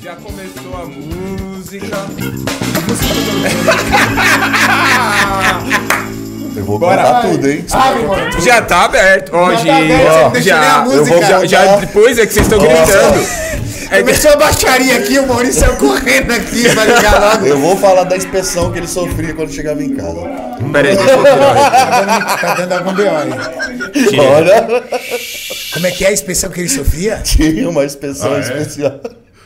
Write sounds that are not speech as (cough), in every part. Já começou a música. Eu vou Bora. cantar tudo, hein? Sabe, mano? Já tá aberto. Ó, Já tá gente. aberto, ó, você não deixou nem a já, música. já, já depois é que vocês estão gritando. É que- Começou a baixaria aqui, o Maurício saiu correndo (laughs) aqui pra ligar logo. Eu vou falar da inspeção que ele sofria quando chegava em casa. Pera aí, deixa eu tirar. Tá dando- Tá dando alguma B.O. Olha, (laughs) Como é que é a inspeção que ele sofria? tinha uma inspeção Ah, é? especial.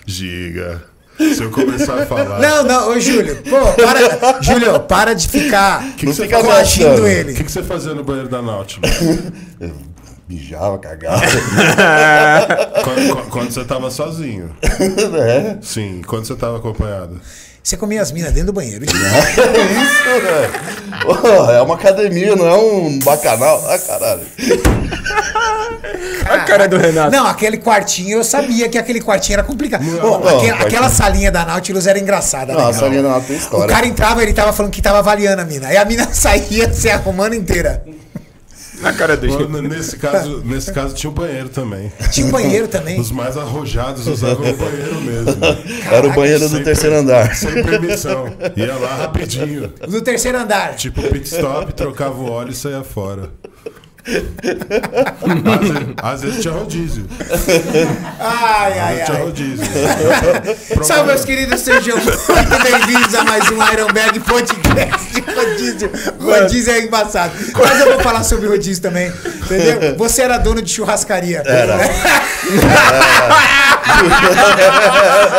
Giga. Se eu começar a falar. Não, não, ô Júlio, pô, para. Júlio, para de ficar Não você fica fala? coagindo gastando. O ele. que, que você fazia no banheiro da Nautilus? Eu Mijava, cagava. (laughs) quando, quando- quando você tava sozinho. né? Sim. e Quando você tava acompanhado. Você comia as minas dentro do banheiro. É isso, velho. Ô, É uma academia, não é um bacanal. Ah, caralho. A cara do Renato. Não, aquele quartinho, eu sabia que aquele quartinho era complicado. Ô, não, aque- quartinho. aquela salinha da Nautilus era engraçada, Não, né, a cara? salinha não tem O história. cara entrava, ele tava falando que tava avaliando a mina. Aí a mina (laughs) saía se arrumando inteira. A cara do Gil. Quando- Nesse caso, nesse caso tinha o banheiro também. Tinha um banheiro também. Os mais arrojados usavam o banheiro mesmo. Era o banheiro do sempre- terceiro andar. Sem permissão. Ia lá rapidinho. No terceiro andar. Tipo pit stop, trocava o óleo e saía fora. Às vezes, às vezes tinha rodízio. Ai, Às ai, vezes tinha ai. rodízio. Salve, meus queridos, sejam muito bem-vindos a mais um Ironberg Podcast (laughs) de rodízio. Rodízio é embaçado. Mas eu vou falar sobre rodízio também, entendeu? Você era dono de churrascaria. Era.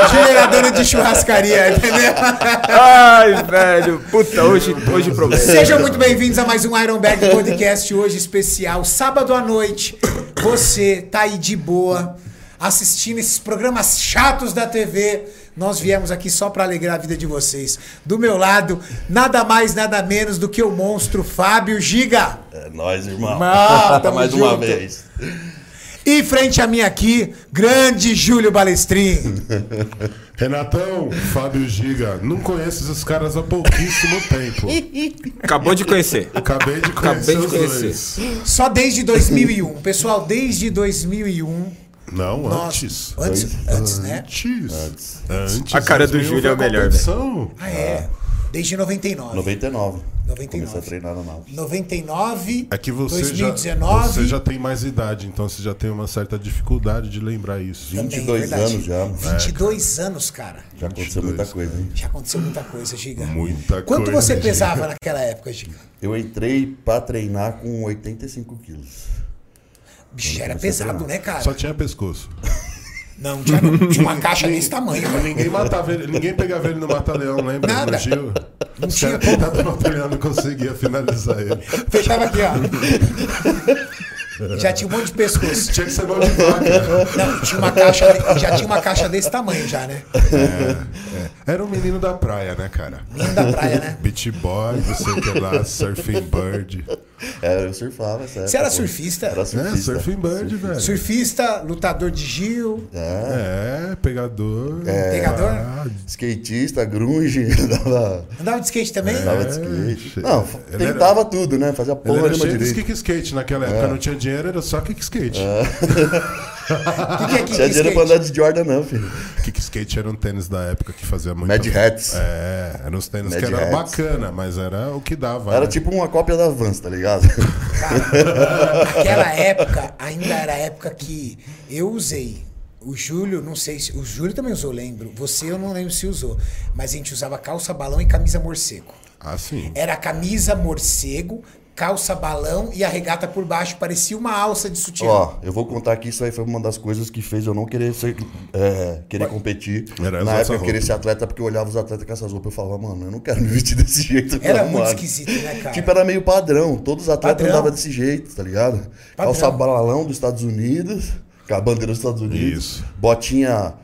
Júlio era dono de churrascaria, entendeu? Ai, velho. Puta, hoje, hoje promete. Sejam muito bem-vindos a mais um Ironberg Podcast hoje especial, sábado à noite. Você tá aí de boa, assistindo esses programas chatos da TV. Nós viemos aqui só pra alegrar a vida de vocês. Do meu lado, nada mais, nada menos do que o monstro Fábio Giga. É nóis, irmão. Irmão, tamo Mais uma junto. vez. E frente a mim aqui, grande Júlio Balestrin. Renatão, Fábio Giga, não conheço esses caras há pouquíssimo tempo. Acabou de conhecer. Acabei de conhecer Acabei de os conhecer. dois. Só desde 2001. Pessoal, desde 2001. Não, nós- antes. Antes, um. antes, né? Antes. Antes. A cara do Júlio é o melhor, Ah, é. Desde 99. 99. 99. Comecei a treinar na nave. 99, É que você, 2019. Já, você já tem mais idade, então você já tem uma certa dificuldade de lembrar isso. também, é 22 verdade. anos já, mano. 22 anos, cara. Já aconteceu muita 22, coisa, hein? Já aconteceu muita coisa, Giga. Muita Quanto coisa, você Giga. pesava naquela época, Giga? Eu entrei pra treinar com 85 quilos. Bicho, já era pesado, né, cara? Só tinha pescoço. Não, (laughs) tinha, tinha uma caixa desse tamanho, velho. Ninguém matava ele, ninguém pegava ele no Mata-Leão, lembra? Nada. No Gil? Não Os tinha caras como. tentavam Mata-Leão não conseguia finalizar ele. Fechava aqui, ó. Já tinha um monte de pescoço. Tinha que ser mão de vaca. Não, tinha uma caixa, já tinha uma caixa desse tamanho já, né? Era um menino da praia, né, cara? Vindo da praia, né? Beach boy, não sei o que lá, surfing bird. É, eu surfava, sério. Você era surfista? Né? Era É, surfista. surfing bird, velho. Surfista, lutador de Gil, É, pegador. É, pegador. Ah, Skatista, grunge, (laughs) dava, Andava de skate também? dava de skate. É, Não, ele tentava tudo, né? Fazia Ele porra É. era nenhuma cheio de direito. kick skate naquela época, não tinha dinheiro, era só kick skate. É. O que, que é que Tinha dinheiro pra skate? andar de Jordan, não, filho. Kick skate era um tênis da época que fazia muito. Mad Hats. É, eram uns tênis Mad que era Hats. bacana, mas era o que dava. Era né? tipo uma cópia da Vans, tá (laughs) ligado? Aquela época, ainda era a época que eu usei. O Júlio, não sei se. O Júlio também usou, lembro. Você eu não lembro se usou. Mas a gente usava calça balão e camisa morcego. Ah, É sim. Era camisa morcego, calça balão e a regata por baixo. Parecia uma alça de sutiã. Ó, eu vou contar que isso aí foi uma das coisas que fez eu não querer ser, é, querer competir. Era essa Na época eu roupa. queria ser atleta porque eu olhava os atletas com essas roupas e eu falava, mano, eu não quero me vestir desse jeito. Era não, muito mano." esquisito, né, cara? Tipo, era meio padrão. Todos os atletas Padrão. andavam desse jeito, tá ligado? Calça balão dos Estados Unidos, com a bandeira dos Estados Unidos. Isso. Botinha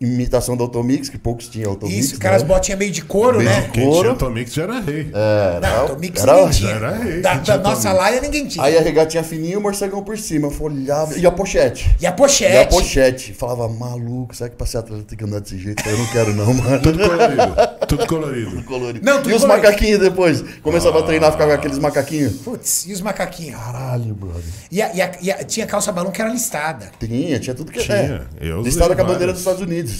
imitação da Automix, que poucos tinham Automix. Isso, caras né? botinhas meio de couro, né? Quem Ouro. É. tinha Atomix já era rei. Não, Era, então mix era- ninguém tinha. era rei, da que da tinha nossa Tomix. laia ninguém tinha. Aí a regatinha fininha e o morcegão por cima. Eu olhava. E a pochete. E a pochete. E a é pochete. Falava, maluco, será que pra ser atleta tem que andar desse jeito? Eu não quero, não, (laughs) mano. Tudo colorido. Tudo colorido. Colorido. Não, Ah. tudo e os colorido. macaquinhos depois? Começava a treinar, ficava com aqueles macaquinhos. Putz, e os macaquinhos? Caralho, brother. E, a- e a- e a- tinha calça balão que era listada. Tinha, tinha tudo que Tinha, É. eu usei Listado com a vários. bandeira dos Estados Unidos.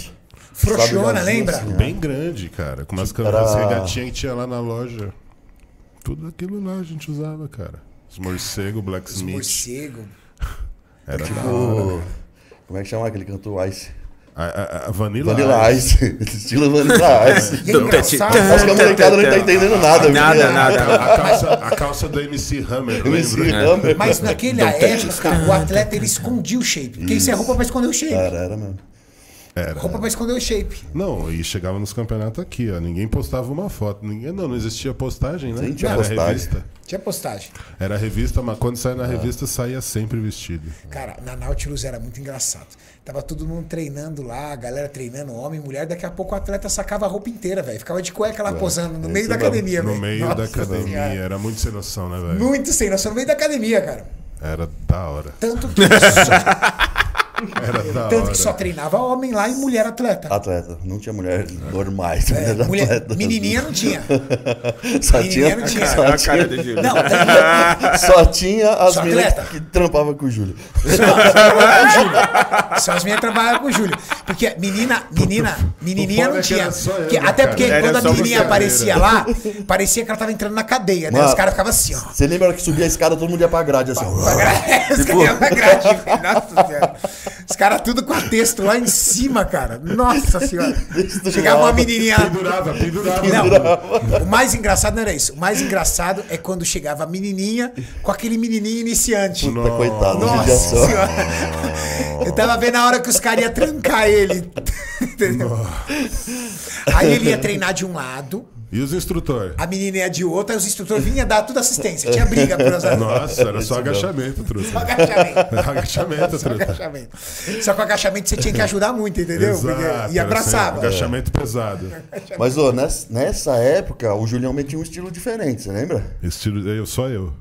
Frouxona, Sabe, lembra? assim, Bem grande, cara. Com umas camisas Tipo, Era- regatinhas que tinha lá na loja. Tudo aquilo lá a gente usava, cara. Os morcego, Blacksmith. Morcego. Era tipo da hora. O- Como é que chama aquele cantor Ice? A, a- a Vanilla, Vanilla Ice. Ice. (laughs) Estilo Vanilla Ice. (laughs) E é engraçado. Acho que a molecada não tá entendendo nada. Nada, porque- nada. A, a calça, a calça do (laughs) MC Hammer, MC lembra? Hammer. né? Mas naquela época, o atleta ele escondia o shape. Porque isso é roupa pra esconder o shape. Cara, era mesmo. Era. Roupa pra esconder o shape. Não, e chegava nos campeonatos aqui, ó. Ninguém postava uma foto. Ninguém, não, não existia postagem, né? Sim, tinha Era postagem. revista. Tinha postagem. Era revista, mas quando saía na revista, saía sempre vestido. Cara, na Nautilus era muito engraçado. Tava todo mundo treinando lá, a galera treinando, homem, mulher. Daqui a pouco o atleta sacava a roupa inteira, velho. Ficava de cueca lá posando no meio mesmo. da academia, No velho. meio Nossa da academia. Senhora. Era muito sem noção, né, velho? Muito sem noção, no meio da academia, cara. Era da hora. Tanto que só, Era da tanto hora. que só treinava homem lá e mulher atleta. Atleta. Não tinha mulher normais. mulher É, Mulher, atleta. menininha não tinha. Só menininha não tinha, tinha. só A cara do tinha, Júlio. Não, (laughs) tá- só tinha as Só meninas atleta. que trampavam com o Júlio. Só as meninas trabalhavam com o Júlio. Porque menina, menina, menininha foda não é que tinha. era só eu, Porque- né, até cara? porque Era quando a só menininha você, aparecia lá, parecia que ela tava entrando na cadeia, né? Mano. Os caras ficavam assim, ó. (laughs) Você lembra que subia a escada, todo mundo ia pra grade assim. ó. Os Tipo, caras na grade, velho. Nossa senhora. Os caras tudo com a texto lá em cima, cara. Nossa senhora. Texto Chegava uma alto. menininha. Pendurava, pendurava. Não, o mais engraçado não era isso. O mais engraçado é quando chegava a menininha com aquele menininho iniciante. Puta, coitado, Nossa judiação. senhora. Eu tava vendo a hora que os caras iam trancar ele. Entendeu? Aí ele ia treinar de um lado, E os instrutores? a menina ia de outro, aí os instrutores vinham dar toda assistência. Tinha briga por causa do Nossa, era só agachamento, truta. agachamento. Era (laughs) agachamento, Só truta. agachamento. Só que o agachamento você tinha que ajudar muito, entendeu? Porque- Exato, é, e era abraçava. assim, agachamento pesado. Mas, ô, nessa, nessa época, o Julião metia um estilo diferente, você lembra? Estilo, eu, só eu.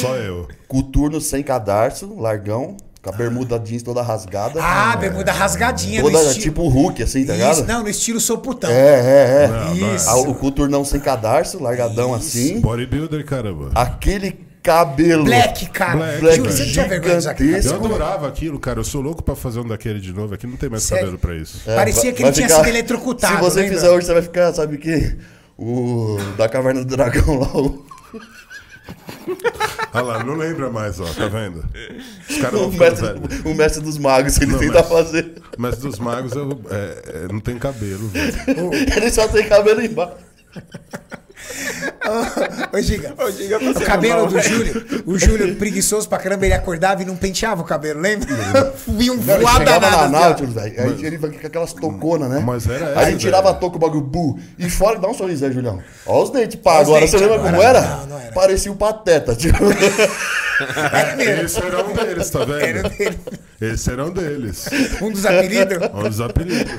Só eu. Coturno sem cadarço, largão, com a bermuda jeans toda rasgada. Ah, bermuda rasgadinha é. toda no estilo. tipo Hulk, assim, tá Isso, ligado? não, no estilo sou putão. É, é, é. Não, não é. Isso. Ah, o coturnão sem cadarço, largadão assim. Bodybuilder, caramba. Aquele cabelo. Black, cara. Black, Juro, velho. você não tinha vergonha disso aqui. Gigantesco. Eu adorava aquilo, cara. Eu sou louco pra fazer um daquele de novo. Aqui não tem mais Sério? cabelo pra isso. É, Parecia vai- que ele vai tinha ficar- sido eletrocutado. Se você lembra? fizer hoje, você vai ficar, sabe o quê? O da Caverna do Dragão lá. O... Olha lá, não lembra mais, ó. Tá vendo? Os caras O não ficam mestre, velhos. o mestre dos magos, ele é, Não, tenta mas- fazer. Mas dos magos eu, é, é, não tem cabelo, velho. Ele só tem cabelo embaixo. Ô, Giga. Ô, Giga, O você é cabelo mal, do Júlio, o Júlio preguiçoso pra caramba, ele acordava e não penteava o cabelo, lembra? Vinha um Ele voado chegava na tipo, danado. assim, ó. Nautilus, velho. Aí ele vai com aquelas toconas, né? Mas era essa, Aí ele tirava a velho. toca, o bagulho bu. E fora, dá um sorriso aí, Julião. Ó os dentes, pá. Ó os Agora, dentes você lembra agora. como era? Não, não era. Parecia o Pateta, (laughs) tipo. É mesmo. Esse era um deles, tá É, Era vendo? dele. Esse era um deles. Um dos apelidos? Olha os apelidos.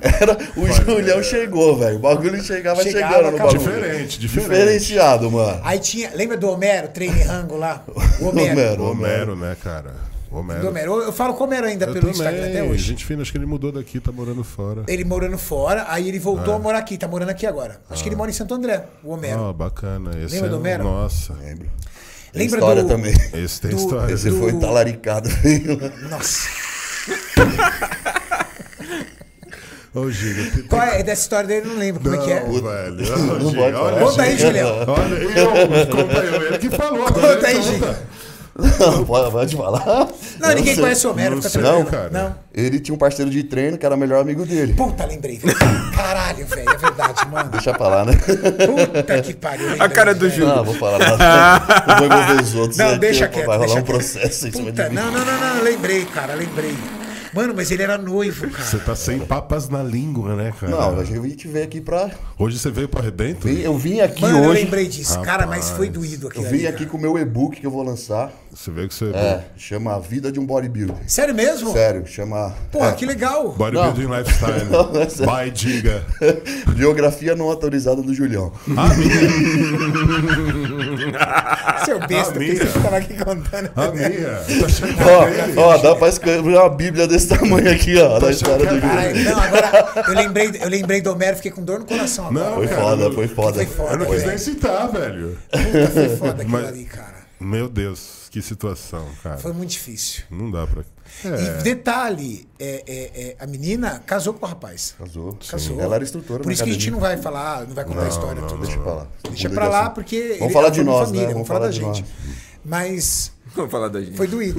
Era, o Julião chegou, velho. O bagulho chegava Chegava, chegando no acabou. bagulho. Diferente, diferente. Diferenciado, mano. Aí tinha. Lembra do Homero, treine rango lá? O (laughs) Homero. Homero. Homero, né, cara? Do Homero. Homero. Eu- Eu falo com o Homero ainda Eu pelo Instagram até também. hoje. Gente fina, acho que ele mudou daqui, tá morando fora. Ele morando fora, aí ele voltou a morar aqui, tá morando aqui agora. Acho que ele mora em Santo André, o Homero. Ó, bacana. Esse Lembra do é um- Homero? Nossa. Lembro. Tem Lembra história do- também. Esse tem Do- é história. Esse do- foi talaricado. Nossa. Ô, Giga, tem- Qual é dessa história dele? Eu Não lembro como é que é. Não, velho. Ô, Não Giga, pode falar. olha, Conta aí, Giga. Julião. Olha, eu, conta aí, ele que falou. né? agora Conta aí, ele Giga. (laughs) Não, pode, pode falar. Não, ninguém sei. conhece o Homero, Não fica sei, tranquilo. cara. Não. Ele tinha um parceiro de treino que era o melhor amigo dele. Puta, lembrei. velho. Caralho, velho, é verdade, mano. Deixa pra lá, né? Puta que pariu. lembrei, A cara do velho. Júlio. Não, vou falar nada. (laughs) Não vou envolver os outros. Não, né? deixa Porque quieto. Vai rolar deixa um quieto. processo em cima de Puta, mim. não, não, não, não, lembrei, cara, lembrei. Mano, mas ele era noivo, Você cara. tá sem papas na língua, né, cara? Não, a gente veio aqui pra. Hoje você veio pra Rebento? Eu vim aqui Mano, eu hoje. lembrei disso. Cara, mas foi doído Eu aquilo vim ali. aqui com o meu e-book que eu vou lançar. Você veio que você veio. É, chama A Vida de um Bodybuilder. Sério mesmo? Sério, chama. (laughs) Porra, é, que legal. Bodybuilding (laughs) Lifestyle. Não, não é sério. Vai, diga. Biografia não autorizada do Julião. A minha, (laughs) Seu besta, Amiga. que você tava aqui contando. a minha. Tá achando que é dele? Ó, ó, dá pra escrever uma bíblia desse tamanho aqui, ó, da história do Julião. Caralho, não, agora eu lembrei, eu lembrei do Homero, fiquei com dor no coração agora. É, Não, Foi cara, foda, eu- foi foda. Foi Eu foda, não quis velho. nem citar, velho. Puta, foi foda aquilo Mas- ali, cara. Meu Deus, que situação, cara. Foi muito difícil. Não dá pra. E É, detalhe, é, é, é, a menina casou com o rapaz. Casou. Casou. Ela era instrutora né, né, Por isso que a gente não vai falar, não vai contar a história toda. Deixa pra lá. Deixa pra lá, porque. ele- falar ela de foi minha nós, família, né? Vamos falar da gente. Mas (laughs) Vamos falar da gente. foi doído.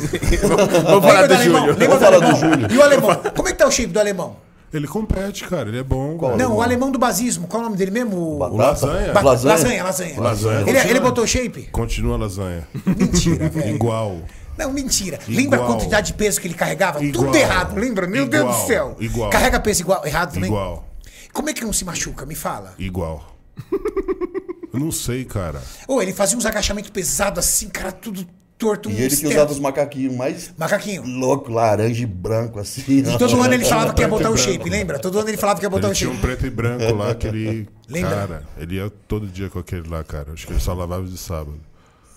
Vamos falar Lembra do alemão? Júlio. Lembra Vamos falar do alemão? Júlio. E o alemão? Como é que tá o shape do alemão? Ele compete, cara. Ele é bom. Qual? cara. Não, o alemão do basismo. Qual é o nome dele mesmo? Batata. O lasanha. Ba- Lasanha? Lasanha, lasanha. Lasanha. Ele, é- ele botou o (laughs) shape? Continua (laughs) a lasanha. Mentira, velho. Igual. Não, mentira. Lembra a Igual. quantidade de peso que ele carregava? Igual. Tudo errado, lembra? Meu Igual. Deus do céu. Igual. Carrega peso igual, errado também? Igual. Como é que não se machuca? Me fala. Igual. Eu não sei, cara. Ô, ele fazia uns agachamentos pesados assim, cara, tudo torto. E uns ele que tetos. usava os macaquinhos mais Macaquinho. louco, laranja e branco, assim. ó. E todo ano ele falava que ia botar o Branco. shape, lembra? Todo ano ele falava que ia botar Tá Ele o tinha um shape. preto e branco lá que ele. Então, assim, (laughs) Lembra? Cara, ele ia todo dia com aquele lá, cara. Acho que ele só lavava de sábado.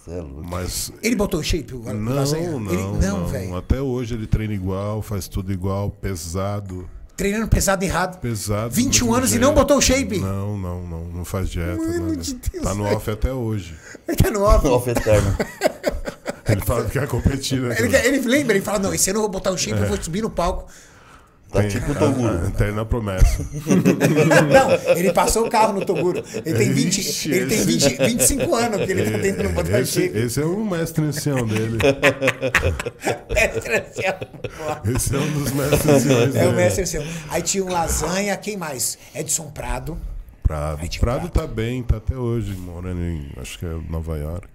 Cê é louco. Mas. Ele botou o shape? o- o Não, lasanha? não, Ele- não. velho. Até hoje ele treina igual, faz tudo igual, pesado. Treinando pesado errado. Pesado. 21 do mesmo anos e não botou o shape? Não, não, não. Não faz dieta. Mano nada. de Deus, tá no velho. off até hoje. Ele tá no (laughs) óculos. Off eterno. Ele fala que quer competir, né? Ele, quer- ele lembra, ele fala, não, esse ano eu vou botar o shape, eu vou subir no palco. Tá tipo o (laughs) Toguro. Eterna promessa. Não, ele passou o carro no Toguro. Ele tem, 20, Ixi, ele tem esse- 20, 25 anos que (laughs) ele tá (laughs) tentando botar o Esse, shape. esse é um mestre ancião dele. Esse é um dos mestres anciões (laughs) É o dele. mestre seu. Aí tinha um lasanha, quem mais? Edson Prado. Prado. Ai, tio Prado tá bem, tá até hoje morando em, acho que é Nova York.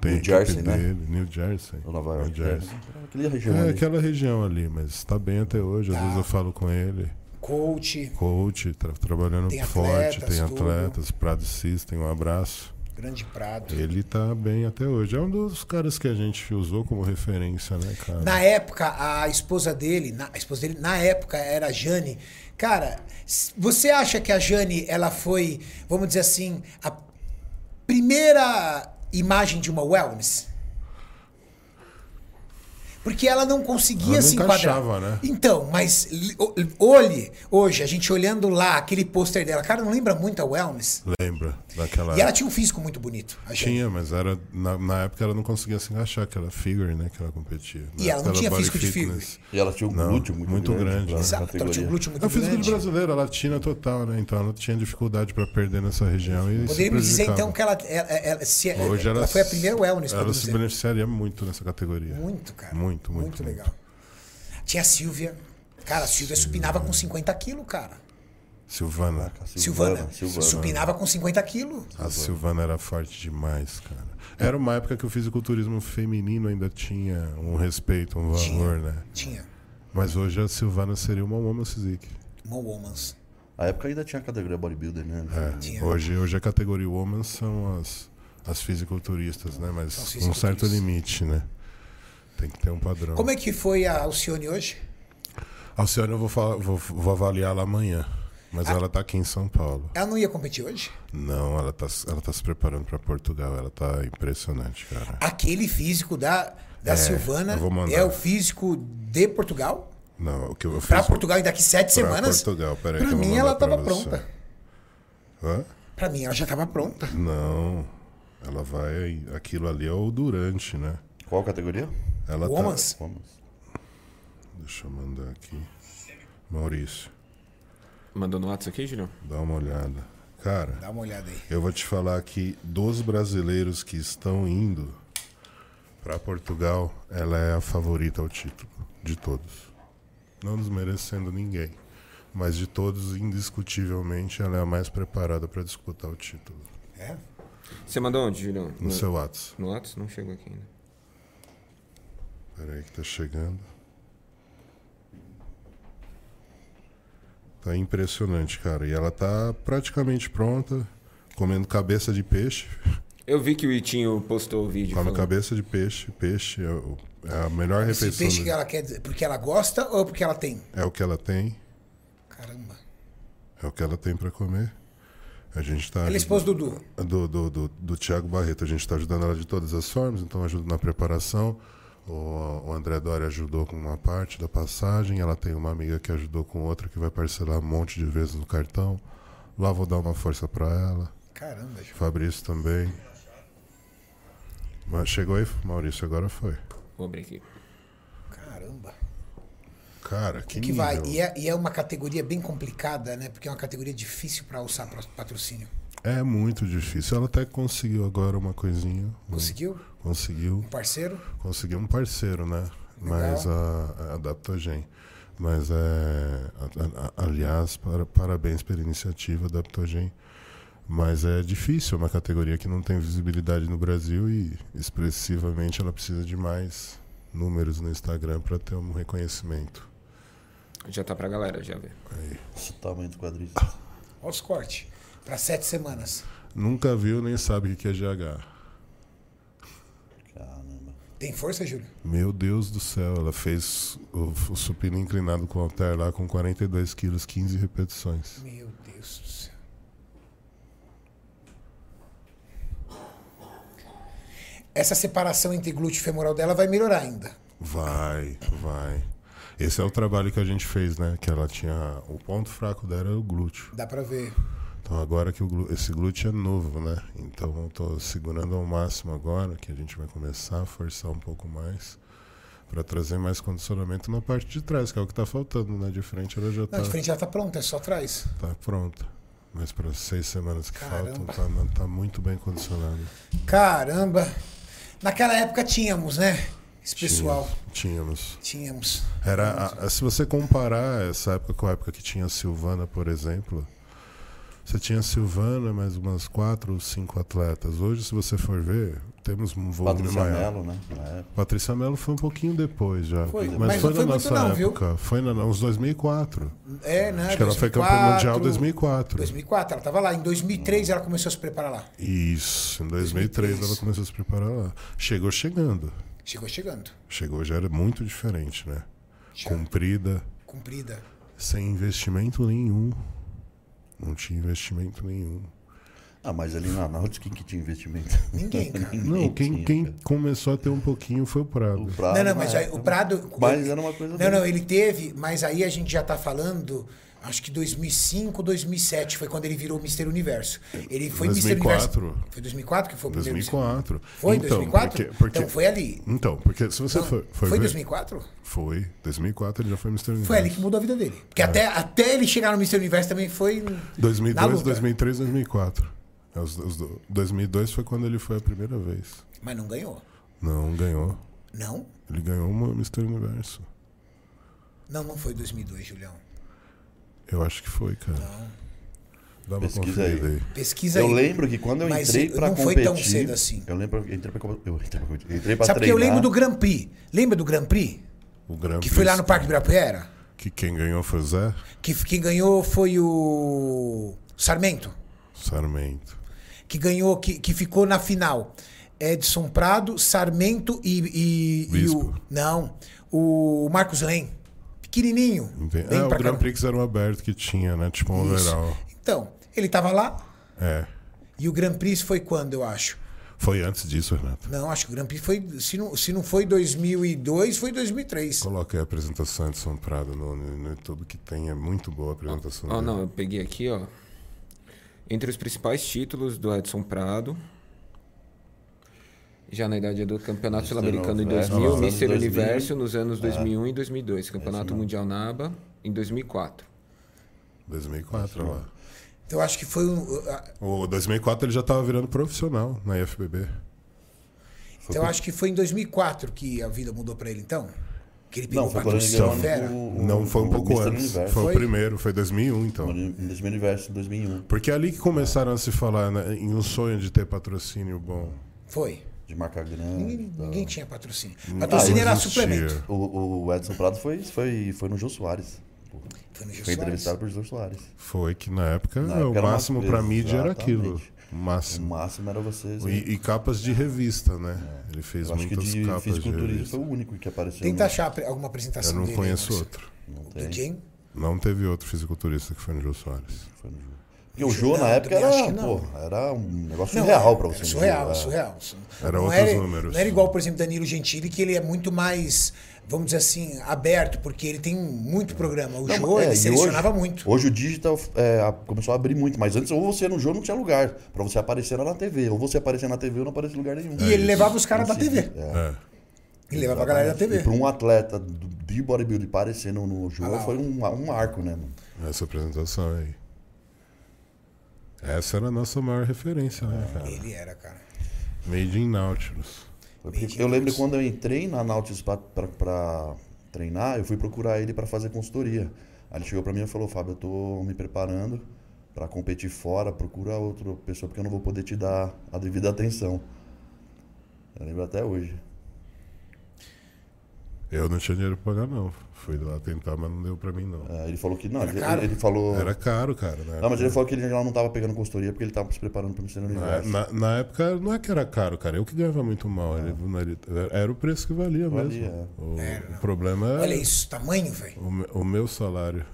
Tem New a equipe Jersey, né? dele, New Jersey. Ou Nova York. né? New Jersey. É, Aquela região É ali. aquela região ali, mas tá bem até hoje. Às vezes eu falo com ele. Coach, Coach, tá trabalhando Tem forte, atletas, tem tudo. atletas, Prado System, um abraço. grande Prado. Ele tá bem até hoje. É um dos caras que a gente usou como referência, né, cara? Na época, a esposa dele, na, a esposa dele, na época, era a Jane. Cara, s- você acha que a Jane, ela foi, vamos dizer assim, a primeira imagem de uma wellness? Porque ela não conseguia Ela não se enquadrar. encaixava, né? Então, mas li- o- olhe, hoje, a gente olhando lá aquele pôster dela, cara, não lembra muito a wellness? Lembra daquela E ela tinha um físico muito bonito. A Jane. Tinha, mas era na, na época ela não conseguia se encaixar, que era figure, né? Que ela competia. Na E ela não época tinha body físico de figure. fitness. E ela tinha um Não, glúteo muito, muito grande. pra Exato, ela tinha um categoria. glúteo É o muito físico de grande. brasileira, latina total, né? Então ela tinha dificuldade pra perder nessa região. E Poderíamos se dizer então prejudicava. que ela, ela, ela- se- é, Hoje ela ela foi a se- primeira wellness, Ela podemos se dizer. beneficiaria muito nessa categoria. Muito, cara. Muito, muito. Muito legal. Tinha a Silvia. Cara, a Silvia supinava com 50 quilos, cara. Silvana. Silvana. Silvana. Supinava com 50 quilos. A Silvana era forte demais, cara. Era uma época que o fisiculturismo feminino ainda tinha um respeito, um valor, né? Tinha. Mas hoje a Silvana seria uma woman physique. Mo Womans. A época ainda tinha a categoria bodybuilder, né? Tinha. Hoje, hoje a categoria woman são as, as fisiculturistas, né? Mas com um certo fisiculturistas. limite, né? Tem que ter um padrão. Como é que foi a Alcione hoje? Alcione eu vou, falar- vou, vou avaliar ela amanhã. Mas ela tá aqui em São Paulo. Ela não ia competir hoje? Não, ela tá, ela tá se preparando pra Portugal. Ela tá impressionante, cara. Aquele físico da, da Silvana eu vou mandar. é o físico de Portugal? Não, o que eu fiz. Pra Portugal, e daqui sete pra semanas. Portugal, peraí. pra que eu vou mim, ela mandar pra tava você. pronta. Hã? Pra mim, ela já tava pronta. Não. Ela vai. Aquilo ali é o durante, né? Qual categoria? Ela tá, Womans? Vamos. Deixa eu mandar aqui. Maurício, Mandou no WhatsApp aqui, Julião? dá uma olhada. Cara, Dá uma olhada aí. eu vou te falar que dos brasileiros que estão indo pra Portugal, ela é a favorita ao título de todos. Não desmerecendo ninguém, mas de todos, indiscutivelmente, ela é a mais preparada pra disputar o título. É? Você mandou onde, Julião? No Né. seu WhatsApp. No WhatsApp? Não chegou aqui ainda. Pera aí que tá chegando. Tá impressionante, cara. E ela tá praticamente pronta, comendo cabeça de peixe. Eu vi que o Itinho postou o vídeo. Come falando. cabeça de peixe. Peixe é, o- é a melhor Esse refeição. peixe que do- ela quer dizer, porque ela gosta ou porque ela tem? É o que ela tem. Caramba. É o que ela tem pra comer. A gente tá. Ela é esposa do Dudu. do, do, do, do Thiago Barreto. A gente está ajudando ela de todas as formas, então ajuda na preparação. O, o André Doria ajudou com uma parte da passagem, ela tem uma amiga que ajudou com outra que vai parcelar um monte de vezes no cartão. Lá vou dar uma força para ela. Caramba, Ju. Fabrício também. Mas chegou aí, Maurício, agora foi. Vou abrir aqui. Caramba. Cara, que, O que nível. vai? E é, e é uma categoria bem complicada, né? Porque é uma categoria difícil pra alçar pro- patrocínio. É muito difícil. Ela até conseguiu agora uma coisinha. Conseguiu? Conseguiu. Um parceiro? Conseguiu um parceiro, né? Mas a, a Adaptogen. Mas é. a- a- a- aliás, para- parabéns pela iniciativa Adaptogen. Mas é difícil, é uma categoria que não tem visibilidade no Brasil e expressivamente ela precisa de mais números no Instagram para ter um reconhecimento. Já tá pra galera, já vê. Esse tamanho do quadril. Olha os cortes. Pra sete semanas. Nunca viu nem sabe o que que é GH. Caramba. Tem força, Júlio? Meu Deus do céu, ela fez o, o supino inclinado com o altar lá com 42 quilos, 15 repetições. Meu Deus do céu. Essa separação entre glúteo e femoral dela vai melhorar ainda. Vai, vai. Esse é o trabalho que a gente fez, né? Que ela tinha. O ponto fraco dela era o glúteo. Dá pra ver. Então agora que o glú- esse glúteo é novo, né? Então eu tô segurando ao máximo agora, que a gente vai começar a forçar um pouco mais. Pra trazer mais condicionamento na parte de trás, que é o que tá faltando, né? De frente ela já Não, tá, de frente ela tá pronta, é só atrás. tá pronta. Mas para seis semanas que Caramba. faltam, tá, tá muito bem condicionada. Caramba. Naquela época tínhamos, né? Esse pessoal. Tínhamos. Tínhamos. Era a- a- se você comparar essa época com a época que tinha a Silvana, por exemplo, você tinha a Silvana mais umas quatro ou cinco atletas. Hoje, se você for ver, temos um volume Patrícia maior. Mello, né? Na época. Patrícia Mello foi um pouquinho depois já. Foi, mas, mas foi não na foi muito nossa não, viu? época. Foi na, nos 2004. É, né? Acho que ela foi campeã mundial em 2004. 2004, ela tava lá. Em 2003 ela começou a se preparar lá. Isso, em 2003, 2003. ela começou a se preparar lá. Chegou chegando. Chegou chegando. Chegou já era muito diferente, né? Já. Comprida. Cumprida. Sem investimento nenhum. Não tinha investimento nenhum. Ah, mas ali na Náutica, quem que tinha investimento? Ninguém, (laughs) cara. Não, quem, tinha, quem cara. começou a ter um pouquinho foi o Prado. O Prado, Não, não, mas na aí, época, o Prado. Mas era uma coisa Não, dele. não, ele teve, mas aí a gente já tá falando, acho que 2005, 2007 foi quando ele virou Mister Universo. Ele foi Mister Universo. 2004. Foi 2004 que foi o primeiro. 2004. Foi então, 2004? Porque, porque, Então foi ali. Então, porque se você Não, for, foi for ver- 2004? Foi. 2004 ele já foi Mr. Universo. Foi ali que mudou a vida dele. É. Porque até, até ele chegar no Mister Universo também foi. na 2002, luta. 2003, 2004. É os- os do- 2002 foi quando ele foi a primeira vez. Mas não ganhou. Não ganhou. Não? Ele ganhou uma Mr. Universo. Não, não foi 2002, Julião. Eu acho que foi, cara. Ah. Dá uma Pesquisa conferida aí. aí. Pesquisa Eu aí. lembro que quando eu Mas entrei pra não foi competir. tão cedo assim. Eu lembro que eu entrei pra, com- eu entrei pra, competir, eu entrei pra Sabe porque treinar. eu lembro do Grand Prix? Lembra do Grand Prix? O Grand Que foi lá Prix, no Parque Ibirapuera? Que quem ganhou foi o Zé Que quem ganhou foi o Sarmento, Sarmento. que ganhou, que, que ficou na final. Edson Prado, Sarmento e, e, e o. Bispo. Não, o Marcos Len. Pequenininho. Entendi. bem É, o pra Grand caramba. Prix era um aberto que tinha, né? Tipo um Isso. overall. Então, ele tava lá É. e o Grand Prix foi quando, eu acho? Foi antes disso, Renato. Não, acho que o Grand Prix foi. Se não, se não foi 2002, foi 2003. Coloca aí a apresentação de São Prado no, no no YouTube que tem. É muito boa a apresentação Ah, Ó, dele. não, eu peguei aqui, ó. Entre os principais títulos do Edson Prado. Já na idade adulta, Campeonato Sul-Americano em Universo, 2000, nos anos É. Mister 2000. Universo nos anos 2001 e 2002, Campeonato Mundial na ABA em 2004. 2004 lá. Então, eu acho que foi. um- a- O 2004 ele já tava virando profissional na IFBB. Então, eu acho que foi em 2004 que a vida mudou pra ele, então? Que ele pegou Não, foi quando ele ganhou patrocínio fera. o- o- Não, foi um o pouco Mr. antes. Universo. Foi, Foi? o primeiro, foi 2001 então. Em Miss Universo 2001, Porque é ali que começaram a se falar né, em um sonho de ter patrocínio bom. Foi. de marca grande. Ninguém, tal. ninguém tinha patrocínio. Patrocínio era existia. suplemento. O, o Edson Prado foi, foi, foi no Jô Soares. Foi no Foi Gil Soares. entrevistado por Jô Soares. Foi que na época, Na época o era uma máximo coisa, pra mídia era aquilo. exatamente. O O máximo. máximo era vocês. E, e capas de revista, né? Ele fez É. eu acho que muitas de capas de fisiculturismo revista. foi o né? único que apareceu. Tenta no- achar pre- alguma Eu apresentação não dele. conheço Anderson. outro. Não Do tem. quem? Não teve outro fisiculturista que foi no Jô Soares. Foi no Jô. Porque o Jô, na Não, época, também acho era, que não. pô, era um negócio Não, surreal pra você. era Surreal, entender, é. surreal. Su- ah, Era não outros era, números. Não era igual, por exemplo, Danilo Gentili, que ele é muito mais, vamos dizer assim, aberto, porque ele tem muito programa. O Não, Jô, é, ele e selecionava hoje, muito. Hoje o digital é, a- começou a abrir muito, mas antes ou você no jogo não tinha lugar. Pra você aparecer era na TV. Ou você aparecer na TV ou não aparecia em lugar nenhum. E ele levava os caras da Esse- TV. é, É. Ele levava a galera da exatamente. TV. E pra um atleta do- de bodybuilding aparecendo no Ah, jogo foi um, um marco, né, mano? Essa apresentação aí. Essa era a nossa maior referência, né, cara? Ele era, cara. Made in Nautilus. Foi porque Eu lembro quando eu entrei na Nautilus pra, pra- pra treinar, eu fui procurar ele pra fazer consultoria. Aí ele chegou pra mim e falou, Fábio, eu tô me preparando pra competir fora, procura outra pessoa porque eu não vou poder te dar a devida atenção. Eu lembro até hoje. Eu não tinha dinheiro pra pagar, não. Fui lá tentar, mas não deu pra mim, não. É, ele falou que não, ele, caro? ele falou... Era caro, cara. Né? Não, mas ele falou que ele já não tava pegando consultoria porque ele tava se preparando pra Mr. Na, Universo. na- na época não é que era caro, cara. Eu que ganhava muito mal. Ele, ele- era o preço que valia, É. Valia, mesmo. é. O, o problema Olha é isso, tamanho, velho. o, me- o meu salário.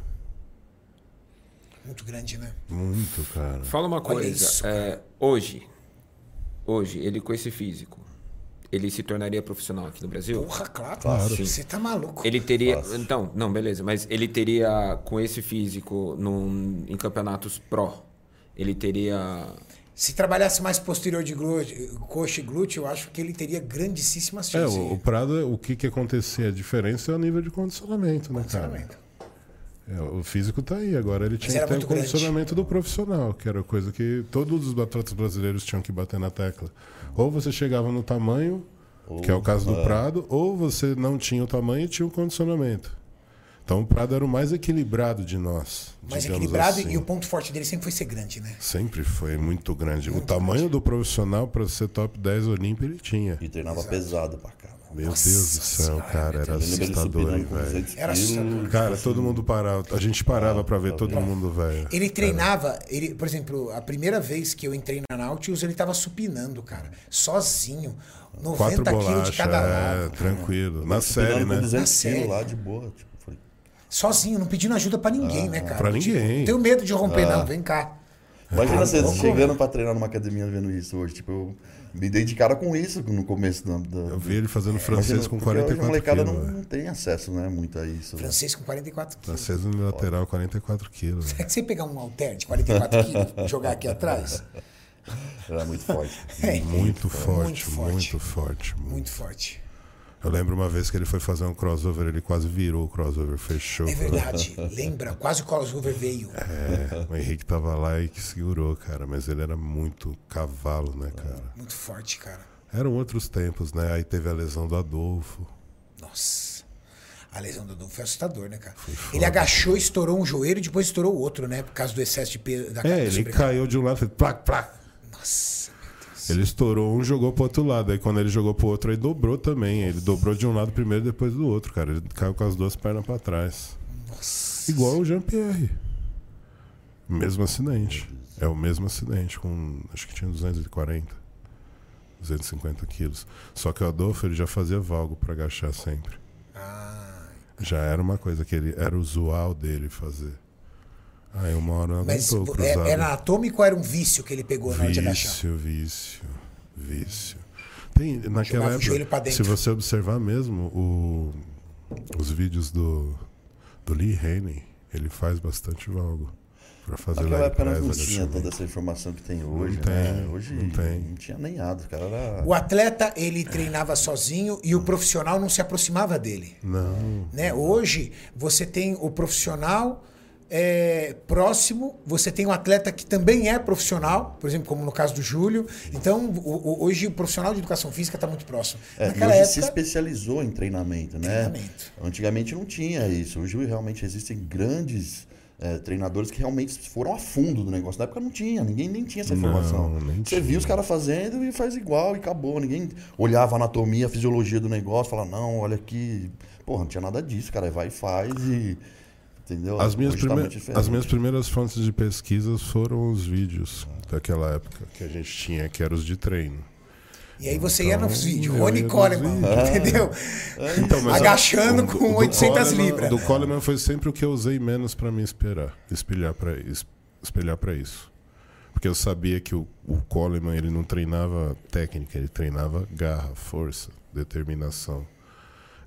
Muito grande, né? Muito, cara. Fala uma coisa. isso, é, hoje, hoje, ele com esse físico, ele se tornaria profissional aqui no Brasil? Porra, claro. Claro. Você tá maluco. Ele teria. Então, não, beleza. Mas ele teria, com esse físico num, em campeonatos pró, ele teria. Se trabalhasse mais posterior de glúteo, coxa e glúteo, eu acho que ele teria grandíssimas É, chances. o, o Prado, o que que acontecia? A diferença é o nível de condicionamento, né, cara? Sinceramente. É, o físico tá aí. Agora ele tinha era que ter o muito grande. condicionamento do profissional, que era coisa que todos os atletas brasileiros tinham que bater na tecla. Ou você chegava no tamanho, que é o caso do Prado, ou você não tinha o tamanho e tinha o condicionamento. Então o Prado era o mais equilibrado de nós. Mais digamos equilibrado assim. e o ponto forte dele sempre foi ser grande, né? Sempre foi muito grande. o tamanho do profissional para ser top 10 olímpico ele tinha. E treinava pesado pra cá. Meu Deus do céu, cara, era Eu lembro ele assustador, hein, subindo com velho. 200 Era quilos. assustador. Cara, todo mundo parava. A gente parava pra ver todo mundo, velho. Ele treinava, ele, por exemplo, a primeira vez que eu entrei na Nautilus, ele tava supinando, cara, sozinho. 90 quilos Quatro de bolachas, cada é, lado. tranquilo. Na série, Treinando com né? 200 Na quilos lá série. de boa. Tipo, falei, Sozinho, não pedindo ajuda pra ninguém, né, cara? Ah, pra ninguém. Ah. Tipo, tenho medo de romper, não, vem cá. Imagina Tá você chegando pra treinar numa academia vendo isso hoje. Tipo, eu me dei de cara com isso no começo da. da Eu vi ele fazendo francês com A 44 molecada quilos. não, velho. não tem acesso, né? Muito a isso. né? Francês com 44 quilos. Francês no lateral, 44 quilos. velho. É que você pegar um halter de 44 quilos (laughs) e jogar aqui atrás, Era muito (laughs) forte. (laughs) é Muito forte, forte. muito forte. Muito. muito forte. Eu lembro uma vez que ele foi fazer um crossover, ele quase virou o crossover, fechou. É verdade, lembra? Quase o crossover veio. É, o Henrique tava lá e que segurou, cara. Mas ele era muito cavalo, né, cara? Muito forte, cara. Eram outros tempos, né? Aí teve a lesão do Adolfo. Nossa. A lesão do Adolfo foi assustador, né, cara? Ele agachou, estourou um joelho e depois estourou o outro, né? Por causa do excesso de peso da É, carga ele sobrecarga. caiu de um lado, fez plac, plac. Nossa, meu Deus. Ele estourou um, jogou pro outro lado. Aí quando ele jogou pro outro, aí dobrou também. Ele dobrou de um lado primeiro, depois do outro, cara. Ele caiu com as duas pernas pra trás. Nossa. Igual o Jean-Pierre. Mesmo acidente. É o mesmo acidente, com. Acho que tinha 240, 250 quilos. Só que o Adolfo ele já fazia valgo pra agachar sempre. Ah, Já era uma coisa que ele era usual dele fazer. Aí uma hora não Mas aguentou é- cruzado. era anatômico ou era um vício que ele pegou na hora de agachar? Vício, vício, vício. Tem, naquela Jogava o um joelho pra época, dentro. se você observar mesmo o- os vídeos do, do Lee Haney, ele faz bastante valgo pra fazer Naquela lá época nós não empresa. tinha toda essa informação que tem hoje. tem, né? Hoje não tem. tinha nem nada. O cara era. O atleta, ele treinava sozinho e o profissional não se aproximava dele. Não, Né? Hoje, você tem o profissional é, próximo, você tem um atleta que também é profissional, por exemplo, como no caso do Júlio. Então, o- o- hoje o profissional de educação física está muito próximo. É, e Naquela hoje se época, especializou em treinamento, né? Treinamento. Antigamente não tinha isso. Hoje realmente existem grandes eh, treinadores que realmente foram a fundo do negócio. Na época não tinha, ninguém nem tinha essa informação. nem Você viu os caras fazendo e faz igual e acabou. Ninguém olhava a anatomia, a fisiologia do negócio, falava, não, olha aqui. Porra, não tinha nada disso, cara. Vai e faz e. Entendeu? as minhas, Hoje tá prime- muito diferente. as minhas primeiras fontes de pesquisa foram os vídeos daquela época que a gente tinha, que eram os de treino. e aí você ia nos vídeos, Então, eu ia Rony nos Coleman, Ah. vídeos. entendeu? É. Então, Agachando com 800 Coleman- libras. Do Coleman foi sempre o que eu usei menos pra me esperar, espelhar pra es- espelhar para isso. Porque eu sabia que o, o Coleman ele não treinava técnica, ele treinava garra, força, determinação.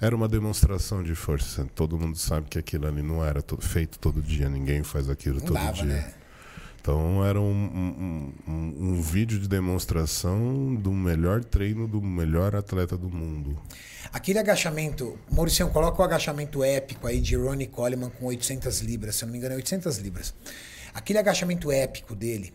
Era uma demonstração de força. Todo mundo sabe que aquilo ali não era to- feito todo dia, ninguém faz aquilo todo dava, dia. né? Então era um, um- um- um vídeo de demonstração do melhor treino do melhor atleta do mundo. Aquele agachamento, Mauricião, coloca o agachamento épico aí de Ronnie Coleman com 800 libras, se eu não me engano é 800 libras. Aquele agachamento épico dele,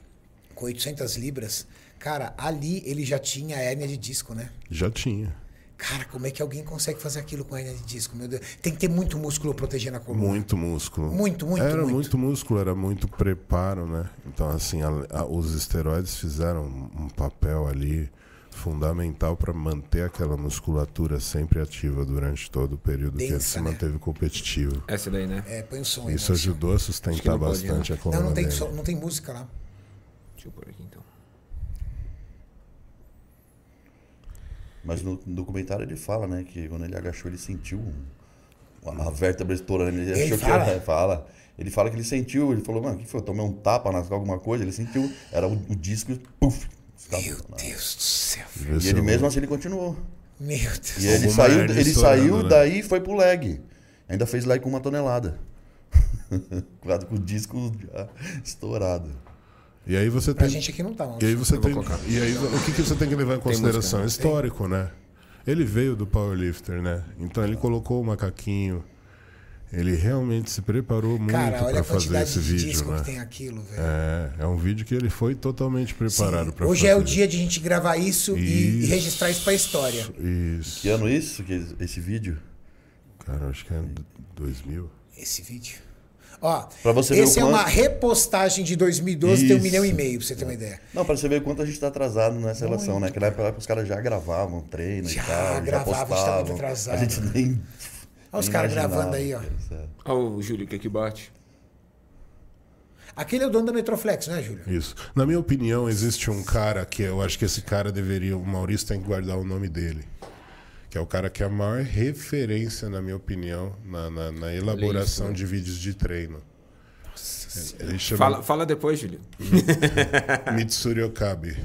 com 800 libras, cara, ali ele já tinha hérnia de disco, né? Já tinha. Cara, como é que alguém consegue fazer aquilo com hérnia de disco? Meu Deus, tem que ter muito músculo protegendo a coluna. Muito músculo. Muito, muito, Era muito. muito. músculo, era muito preparo, né? Então, assim, a- a- os esteroides fizeram um um papel ali fundamental para manter aquela musculatura sempre ativa durante todo o período que ele Densa, se né? manteve competitivo. Essa daí, né? É, põe o som aí. Isso Maurício. ajudou a Acho que não sustentar pode, né? bastante a coluna Não, não tem, dele. som- não tem música lá. Deixa eu pôr aqui então. Mas no no documentário ele fala, né, que quando ele agachou, ele sentiu um, uma a vértebra estourando. Ele, Ele achou fala? que era. Fala. Ele fala que ele sentiu, ele falou, mano, o que foi? Eu tomei um tapa nas alguma coisa, ele sentiu, era o, o disco, puf. Tá escapou, Meu né? Deus do céu. Devia E ser ele um- mesmo assim ele continuou. Meu Deus. E ele Alguma saiu, hernia ele estourando, saiu né? daí e foi pro leg. Ainda fez leg com uma tonelada. (laughs) Quase com o disco já estourado. E aí você Pra tem gente aqui não tá, E aí Maurício. você Eu vou tem, colocar. e aí, o que, que você tem que levar em consideração? Histórico, né? Ele veio do powerlifter, né? Então ele colocou o macaquinho. Ele realmente se preparou muito Cara, olha para a fazer quantidade de esse vídeo, disco né? que tem aquilo, velho. É, é um vídeo que ele foi totalmente preparado Sim, para fazer. Hoje é o dia de a gente gravar isso, E, e Isso. registrar isso pra história. Isso. Que ano isso, que esse vídeo? Cara, acho que é 2000. Esse vídeo. Ó, Pra você ver esse o é uma quanto- repostagem de 2012, tem um Isso. milhão e meio, pra você ter uma ideia. Não, pra você ver o quanto a gente tá atrasado nessa relação, né? Que na época os caras já gravavam treino Já e tal, já gravavam, a gente tá muito postavam. atrasado. A gente nem. Olha os nem imaginava caras é. gravando aí, ó. que isso era. Ó, o Júlio, que aqui bate. Aquele é o dono da Metroflex, né, Júlio? Isso. Na minha opinião, existe um cara que eu acho que esse cara deveria, o Maurício tem que guardar o nome dele. Que é o cara que é a maior referência, na minha opinião, na, na- na elaboração Olha de vídeos de treino. Ele Fala, Uhum. chama fala depois, Júlio. Mitsuri Okabe.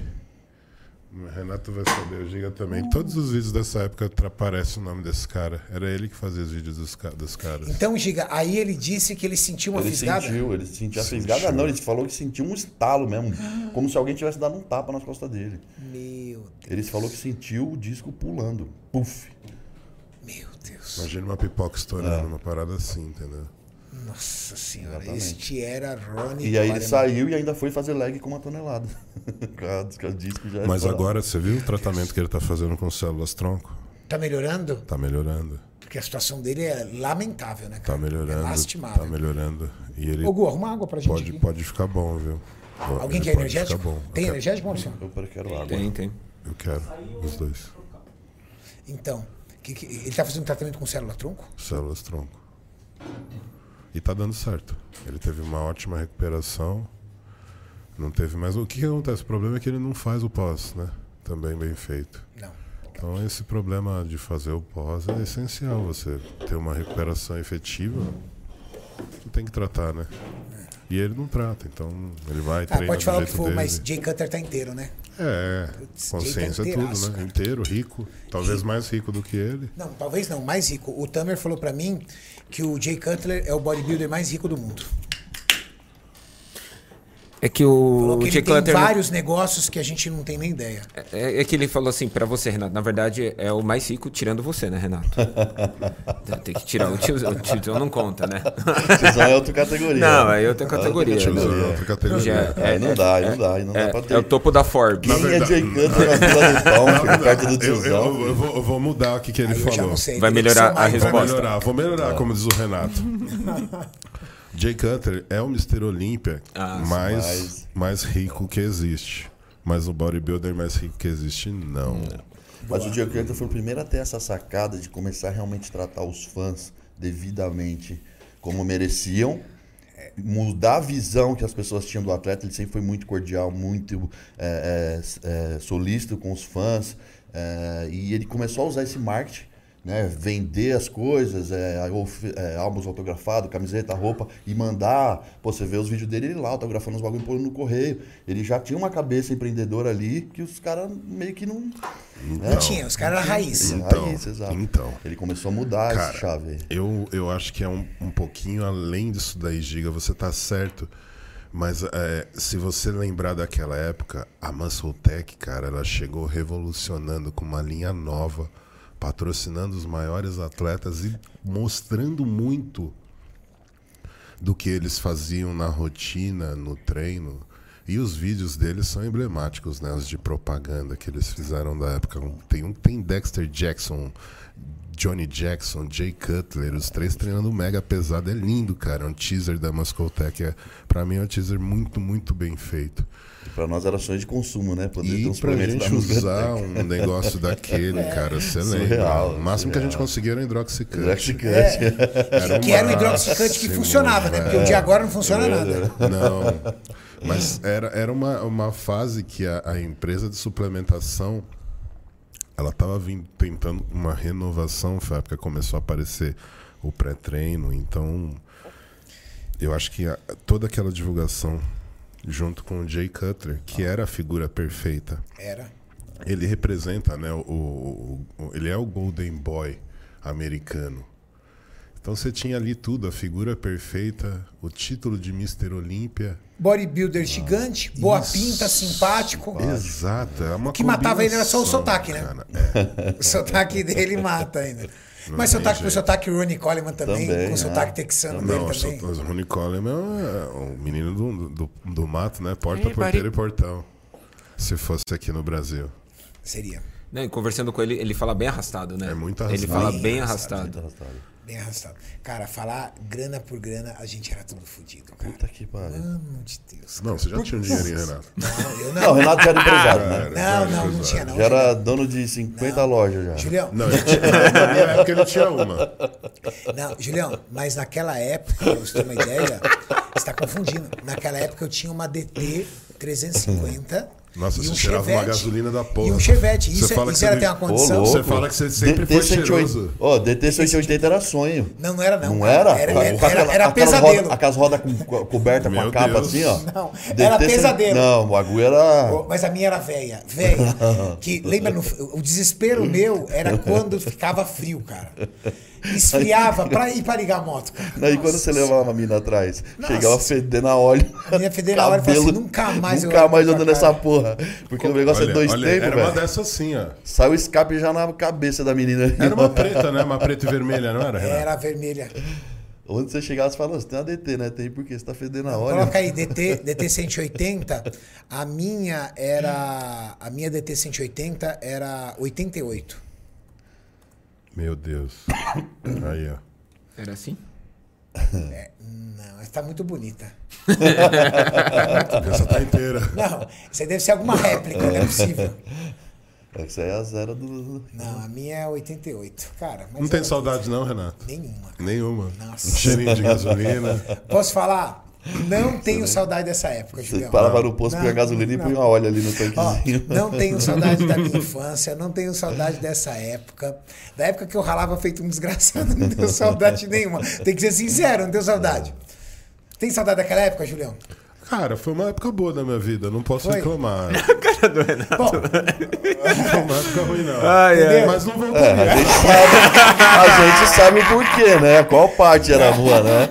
O Renato vai saber, o Giga também. Todos os vídeos dessa época tra- aparece o nome desse cara. Era ele que fazia os vídeos dos, ca- dos caras. Então, Giga, aí ele disse que ele sentiu uma Ele fisgada. sentiu, ele sentiu a Sentiu. fisgada, não, ele falou que sentiu um estalo mesmo, Ah. como se alguém tivesse dado um tapa nas costas dele. Meu Deus, Ele falou que sentiu o disco pulando. Puf. meu Deus. Imagina uma pipoca estourando, uma parada assim, entendeu? Nossa senhora, Exatamente. este era Ronnie E aí ele Coleman. saiu e ainda foi fazer leg com uma tonelada. (laughs) Com a- com o disco já é Mas estourado. agora, você viu o tratamento que ele tá fazendo com células tronco? Tá melhorando? Tá melhorando. Porque a situação dele é lamentável, né, cara? Tá melhorando. É lastimável. Tá melhorando. E ele Ô, Gu, arruma água pra gente pode, aqui. pode ficar bom, viu? Alguém Ele quer pode energético? ficar bom. Tem eu quero, energético, Maurício? Eu quero água. Tem, tem. eu quero os dois. Então, que- que- ele tá fazendo tratamento com célula-tronco? Células tronco. E tá dando certo. Ele teve uma ótima recuperação. Não teve mais. O que, que acontece? O problema é que ele não faz o pós, né? Também bem feito. Não. Então esse problema de fazer o pós é essencial. Você ter uma recuperação efetiva, você tem que tratar, né? E ele não trata, então ele É. vai Ah, treinar pode do falar o jeito que for, dele. mas Jay Cutter tá inteiro, né? É, consciência Jay é tá inteiraço, tudo, né? cara. Inteiro, rico. Talvez mais rico do que ele. Não, talvez não, mais rico. O Tamer falou pra mim que o Jay Cutler é o bodybuilder mais rico do mundo. É que o Falou que Jay ele tem Cutler. vários negócios que a gente não tem nem ideia. É, é que ele falou assim pra você, Renato. Na verdade, é o mais rico tirando você, né, (laughs) Renato? tem que tirar o tiozão. O tiozão não conta, né? Tiozão é outra categoria. Não, é outra categoria. Tiozão é outra Já categoria. (laughs) é- Aí não dá, aí não dá, aí não dá pra É, ter. é o topo da Forbes. Quem é verdade- Jay Cutler (laughs) na Vila do Pão, fica é perto do Eu, eu- tiozão? eu vou, eu vou mudar o que, que ele Aí eu já falou. não sei. Vai teria que melhorar somar a aí pra Vou resposta. mim. melhorar, vou melhorar, como diz o Renato. Jay Cutler é o Mr. Olímpia mais, mais rico que existe. Mas o bodybuilder mais rico que existe, não. Mas o Jay Cutler foi o primeiro a ter essa sacada de começar a realmente tratar os fãs devidamente como mereciam. Mudar a visão que as pessoas tinham do atleta, ele sempre foi muito cordial, muito é, é, é, solícito com os fãs. é, e ele começou a usar esse marketing né, vender as coisas, é, of- é, álbuns autografados, camiseta, roupa, e mandar. Pô, você vê os vídeos dele ele lá autografando os bagulho e pondo no correio. Ele já tinha uma cabeça empreendedora ali que os caras meio que não. Não tinha, os caras eram raiz. Então, Raiz, exato. então. Ele começou a mudar Cara, essa chave aí. Eu, eu acho que é um, um pouquinho além disso daí, Giga. Você tá certo. Mas é, se você lembrar daquela época, a Muscle Tech, cara, ela chegou revolucionando com uma linha nova, patrocinando os maiores atletas e mostrando muito do que eles faziam na rotina, no treino. E os vídeos deles são emblemáticos, né? Os de propaganda que eles fizeram da época. Tem um que tem Dexter Jackson, Johnny Jackson, Jay Cutler, os três treinando mega pesado. É lindo, cara. É um teaser da Muscotech. É, pra mim é um teaser muito, muito bem feito. Pra nós era sonho de consumo, né? Poder ter E uns pra suplementos gente da música. usar um (laughs) negócio daquele, É. cara, você lembra. surreal, O máximo que a gente surreal. conseguia era o Hidroxicante. Intoxicante. É. Era É, Que era o o hidroxicante que máximo, é. funcionava, né? Porque o de agora não funciona nada. Não. Mas era, era uma, uma fase que a, a empresa de suplementação ela estava tentando uma renovação, foi a época que começou a aparecer o pré-treino, então eu acho que a- toda aquela divulgação junto com o Jay Cutler, que era a figura perfeita, Era. ele representa, né? O, o- o- ele é o Golden Boy americano. Então você tinha ali tudo, a figura perfeita, o título de Mr. Olímpia. Bodybuilder gigante, boa Isso. pinta, simpático. Exato. é uma que matava ele era só o combinação, sotaque, né? (laughs) cara. É, O sotaque dele mata ainda. Mas tem sotaque, o jeito. sotaque Ronnie Coleman também, Também, com o né? sotaque texano não, o dele também. so- o Ronnie Coleman é o menino do, do, do mato, né? Porta, porteiro e portão. Se fosse aqui no Brasil. Seria Não, e conversando com ele, ele fala bem arrastado, né? É muito arrastado. Ele fala Bem bem arrastado. bem arrastado. Cara, falar grana por grana, a gente era tudo fodido, (laughs) cara. Puta que pariu. Mano de Deus. Não, você já tinha um dinheirinho, (laughs) Renato. Não, eu Não, o não. Renato já era empresário, né? Não, não, não tinha, não. Já era dono de 50 lojas já. Julião, Não, ele tinha, na minha época ele tinha (laughs) uma. Não, Julião, mas naquela época, pra você ter uma ideia, você tá confundindo. Naquela época eu tinha uma DT 350. Nossa, e você um cheirava uma Chevette. gasolina da porra. E um Chevette. Isso, Você é- fala isso que era você ter uma vive- condição. Ô, louco. Você fala que você sempre foi cheiroso. Ó, DT 180 era sonho. Não, não era, não. Não cara. era? Era, Com era, era, aquela- era aquelas pesadelo. roda- Aquelas rodas com, co- coberta com a Meu capa Deus. assim, ó. Não, era DT cem- pesadelo. Não, o bagulho era. Pô, Mas a minha era velha, velha. (laughs) Que lembra no- o desespero meu era quando ficava frio, cara. Esfriava pra ir pra ligar a moto. Cara. Aí quando você levava a mina atrás, chegava fedendo a óleo. A mina fedendo a óleo, eu falei assim, nunca mais eu Nunca olho mais pra andando cara. nessa porra. Porque o negócio é dois tempos, era uma velho. dessa assim, ó. Sai o escape já na cabeça da menina. Era uma preta, né? Uma preta e vermelha, não era, Renato? Era vermelha. Onde você chegava, você falava, você tem uma DT, né? Tem porque você tá fedendo a óleo. Coloca aí, DT, DT 180. A minha era. A minha DT 180 era 88. Meu Deus. Aí, ó. Era assim? Hum. Não, essa tá muito (laughs) bonita. Essa tá inteira. Não, isso aí deve ser alguma réplica, não é possível. Essa aí é a zero do. Não, a minha é 88. Cara, mas Não tem era saudade, não, Renato? nenhuma. Nenhuma. Nossa. Um cheirinho de gasolina. Posso falar? Não tenho saudade dessa época, Você Julião. parava no posto, Não, pegar gasolina e não. põe uma óleo ali no Ó, tanquezinho. não tenho saudade da minha infância, não tenho saudade dessa época. Da época que eu ralava feito um desgraçado, (laughs) não tenho saudade nenhuma. Tem que ser sincero, não tenho saudade. Tem saudade daquela época, Julião? Cara, foi uma época boa da minha vida, não posso Foi? reclamar. Bom, Foi uma época ruim, não. entendeu? Mas não um É, voltaria. a gente sabe, a gente sabe o porquê, né? Qual parte era boa, né?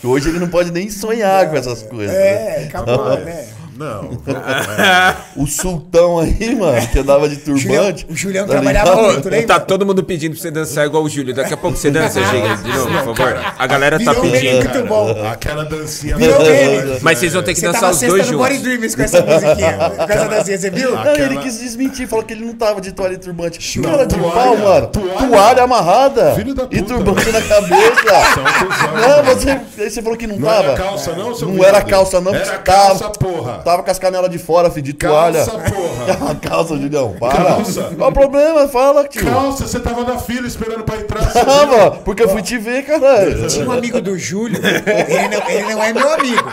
Que Hoje ele não pode nem sonhar com essas coisas. né? é, acabou, né? Não. É. O sultão aí, mano, que andava de Julião, turbante. o Julião tá trabalhava ligado? muito, lembra? Tá todo mundo pedindo pra você dançar igual o Júlio. Daqui a pouco você dança, Giga, de novo, por favor. A galera tá Virou meme pedindo. muito bom. Aquela dancinha. né? Virou maravilhosa, meme. Mas vocês vão ter que Você dançar tava os dois sexta no Body juntos. Dreamers com essa musiquinha, com essa dancinha, você viu? Não, Aquela- ele quis desmentir, falou que ele não tava de toalha e turbante. Não, Cara de toalha, pau, mano. toalha. Toalha, amarrada Filho da e puta, turbante mano. na cabeça. São cuzão, Não, mano. você, aí você falou que não, Não tava. era calça, não, seu Não viado? era calça, Tá não. Era porque calça, tava, porra. Tava com as canelas de fora, filho, de toalha. Calça, (laughs) porra. Ah, calça, Julião, para. Calça. Qual o problema? Fala, tio. Calça, você tava na fila esperando pra entrar. você viu? Calma, porque eu fui te ver, caralho. Tinha um amigo do Júlio, ele não, ele não é meu amigo.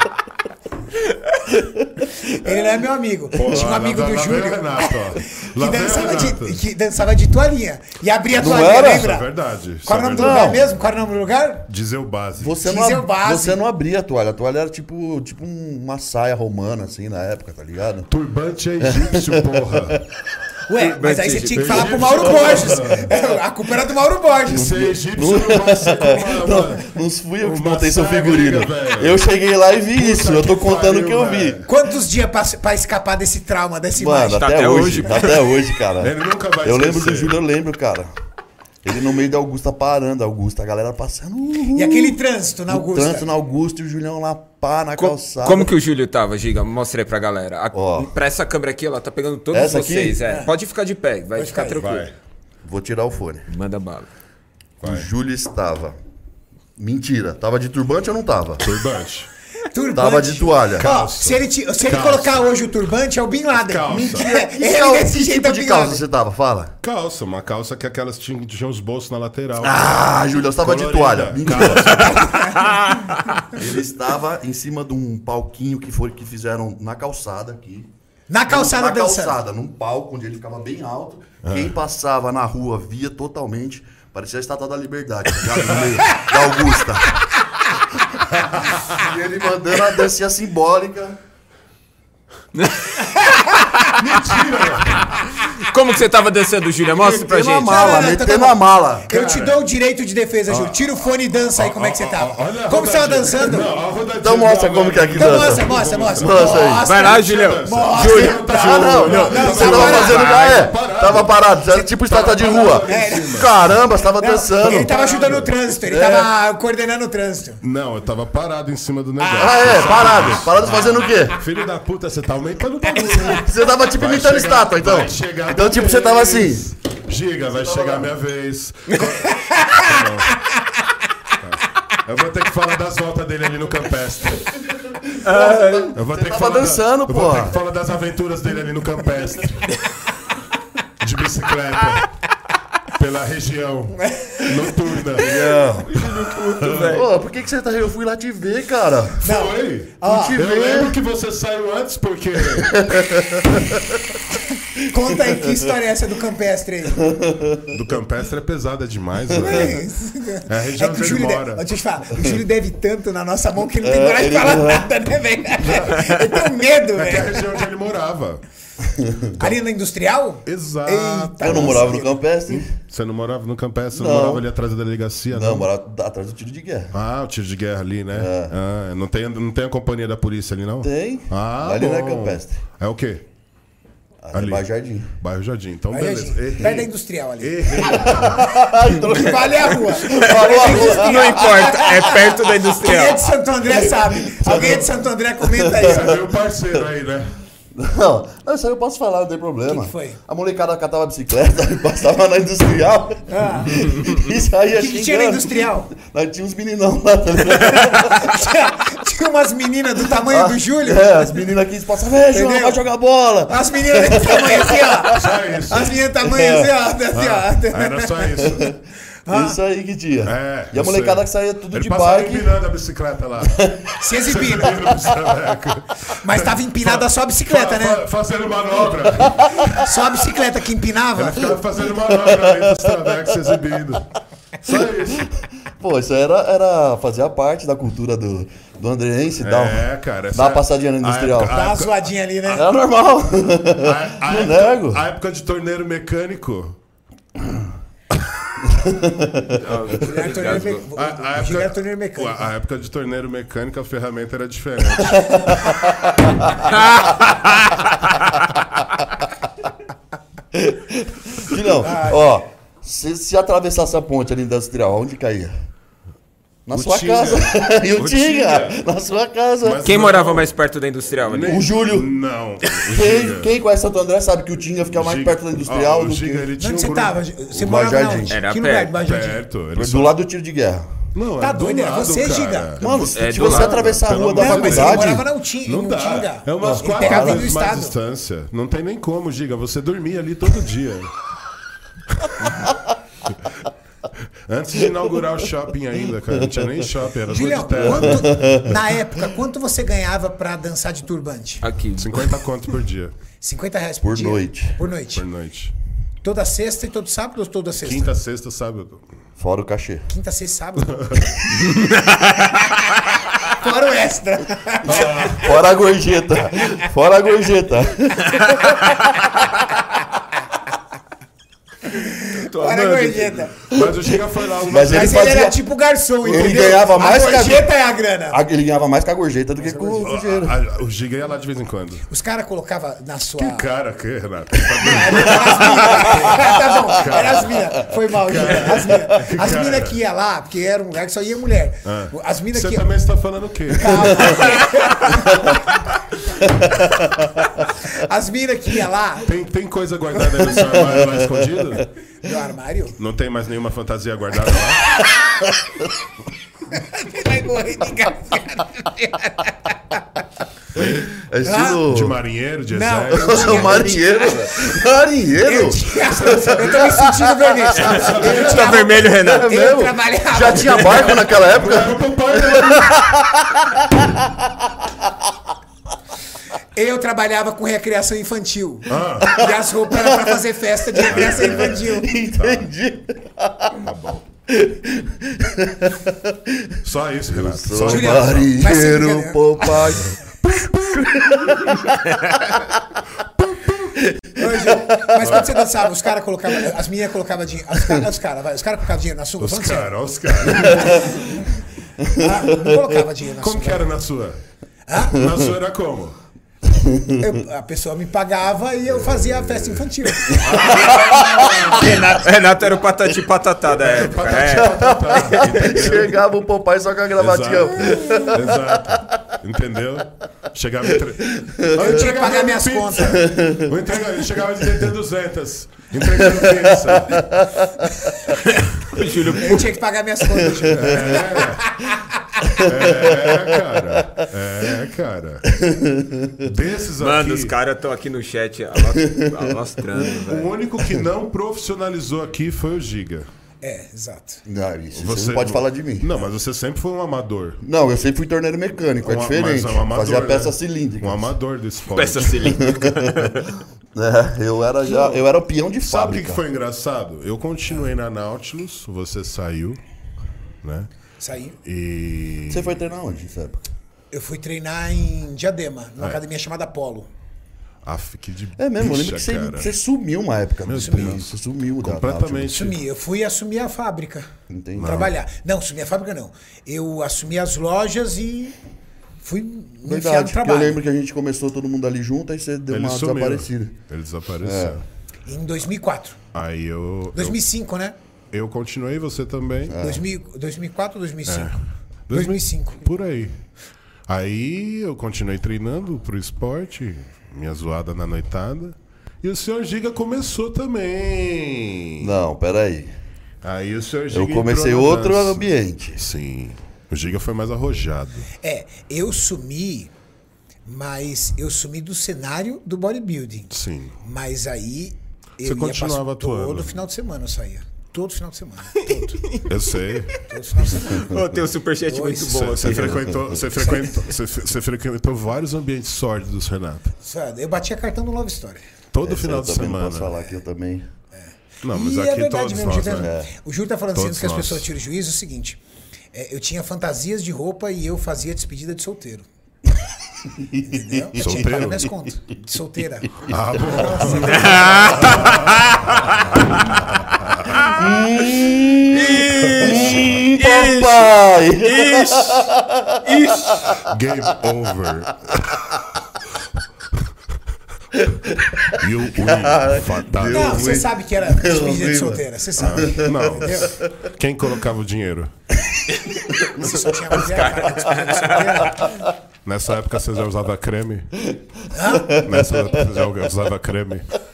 Ele não é meu amigo. Tinha um amigo do Júlio (laughs) que dançava, de, Que que dançava de toalhinha. E abria a Não toalhinha, era? Isso é lembra? verdade. isso Qual era é o nome do verdade. lugar mesmo? Qual era o nome do lugar? Dizer o básico. Você não, Diz é ab- o básico. você não abria a toalha. A toalha era tipo, tipo uma saia romana, assim, na época, tá ligado? Turbante é egípcio, porra. (laughs) Ué, mas aí você tinha que falar pro Mauro Egípcio. Borges. É, A culpa era do Mauro Borges. Ser é egípcio não vai (laughs) ser como Não, uma- não fui eu que Uma montei seu saia, figurino. velho. Eu cheguei lá e vi isso. Eu tô que contando o pariu, que eu vi. velho. Quantos dias pra, pra escapar desse trauma, dessa Mano, imagem? Tá até, até hoje. hoje, tá até hoje, cara. Ele nunca vai eu lembro do esquecer. Júlio, eu lembro, cara. Ele no meio da Augusta parando, a Augusta, a galera passando. uhul. E aquele trânsito na O Augusta? Tanto na Augusta e o Julião lá, pá, na Co- calçada. Como que o Júlio tava, Giga? Mostra aí pra galera. A, Ó. Pra essa câmera aqui, ela tá pegando todos Essa aqui? vocês. É. Pode ficar de pé, vai ficar ficar. tranquilo. Vai, Vou tirar o fone. Manda bala. O Júlio estava... Mentira. Tava de turbante ou não tava? turbante. Turbante. Tava de toalha. Ó, se ele, ti- se ele Calça. colocar hoje o turbante, é o Bin Laden. Calça. (laughs) Mentira. Que Ele cal- desse que jeito tipo é o de Bin calça Laden. você tava? Fala. Calça, uma calça que aquelas tinham, tinham os bolsos na lateral. Ah, Júlio, eu estava de Colorida. toalha. Mentira. Calça. Ele estava em cima de um palquinho que foi que fizeram na calçada aqui. Na calçada na dançando. calçada, num palco onde ele ficava bem alto. Quem passava na rua via totalmente. Parecia a estátua da liberdade, tá ligado? No meio da Augusta. (laughs) e ele mandando a dancinha simbólica. Como que você tava dançando, Júlio? Mostra pra Metendo a gente. mala, Não, não, não, tá metendo bom. a mala. Eu te dou o direito de defesa, Ju. Tira o fone e dança aí como é que você tava. Ó, ah, olha a Como você tava rodadinha. dançando? Não, ó a rodadinha Então mostra da- como que é que Então dança. mostra, mostra, mostra. Dança aí. Vai lá, Ju. Julião. Mostra. Ah, não, não, não, você tá tava parado. fazendo já é. parado. Tava parado, você era tipo estátua de rua. Caramba, você tava dançando. Ele tava ajudando o trânsito, ele É. tava coordenando o trânsito. Não, eu tava parado em cima do negócio. Ah, é, parado. Parado fazendo o quê? Filho da puta, você tá aumentando o bagulho. Você tava tipo Vai imitando chegar- estátua, então. vai chegar Então, minha tipo, você tava assim. vez. Giga, vai chegar a (laughs) minha vez. Tá. Eu vou ter que falar das voltas dele ali no Campestre. Eu vou ter que Ah, tava falar da- dançando, Eu vou ter porra. que falar das aventuras dele ali no Campestre. De bicicleta. (laughs) Pela região. Noturna. Pô, por que, que você tá. Eu fui lá te ver, cara. Foi? Fui te Eu lembro ver. que você saiu antes porque... Conta aí que história é essa do campestre aí. (laughs) Do Campestre é pesada demais, velho. É a região É que que o ele Júlio deve, mora. Ó, deixa eu te falar, o Júlio deve tanto na nossa mão que ele não tem coragem de falar nada, né, velho? Eu tenho medo, Até a velho. região onde ele morava. Ali na industrial? Exato. Eita. Eu não morava no Campestre. Você não morava no Campestre, você não Não. morava ali atrás da delegacia, Não, eu não? morava atrás do tiro de guerra. Ah, o tiro de guerra ali, né? Ah, não, tem, não tem a companhia da polícia ali, não? Tem. Ah, Ali bom. não é Campestre. É o quê? Ali. Ali. Bairro Jardim. Bairro Jardim. Então, Olha, beleza. gente, Errei. Perto da industrial ali. Errei. Que vale é a rua. Não importa, é perto da Quem é industrial. de Santo André sabe. Alguém é de Santo André comenta aí. Você veio o parceiro aí, né? Não, não, isso aí eu posso falar, não tem problema. Que que foi? A molecada catava bicicleta (laughs) e passava na industrial. Ah. (laughs) Isso aí é Que que tinha na industrial? Nós tinha uns meninão lá tá também. Tinha, tinha umas meninas do tamanho (laughs) do Júlio. É, as meninas aqui passavam, é, João, Entendeu? vai jogar bola. As meninas desse tamanho assim, ó. Só É (laughs) isso. As meninas tamanho assim, ó. Assim, ó. Era só isso. Ah. Isso aí que tinha. É, e a eu molecada sei. que saía tudo Ele de passava bike. empinando a (laughs) bicicleta lá. (laughs) Se exibindo. Mas tava empinada só a bicicleta, né? Fa- Fazendo manobra. Só a bicicleta que empinava. Ele ficava fazendo manobra ali dos travecos exibindo. Só isso. Pô, isso era, era fazia parte da cultura do, do andrense, dá, um- É, cara. dá essa- uma passadinha no a industrial. época- Dá a uma época- zoadinha ali, né? Era normal. A, a Não época, nego. a época de torneiro mecânico. Era torneiro me- A, a o Gil era época, torneiro mecânico. a época de torneiro mecânico, a ferramenta era diferente. Filhão, ó, se, se atravessasse a ponte ali da industrial, onde caía? Na O sua Tinga. casa. (laughs) E o O Tinga, Tinga. na sua casa. Mas Quem não, morava mais perto da industrial ali? nem- O Júlio. Não. o Giga. Quem, quem conhece Santo André sabe que é o Tinga fica mais Giga- perto da industrial Ó, o do Giga, que... ele tinha Onde um você grupo tava? Você O morava na Jardim. onde? Era que lugar perto. do Bairro Jardim? Perto. Ele Do só- lado do tiro de guerra. Não, Tá é do doido, era lado, você, cara. Giga. Mano, É, se do você lado. atravessar a Pelo rua da amor Não, de mas Deus. ele faculdade... morava na Utinga. Não em dá. Utinga. É umas Ele quatro pegava horas vindo do mais estado. distância. Não tem nem (laughs) como, Giga. Você dormia ali todo dia. Antes de inaugurar o shopping ainda, cara. Não tinha nem shopping, era rua Julião, de terra. quanto- na época, quanto você ganhava pra dançar de turbante? Aqui. 50 conto por dia, 50 reais por, Por dia? noite. Por noite. por noite. Toda sexta e todo sábado ou toda sexta? Quinta, sexta, sábado. Fora o cachê. Quinta, sexta, sábado. Fora o extra. Fora a gorjeta. Fora a gorjeta. Tô Olha a amando. gorjeta. Mas o Giga foi lá. Mas é... ele Mas ele, fazia- era tipo garçom, Ele entendeu? ganhava mais que a a- gorjeta é a grana. Ah, Ele ganhava mais com a gorjeta do que com o dinheiro. o Giga ia lá de vez em quando. Que Os caras colocavam na sua... (laughs) cara que é, Renato? tá bom, era as minas. Foi mal, Júlio. As minas. As minas que ia lá, porque era um lugar que só ia mulher. As minas Ah. né? Você que. também está falando o quê? As minas que ia lá Tem, tem coisa guardada aí no seu armário lá escondido? no armário. Não tem mais nenhuma fantasia guardada lá? Ele vai morrer de engasgado. É (laughs) De estilo... marinheiro, de Não. exército? Marinheiro, velho. Marinheiro? Eu tinha- eu tô me sentindo verniz. Eu Tá tinha- vermelho, Renato. É mesmo? trabalhava. Já tinha barco naquela época? Era o papai dele. Eu trabalhava com recreação infantil. Ah. E as roupas eram pra fazer festa de recreação infantil. Entendi. Só isso, Renato. Só Sou isso. Julião, Então, vai se marinheiro, enganar. papai. Ô, Ju, Mas quando você dançava, os caras colocavam. As meninas colocavam dinheiro. Os caras, os caras, vai, os caras colocavam dinheiro na sua. Os Falando sério, caras, os caras. tá? Não colocava dinheiro na Como sua. que era na sua? Ah? Na sua era como? Eu- a pessoa me pagava e eu fazia a festa infantil. Ah, (laughs) Renato, Renato era o patati patatá da época. né? É. Patati, patatá, (laughs) entendeu? Chegava o papai só com a gravatinha. Exato. Exato. Entendeu? Chegava entre... Eu tinha que pagar minhas contas. Eu entregava, eu chegava de DT 200. Entregando pizza. (laughs) Eu tinha que pagar minhas contas. Ju. É, cara. É, cara. Desses Mano, aqui, os caras estão aqui no chat alas- alastrando, o velho. único que não profissionalizou aqui foi o Giga. É, exato. Não, isso você não pode falar de mim. Não, mas você sempre foi um amador. Não, eu sempre fui torneiro mecânico, é Um a- diferente. mas é um amador, Fazia peça né? cilíndrica. Um amador do esporte. Peça cilíndrica. É, eu era já, eu era o peão de Sabe o que fábrica. que foi engraçado? Eu continuei na Nautilus, você saiu, né? Isso aí. E. Você foi treinar onde nessa época? Eu fui treinar em Diadema, É. numa academia chamada Polo. Aff, que de. É mesmo, eu bicha, lembro que você, cara. você sumiu uma época. Meu Você sumiu, Deus. Você sumiu da Completamente. Sumi, eu fui assumir a fábrica. Entendi. Trabalhar. Não, assumi a fábrica não. Eu assumi as lojas e fui me Nautilus. enfiar no Verdade, porque eu trabalho. lembro que a gente começou todo mundo ali junto, aí você deu Ele uma sumiu. desaparecida. É. Ele desapareceu. Em 2004. Aí eu, eu. 2005, né? Eu continuei, você também. É. 2000, 2004 ou 2005? É. 2005. Por aí. Aí eu continuei treinando pro esporte, minha zoada na noitada. E o senhor Giga começou também. Não, peraí. Aí o senhor Giga. Eu entrou comecei na outro dança. ambiente. Sim. O Giga foi mais arrojado. É, eu sumi, mas eu sumi do cenário do bodybuilding. Sim. Mas aí eu Você ia continuava passar- atuando? Todo final de semana eu saía. Todo final de semana. Todo, (laughs) (laughs) Eu sei. todo final de semana. Ô, tem um superchat muito bom Você- Você aqui. Renato. frequentou, você frequentou, você fe- você frequentou vários ambientes sórdidos, Renato. Sabe, Eu batia cartão no Love Story. Todo Essa final eu de também não semana. posso falar que eu também. Não, mas E aqui é verdade todos mesmo, nós, de verdade. né? O Júlio tá falando assim, Todos antes que as nós. pessoas tiram juízo, é o seguinte. é, eu tinha fantasias de roupa e eu fazia de despedida de solteiro. Entendeu? Eu tinha que pagar Solteiro? minhas contas. De (laughs) solteira. Ah, bom. Ah, Ixi, Papai! ixi, ixi. Game over. You (laughs) win, fatal. Não, você ruim. sabe que era despedida ruim, de mano. solteira. Você sabe. Não. Quem colocava o dinheiro? Você só tinha mulher, cara, despedida de solteira. Nessa época você já usava creme? Nessa época você já usava creme? (laughs)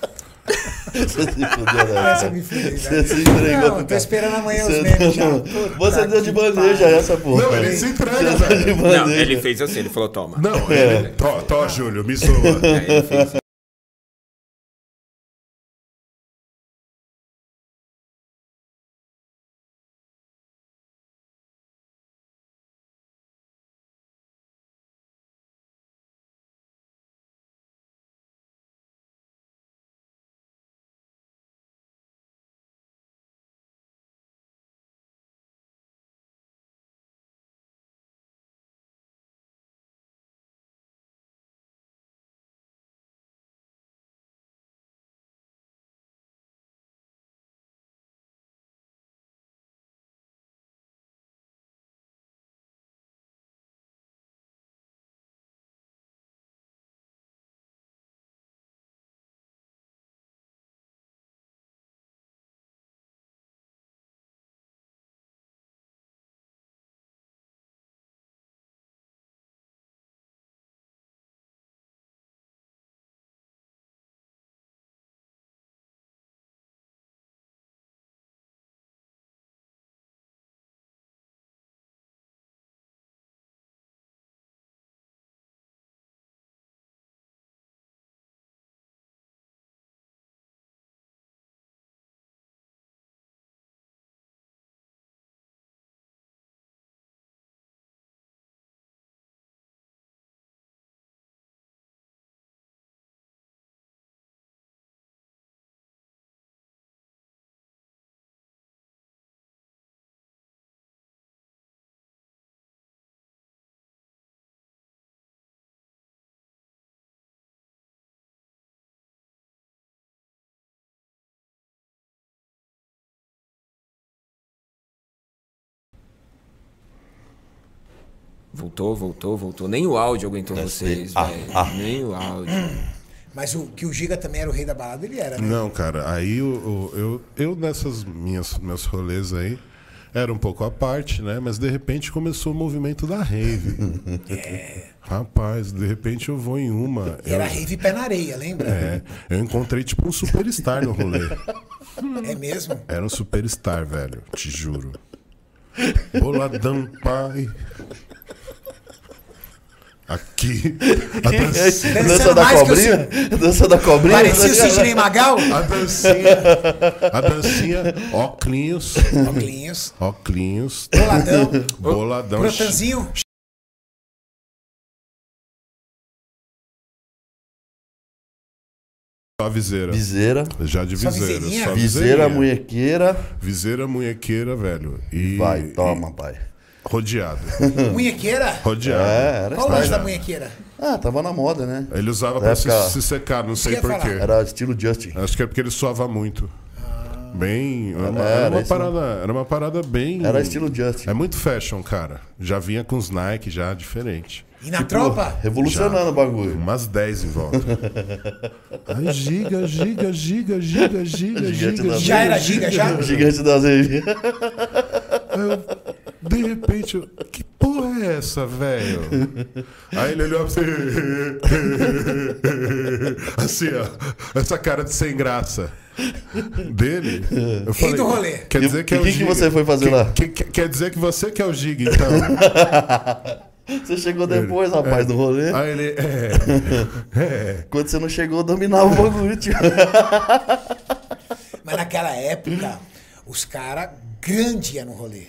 Você se fudeu, né? Essa me fudei, velho. Você se entregou. Não, eu tô esperando amanhã os Você- memes (laughs) já. Você Puta deu de que bandeja pariu. essa porra. Não, ele se entrega, Você deu de velho. É. Não, bandeja. ele fez assim, ele falou, toma. Não, ele... Tó, tó, Júlio, me zoa. Aí ele fez. Voltou, voltou, voltou. Nem o áudio aguentou vocês, velho. Nem o áudio. Mas o que o Giga também era o rei da balada, ele era, né? Não, cara, aí o- o- eu, eu nessas minhas meus rolês aí era um pouco à parte, né? Mas de repente começou o movimento (laughs) da rave. Rapaz, de repente eu vou em uma. É. E Era eu, rave pé na areia, lembra? é, eu encontrei tipo um superstar no rolê. É mesmo? Era um superstar, velho, te juro. Boladão, pai. Aqui. A dancinha. Dança da mais que o cobrinha? Dança da cobrinha? Parecia o Sidney Magal? A dancinha. A dancinha. Oclinhos. Óculos, Oclinhos. (laughs) boladão, Boladão. brotanzinho. Só viseira. Viseira. Já de Só viseira. viseirinha? só Viseira, munhequeira. Viseira, munhequeira, velho. E, Vai, toma, pai. e rodeado. Hum. Munhequeira? Rodeado. É, era Qual o lance da style. munhequeira? Ah, tava na moda, né? Ele usava Na pra se, época- se secar, não sei Isso que eu ia porquê. Era estilo Justin. Acho que é porque ele suava muito. Bem. Era, uma- Era, era era uma isso parada, era uma parada bem. Era estilo Justin. É muito fashion, cara. Já vinha com os Nike, já diferente. E Tipo, na tropa? Revolucionando o bagulho. Umas 10 em volta. Ai, giga, giga, giga, giga, giga, Gigante giga. da- Já era giga, já? Gigante das redes. Eu, de repente, eu, que porra é essa, velho? Aí ele olhou assim, assim, ó, essa cara de sem graça dele. Eu falei, do rolê. Quer E- dizer que e é o que que Giga. você foi fazer Que- lá? que- que- quer dizer que você que é o Giga, então. Você chegou depois, rapaz, do rolê. Aí ele, é, é. Quando você não chegou, eu dominava o bagulho, tio. Mas naquela época, os caras grande iam no rolê.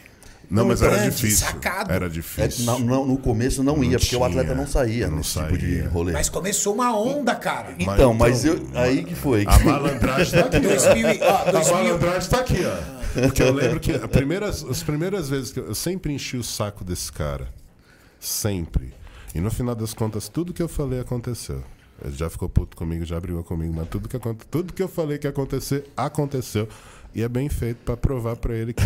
Não, mas era Grande, difícil. sacado. Era É, difícil. não, não, no começo não ia, porque o tinha, atleta não saía não nesse tipo de saía. rolê. Mas começou uma onda, cara. Mas então, mas então, eu. Aí que foi. A malandragem tá aqui. 2000, e- ó, A 2000, malandragem tá aqui, ó. Porque eu lembro que a primeira- as primeiras vezes que eu, eu sempre enchi o saco desse cara. Sempre. E no final das contas, tudo que eu falei aconteceu. Ele já ficou puto comigo, já brigou comigo, mas tudo que, aconte- tudo que eu falei que ia acontecer, aconteceu. E é bem feito pra provar pra ele que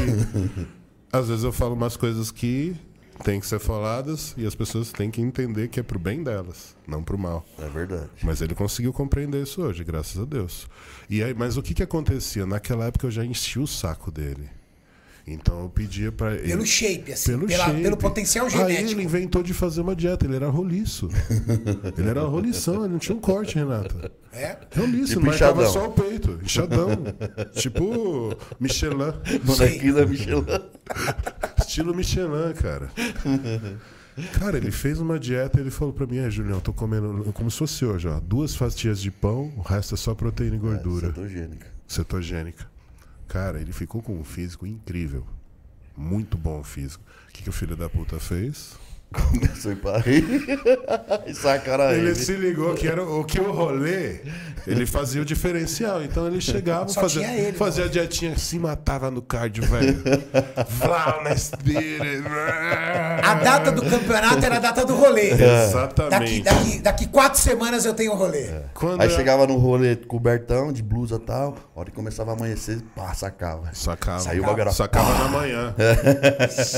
às vezes eu falo umas coisas que têm que ser faladas e as pessoas têm que entender que é pro bem delas, não pro mal. (laughs) É verdade. Mas ele conseguiu compreender isso hoje, graças a Deus. E aí, mas o que que acontecia? Naquela época eu já enchi o saco dele. Então eu pedia pra ele pelo shape, assim. pela- shape. pelo potencial Aí ele genético. inventou de fazer uma dieta, ele era roliço. ele era rolição, ele não tinha um corte, Renata. É? Roliço, Tipo não marcava inchadão. só o peito, inchadão. tipo Michelin, Bonequinho da (laughs) Michelin. estilo Michelin, (laughs) cara. Cara, ele fez uma dieta, ele falou pra mim, é, Julião, eu tô comendo como se fosse hoje, ó, duas fatias de pão, o resto é só proteína e é gordura. tá Cetogênica. cetogênica. Cara, ele ficou com um físico incrível. Muito bom físico. O que, que o filho da puta fez? Começou a ir pra aí. (laughs) E É, sacaram Ele ele. se ligou que era o que o rolê, ele fazia o diferencial. Então ele chegava, Só fazia, tinha ele, né? fazia a dietinha, se matava no cardio, (laughs) velho. Vlau na esteira. A data do campeonato era a data do rolê. Daqui, É. Exatamente. daqui, daqui quatro semanas eu tenho rolê. Quando Aí era- chegava no rolê cobertão, de blusa e tal. A hora que começava a amanhecer, pá, sacava. (laughs) Sacava. Saiu o bagulho, era- Sacava (laughs) na manhã.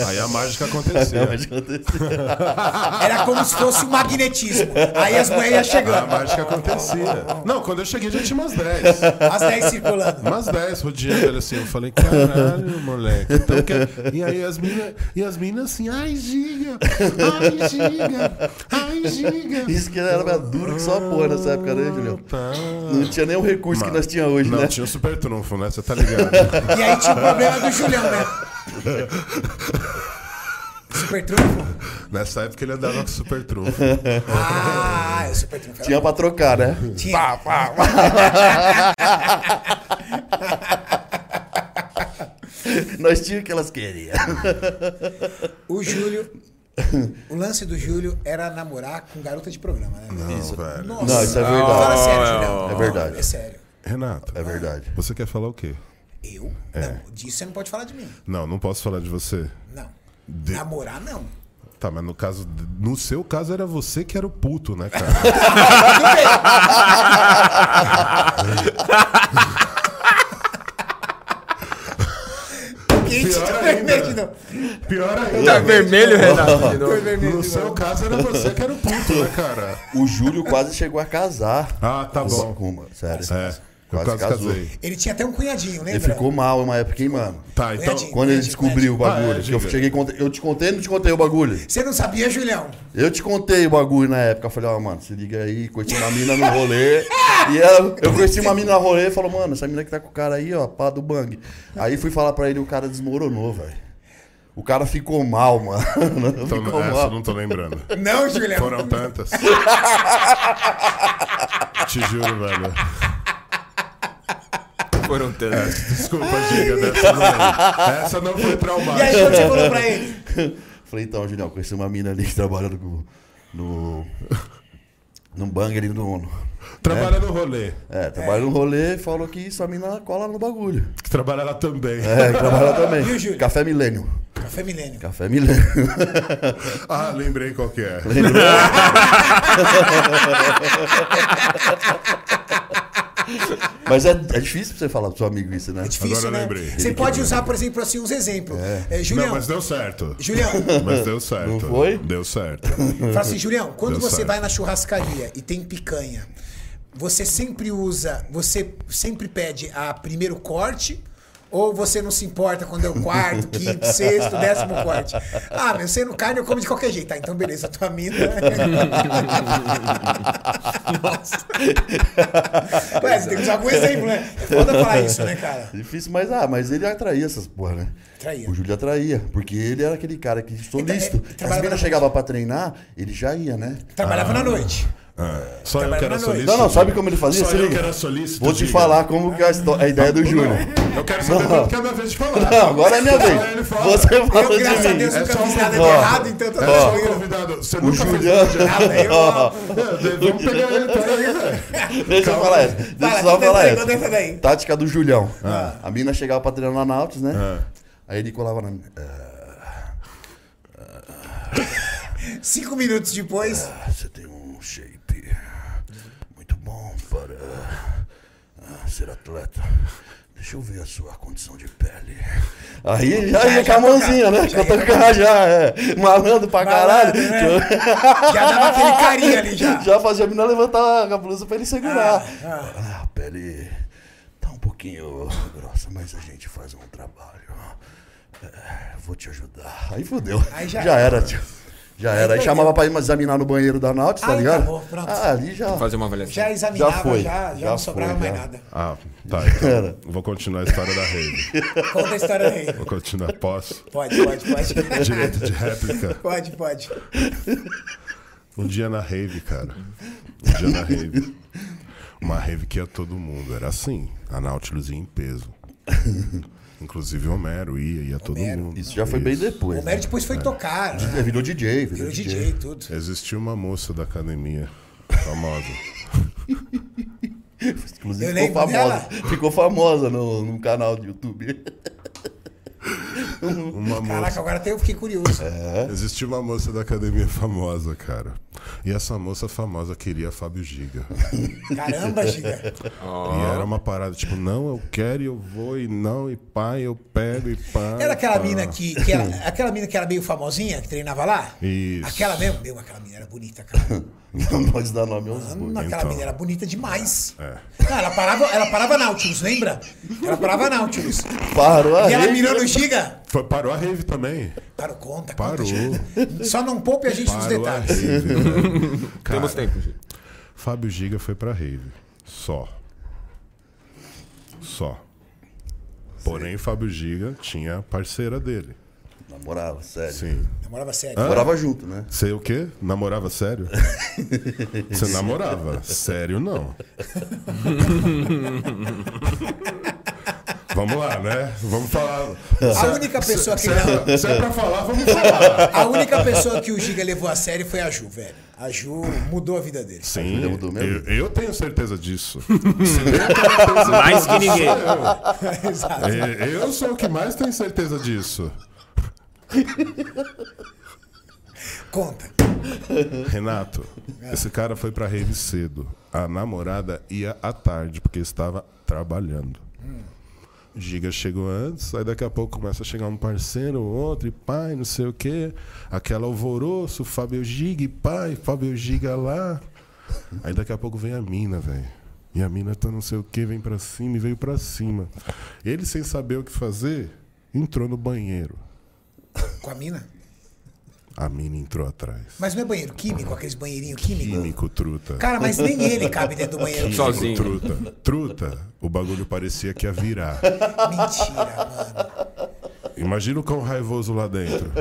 Aí a mágica acontecia. Mas acontecia. Era como se fosse um magnetismo. Aí as mulheres iam A chegando, mágica acontecia. Não, quando eu cheguei já tinha umas 10. as 10 circulando. Umas 10 rodeando ele assim. Eu falei, caralho, moleque. Então, que- E aí as minas e as mina assim, ai, giga, ai, giga, ai, giga. Isso que era duro que só a porra nessa época, né, Julião? Tá. Não tinha nem o recurso que nós tínhamos hoje, Não, né? tinha o super trunfo, né? Você (laughs) tá ligado? E aí tinha o problema do Julião, né? Super trunfo? Nessa época ele andava com super trunfo. É. Ah, é o super trunfo. Tinha pra trocar, né? Tinha. Nós tínhamos o que elas queriam. O Júlio. O lance do Júlio era namorar com garota de programa, né? Não, velho. Não, isso é Fala verdade. sério, Julião. É verdade. É sério. Renato, É verdade. você quer falar o quê? Eu? É. Não, disso você não pode falar de mim. Não, não posso falar de você. Não. De- Namorar, não. Tá, mas no caso. No seu caso era você que era o puto, né, cara? Tudo bem. O (laughs) quente, Pior tá ainda. vermelho de novo. Pior ainda. Tá vermelho, Renato, de Tá novo. vermelho No de seu novo. caso era você que era o puto, né, cara? O Júlio quase chegou a casar. Ah, tá com- bom. com uma- sério. É, eu Quase quase casou. casei. Ele tinha até um cunhadinho, lembra? Ele ficou mal uma época, hein, mano? Tá, então. Cunhadinho. Quando ele Médico, descobriu o bagulho. Ah, é, que eu, diga. cheguei, e contei- eu te contei ou não te contei o bagulho? Você não sabia, Julião? Eu te contei o bagulho na época. Eu falei, ó, mano, se liga aí, conheci uma mina no rolê. e ela, eu conheci uma mina no rolê e falou, mano, essa mina que tá com o cara aí, ó, pá do bang. Aí fui falar pra ele, o cara desmoronou, velho. O cara ficou mal, mano. Então, ficou essa eu mal. não tô lembrando. Não, Julião. Foram tantas. Te juro, velho. Foram tantos. Desculpa, diga, dessa não lembro. Essa não foi E aí, traumática. quando você falou pra ele? (laughs) Falei, então, Julião, conheci uma mina ali que trabalha no. no. no bang ali no. Trabalha no rolê. É, trabalha no rolê e falou que isso a mina cola no bagulho. Que trabalha lá também. É, que trabalha lá E o também. Júlio? Café Milênio. Café Milênio. Café Milênio. (laughs) Ah, lembrei qual que é. Mas é, é difícil pra você falar pro seu amigo isso, né? É difícil, Agora eu né? lembrei. Você pode usar, por exemplo, assim, uns exemplos. É, Não, Julião, mas deu certo. Julião, Mas deu certo. Não foi? Deu certo. fala assim, (laughs) Julião, quando Deu você certo. vai na churrascaria e tem picanha, você sempre usa, você sempre pede a primeiro corte ou você não se importa quando é o quarto, quinto, sexto, décimo corte? Ah, meu, sendo carne eu como de qualquer jeito. Ah, então beleza, tua mina... Nossa. Ué, você tem que usar algum exemplo, né? É foda falar isso, né, cara? Difícil, mas ah, mas ele atraía essas porra, né? Atraía. O Júlio atraía, porque ele era aquele cara que solícito. Ele tra- ele As trabalhava na meninas noite. chegavam pra treinar, ele já ia, né? Trabalhava na noite. Ah, só eu que na era noite. solícito. Não, não, sabe como ele fazia? Só Se eu liga. que era solícito. Vou te diga. Tá falar como que é a, histó- a ideia do Júlio. Não, Eu quero saber Não. quando que é a minha vez de (laughs) falar. Não, agora é a minha Fala, vez. ele fala. Você falou Eu, de graças a mim. Deus, nunca É só fiz um nada de ó. errado, então eu tô É só um tranquilo. convidado. Você O nunca fez Julião. (laughs) Nada, eu... É, Vamos pegar ele também, velho. (laughs) Deixa eu Calma. falar essa. Deixa Fala, eu só conta falar essa aí, essa. conta essa daí. Tática do Julião. Ah. A mina chegava pra treinar na Nautis, né? Aí ele colava na mina. "Ah, Cinco minutos depois, Você tem um shape muito bom para ah, ser atleta. Deixa eu ver a sua condição de pele. Aí já ia com a mãozinha, né? Já, já, é. Malandro pra caralho. né? já dava aquele carinho ali já. É, (laughs) Já fazia a menina levantar a blusa pra ele segurar. Ah, a pele tá um pouquinho grossa, mas a gente faz um trabalho. É, vou te ajudar. Aí fudeu. Aí já já, era, tio. Já era. Aí perdeu. chamava pra ir examinar no banheiro da Nautis, tá Aí ligado? acabou, pronto. Ah, ali já. Fazer uma avaliação. Já é. examinava, já, Já foi, já, já não sobrava foi, mais já. nada. (laughs) Ah, tá. Então, vou continuar a história da rede. Conta a história aí. Vou continuar. (laughs) Posso? Pode, pode, pode. Direito de réplica. pode, pode. Um dia na rave, cara. Um dia na rave. Uma rave que ia todo mundo. Era assim. A Nautilus ia em peso. Inclusive o Homero ia, ia todo mundo. Isso já foi bem depois. O Mero depois foi tocar, né? É, virou DJ, virou, virou DJ. DJ e tudo. Existia uma moça da academia famosa. Inclusive Eu ficou lembro famosa. dela. Ficou famosa no, no canal do YouTube. (laughs) Uma moça. Caraca, agora até eu fiquei curioso. Existia uma moça da academia famosa, cara. E essa moça famosa queria Fábio Giga. Caramba, Giga. E era uma parada tipo, não, eu quero e eu vou, e não, e pá, eu pego e pá. Era e aquela pá. mina que, que era, aquela mina que era meio famosinha, que treinava lá? Isso. Aquela mesmo? Meu, aquela mina era bonita, cara. Não pode dar nome aos bois. Aquela Então. menina era bonita demais. É. Não, ela parava, ela parava Nautilus, lembra? Ela parava Nautilus. Parou a E ela rede. mirou no Giga. Foi, parou a rave também. Parou, conta, Parou. conta, Giga. Só não poupe a gente nos Parou é. a detalhes. rave. velho. (laughs) Cara, Temos tempo, gente. Fábio Giga foi pra rave. Só. Só. Porém, Fábio Giga tinha a parceira dele. Namorava, sério. Sim. Namorava sério. Morava junto, né? Sei o quê? (laughs) Namorava sério? Você namorava. (laughs) Sério, não. vamos lá, né? Vamos falar. A única pessoa que Se é, não. pra, se é pra falar, vamos falar. A única pessoa que o Giga levou a sério foi a Ju, velho. A Ju mudou a vida (laughs) dele. Sim, Ele mudou mesmo? eu, eu tenho (laughs) certeza disso. Mais que ninguém. Exato. É, Eu sou o que mais tenho certeza disso. Conta. Renato, esse cara foi pra rave cedo. A namorada ia à tarde, porque estava trabalhando. Giga chegou antes, aí daqui a pouco começa a chegar um parceiro, outro, e pai, não sei o quê. Aquela alvoroço, Fábio Giga, e pai, Fábio Giga lá. Aí daqui a pouco vem a mina, velho. E a mina tá não sei o que, vem pra cima e veio pra cima. Ele, sem saber o que fazer, entrou no banheiro. Com a mina? A mina entrou atrás. Mas não é banheiro químico, aqueles banheirinhos químicos. Químico, truta. Cara, mas nem ele cabe dentro do banheiro. Químico, Sozinho. Truta. Truta, o bagulho parecia que ia virar. Mentira, mano. Imagina o quão raivoso lá dentro.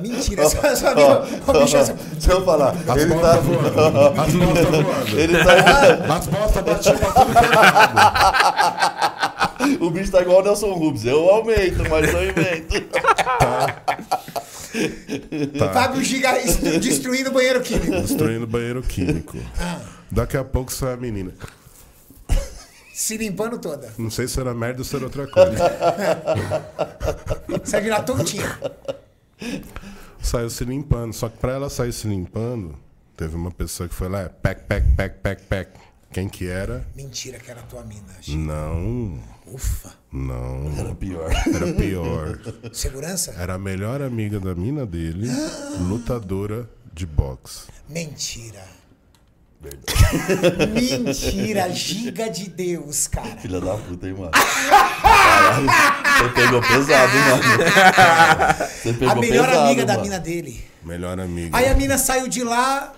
Mentira. Essa, essa mina, Ô, bicho, é assim. essa- Deixa eu falar. As Ele bolas tá. voando. As bolas voando. Ele tá As bolas batiam pra tudo que era lado. o bicho tá igual o Nelson Rubens. Eu aumento, mas eu invento. Fábio Giga destruindo o banheiro químico. Destruindo banheiro químico. Daqui a pouco sai a menina. Se limpando toda. Não sei se era merda ou se era outra coisa. Você vai virar tontinha. Saiu se limpando. Só que pra ela sair se limpando, teve uma pessoa que foi lá, é, pec, pec, pec, pec, pec. Quem que era? Mentira que era tua mina. Giga. Não, Ufa. não. (laughs) Pior. Era pior. Segurança? Era a melhor amiga da mina dele, lutadora de boxe. Mentira. Mentira, giga de Deus, cara. Filha da puta, hein, mano. Caralho, Você pegou pesado, hein, mano. Você pegou A melhor pesado, amiga da mano. mina dele. Melhor amiga. Aí a mina saiu de lá.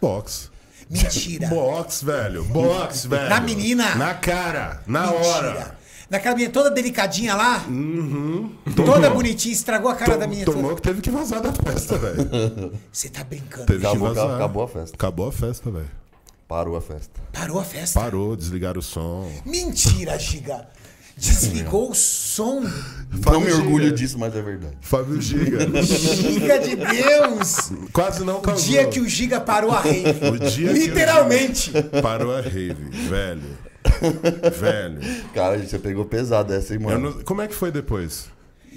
Boxe. Mentira. Box, velho. Box, velho. Na menina. Na cara. Na hora. Mentira. Naquela menina toda delicadinha lá. Uhum. Toda bonitinha, estragou a cara da menina. Tomou toda. que teve que vazar da (laughs) festa, velho. Você tá brincando. Teve Acabou, que vazar. acabou a festa. Acabou a festa, velho. Parou a festa. Parou a festa. Parou, desligaram o som. Mentira, giga. Desligou (laughs) o som. um não me Giga. orgulho disso, mas é verdade. (laughs) Fábio Giga. Giga de Deus. Quase não O causou. dia que o giga parou a rave. O dia que o Literalmente. Giga Parou a rave, (laughs) velho. velho. Cara, gente, você pegou pesado essa, hein, Eu mano. não- Como é que foi depois?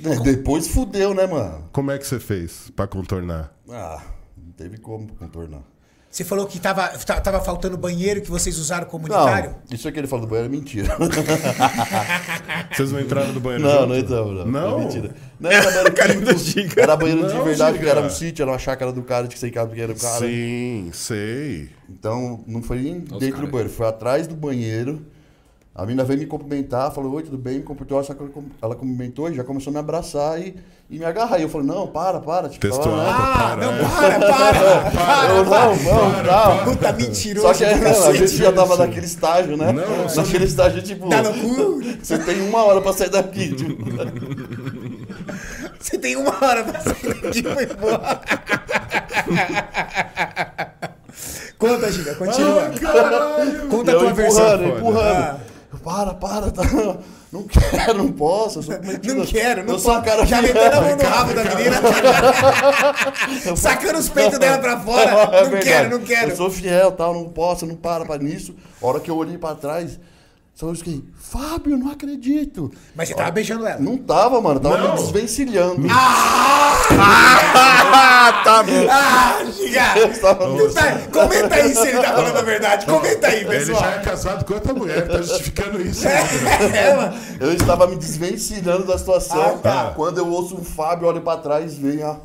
É, Depois fudeu, né, mano? Como é que você fez pra contornar? Ah, não teve como contornar. Você falou que tava, ta- tava faltando banheiro que vocês usaram Não, comunitário? isso aqui ele falou do banheiro é mentira. Vocês não entraram no banheiro Não, junto? não entramos, não. Não? É mentira. Não, era banheiro químico. Giga. Era banheiro de Não, verdade, Giga. que era um sítio, era uma chácara do cara, tinha que ser casa do que era o cara. Sim, sei. Então, não foi nem dentro cara. do banheiro, foi atrás do banheiro. A menina veio me cumprimentar, falou, oi, tudo bem? Me cumprimentou, só que ela cum- ela cumprimentou e já começou a me abraçar e, e me agarrar. E eu falei, não, para, para. Tipo, Textual. Fala, Ah, Para, não, é. para, para, (laughs) para. não, não, não, não. Puta mentiroso. Só que é tipo, aí, do mano, a cacete. gente já tava naquele estágio, né? Não, eu sou- naquele estágio, tipo, Tá loucura. você tem uma hora pra sair daqui. Tipo, Você tem uma hora pra sair daqui e foi embora. (laughs) Conta, Giga, continua. Conta a eu é tua versão. Ah, empurrando, empurrando. Eu, Para, para, tá. Não quero, não posso. Eu sou é metido. Não quero, não tá?" Eu sou a posso. cara Já que- metendo a mão no rabo da menina, (laughs) sacando os peitos dela pra (laughs) fora. É Não verdade. quero, não quero. Eu sou fiel, tal, não posso, não para para nisso. A hora que eu olhei pra trás, só eu fiquei, Fábio, não acredito. Mas você tava beijando ela. Não tava, mano, tava Não. me desvencilhando. (laughs) Ah, Giga! tava Não tá- Comenta aí se ele tá falando a verdade. Comenta aí, Ele já pessoal. é casado com outra mulher, tá justificando isso. É, mano. Eu estava me desvencilhando da situação. Ah, tá. Quando eu ouço um Fábio, olho pra trás, vem a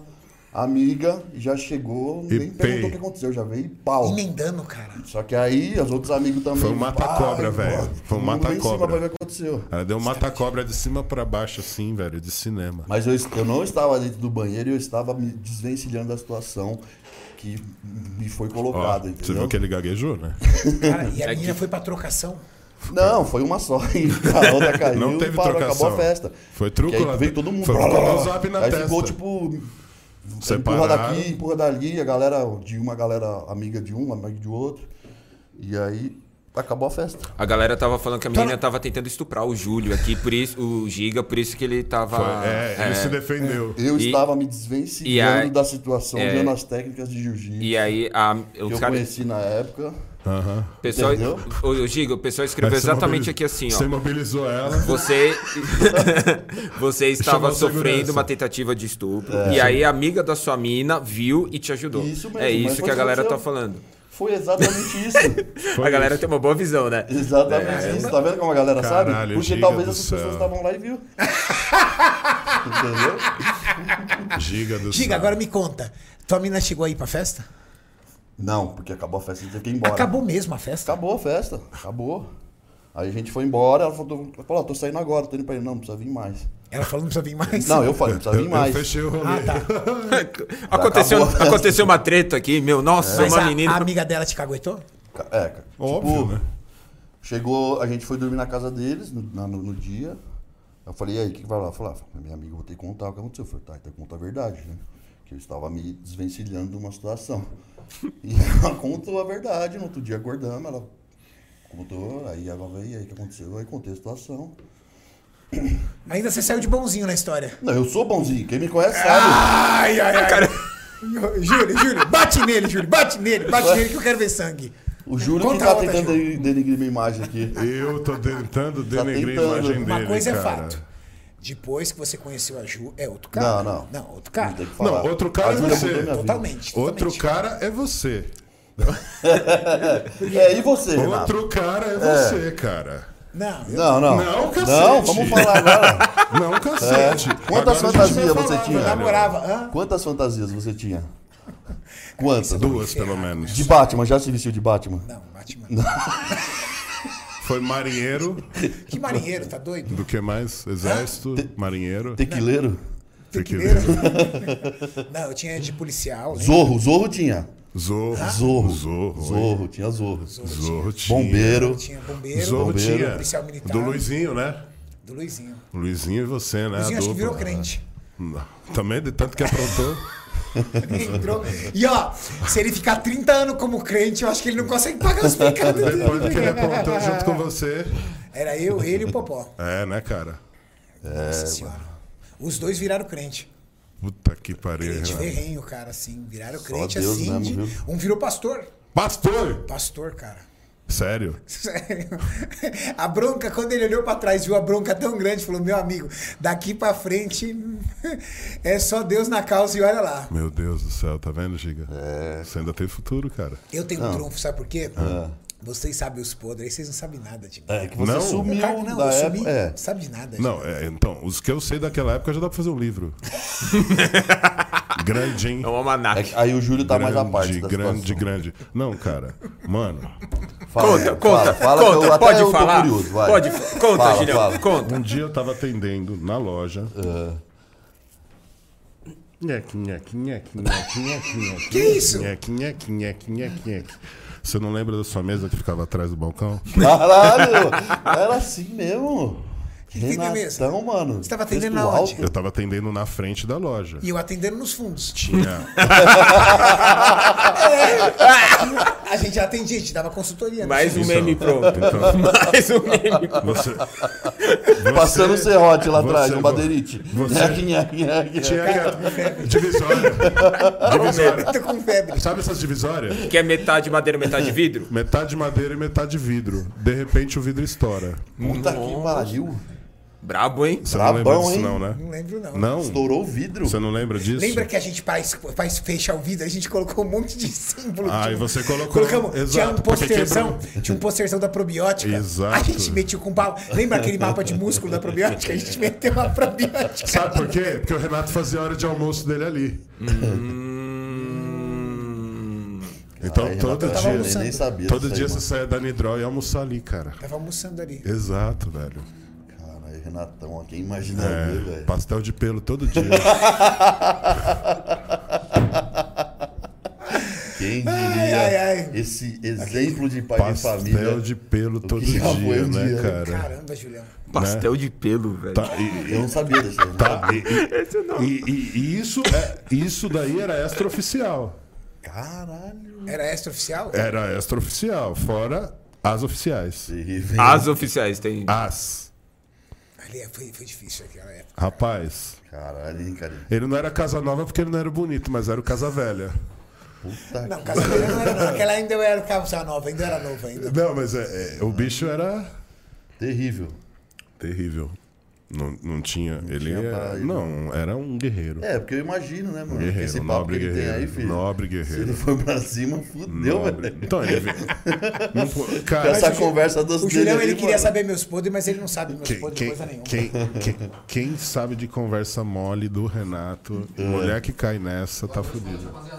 amiga, já chegou, E nem pei. perguntou o que aconteceu, já veio e pau. Emendando, cara. Só que aí, os outros amigos também. Foi um mata-cobra, Ai, velho. mano, Foi um todo mundo lá em cima mata-cobra. pra ver o que aconteceu. Ela deu um mata-cobra de cima pra baixo, assim, velho, de cinema. Mas eu, eu não estava dentro do banheiro, eu estava me desvencilhando da situação que me foi Ó, colocada, você entendeu? viu que ele gaguejou, né? Cara, e a menina foi pra trocação. Não, foi uma só. hein? A outra caiu, (laughs) Não teve parou, trocação. acabou a festa. Foi truco Que lá- aí veio todo mundo. foi blá, blá, blá. zap na aí testa. ficou tipo. Separaram. Empurra daqui, empurra dali, a galera de uma, a galera amiga de um, amiga de outro. E aí acabou a festa. A galera tava falando que a menina tava tentando estuprar o Júlio aqui, por isso, o Giga, por isso que ele tava. Foi- é, ele se defendeu. Eu E- estava me e desvencilhando aí- da situação, é. vendo as técnicas de jiu-jitsu E aí, a, que os eu caras. conheci na época. Aham. o pessoal- entendeu? Ô, ô, Giga, o pessoal escreveu Mas você exatamente mobilizou- aqui assim, ó. Você mobilizou ela. Você, (laughs) você estava Chamou sofrendo segurança. uma tentativa de estupro. E aí a amiga da sua mina viu e te ajudou. Isso mesmo, é isso que mas foi a É. isso que galera tá aconteceu. falando. Foi exatamente (laughs) isso. a galera tem uma boa visão, né? Exatamente isso. Tá vendo como a galera sabe? Caralho, Porque giga talvez do essas céu. pessoas estavam lá e (laughs) viu. Entendeu? Giga do Giga, céu. agora me conta. Tua mina chegou aí pra festa? Não, porque acabou a festa e você quer ir embora. Acabou mesmo a festa? Acabou a festa, acabou. Aí a gente foi embora, ela falou, ela falou, "Ó, tô saindo agora, tô indo pra ele. Não, não precisa vir mais. Ela falou não precisa vir mais. Não, eu falei, não precisa Eu, vir eu mais. fechei o rolê. Ah, tá. (laughs) Aconteceu, acabou É. a festa. aconteceu uma treta aqui, meu. é Nossa, Mas uma a, a menina. amiga dela te caguetou? Ca- É, ca- Óbvio, tipo, né? chegou, a gente foi dormir na casa deles no, na- no- no dia. Eu falei, e aí, o que que vai lá? Eu falei, ah, pra minha amiga, eu vou ter que contar o que aconteceu. Eu falei, tá, então conta a verdade, né? Que eu estava me desvencilhando de uma situação. (laughs) E ela contou a verdade, no outro dia acordamos, ela contou, aí ela veio, e aí o que aconteceu? Aí contei a situação. Ainda você saiu de bonzinho na história. Não, eu sou bonzinho, quem me conhece sabe. Ah! Ai, ai, ai. Júlio, Júlio, bate nele, Júlio, bate nele, bate nele que eu quero ver sangue. O Júlio que Conta tá outra, tentando Júlio. den- denigrir minha imagem aqui. Eu tô tentando denegrir Tá tentando. a imagem Uma dele. Uma coisa é cara. fato. Depois que você conheceu a Ju, é outro Não, cara. não. Não, outro Não cara. tem que falar. Não, outro cara Mas é ele você. mudou minha vida. Totalmente. Outro totalmente. cara é você. É, e você, Renato? Outro cara é você, cara. Não, eu Não, não. Não, cacete. Não, vamos falar agora. Não, cacete. Agora a Quantas gente vai fantasias falar, você tinha? velho. namorava. Hã? Quantas fantasias você tinha? Quantas? Duas, pelo menos. De Batman, já se vestiu de Batman? Não, Batman. Foi marinheiro, Que marinheiro, tá doido? do que mais? Exército, marinheiro. Tequileiro? Tequileiro. (laughs) Não, eu tinha de policial. né? Zorro, Zorro tinha. Zorro. Zorro. Ah. Zorro. Zorro, tinha Zorro. Zorro tinha. Bombeiro. Tinha bombeiro, Zorro tinha. policial militar. Do Luizinho, né? do Luizinho. O Luizinho e você, né? Luizinho A acho que virou dupla. crente. (laughs) Também, de tanto (laughs) que aprontou. Entrou. E ó, se ele ficar 30 anos como crente, eu acho que ele não consegue pagar os pecados Depois do que ele dele. aprontou junto com É, você. Era eu, ele e o Popó. É, né, cara? Nossa senhora. Os dois viraram crente. Puta que pariu. Crente Renato. ferrenho, cara, assim. Viraram crente Deus assim. mesmo, de- viu? Um virou pastor. Pastor! Pastor, cara. Sério? Sério. A bronca, quando ele olhou pra trás, viu a bronca tão grande, falou: Meu amigo, daqui pra frente é só Deus na causa e olha lá. Meu Deus do céu, tá vendo, Giga? É. Você ainda tem futuro, cara. Eu tenho um trunfo, sabe por quê? Vocês sabem os podres, aí vocês não sabem nada de mim. Ah. É, que você Não. sumiu Cara, não, da eu época. sumi, É. não sabe de nada. gente. Não, é, então, os que eu sei daquela época já dá pra fazer um livro. grande, hein? É um almanac. É que aí o Júlio tá mais à parte grande, da grande, situação. grande. Não, cara. Mano, Fala, Conta, conta, fala, fala que conta, eu- até pode eu tô falar. curioso, vai. Pode, fa- conta, Fala, Julião, fala. (laughs) conta. um dia eu tava atendendo na loja. Nheque, nheque, nheque, nheque, nheque, nheque, Que isso? Nheque, nheque, nheque, nheque, nheque. Você não lembra da sua mesa que ficava atrás do balcão? Caralho, era assim mesmo. que tem na mesa? Renatão, mano. Você tava atendendo na onde? Eu tava atendendo na frente da loja. E eu atendendo nos fundos. (laughs) Tinha. É. A gente atendia, a gente dava consultoria. né? Mais um Isso. meme pronto. Então, Mais um meme pronto. Você, Passando o você- serrote lá você- atrás, um baderite. (laughs) você- Nhaque, nhaque, nhaque. Tinha (laughs) aquela- divisória. um divisória. Tô com febre. Sabe essas divisórias? Que é metade de madeira, metade de vidro? Metade madeira e metade vidro. De repente o vidro estoura. Puta que pariu. Brabo, hein? Você não lembra Brabão, disso, hein? não, né? Não lembro, não. Não? Estourou o vidro. Você não lembra disso? Lembra que a gente faz, faz fechar o vidro, a gente colocou um monte de símbolo. Ah, tipo, e você colocou- Colocamos, tinha um Exato, porque posterzão, tinha um posterzão da probiótica. Exato. A gente metiu com pau. Lembra aquele mapa de músculo da probiótica? A gente meteu uma probiótica. Sabe por quê? Porque o Renato fazia a hora de almoço dele ali. Hum. Então Aí, todo Renato, dia. Eu nem- nem sabia. Todo disso dia aí, você saia da Nidrol e ia almoçar ali, cara. Tava almoçando ali. Exato, velho. mano. Caralho, Renatão, ó, quem imaginaria, É, velho. pastel de pelo (laughs) todo dia. Quem diria Ai, ai, ai. esse exemplo de pai de família. pastel de pelo todo que dia, já foi um né, dia, né? cara? Caramba, Julião. Pastel de pelo, velho. Tá, e- Eu não sabia desse exemplo. Tá, e, e- e- e- e isso, é- isso daí era extraoficial. Caralho. Era extra-oficial? Era extraoficial, fora as oficiais. Terrível. As oficiais, tem. Ah, As. Ali é, foi, foi difícil aquela época. Rapaz, Caralho, hein, cara. ele não era Casa Nova porque ele não era bonito, mas era o Casa Velha. Puta Não, que- casamento não era não. Aquela ainda eu era calça nova, ainda era novo ainda. Não, mas é, é, o bicho era Terrível. terrível. Não, não tinha. ele tinha é- praia, não, era um guerreiro. É, porque eu imagino, né, mano? Guerreiro, Esse papo que nobre ele tem guerreiro, aí, filho. nobre guerreiro. Se (laughs) ele for pra cima, fudeu, Nobre. velho. Então, (laughs) ele veio. Não pô- Cara, Essa conversa dos O Julião, dele aí, ele queria mano. saber meus podres, mas ele não sabe meus quem, podres Tipo de quem- coisa nenhuma. quem- (laughs) quem- quem sabe de conversa mole do Renato, É. mulher que cai nessa, tá fudida.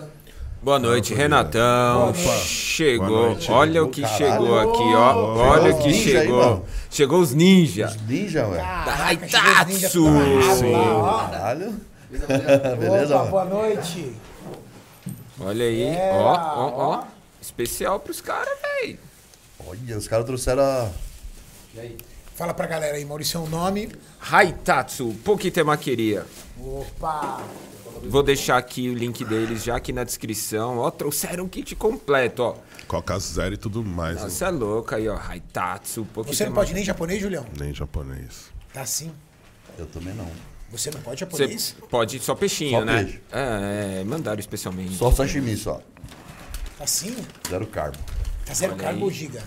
Boa noite, Renatão. Opa. Boa Chegou. noite. Olha o que Caralho. chegou aqui, ó. Olha o os que ninja aí, chegou. mano. Chegou os ninja. Ninja, velho. Ah, Caraca, Daitatsu! chegou os ninjas Sim. pra lá, ó. Caralho. (laughs) Beleza, Opa, mano? boa noite. Olha aí. É, Ó, ó, ó. Especial pros caras, velho. Olha, os caras trouxeram a... Fala pra galera aí, Maurício, o nome. Haitatsu, Pokitemaqueria. Opa. Vou deixar aqui o link deles já aqui na descrição. Ó, trouxeram o kit completo, ó. Coca zero e tudo mais, hein? Nossa, é louco aí, ó. Haitatsu, Você não Pokitemaqueria. pode nem japonês, Julião? nem japonês. Tá sim. Eu também não. Você não pode Você japonês? pode só peixinho, Só né? peixe. É, é, mandaram especialmente. Só sashimi, só. Tá sim? Zero carbo. Tá zero Olha carbo aí. ou giga?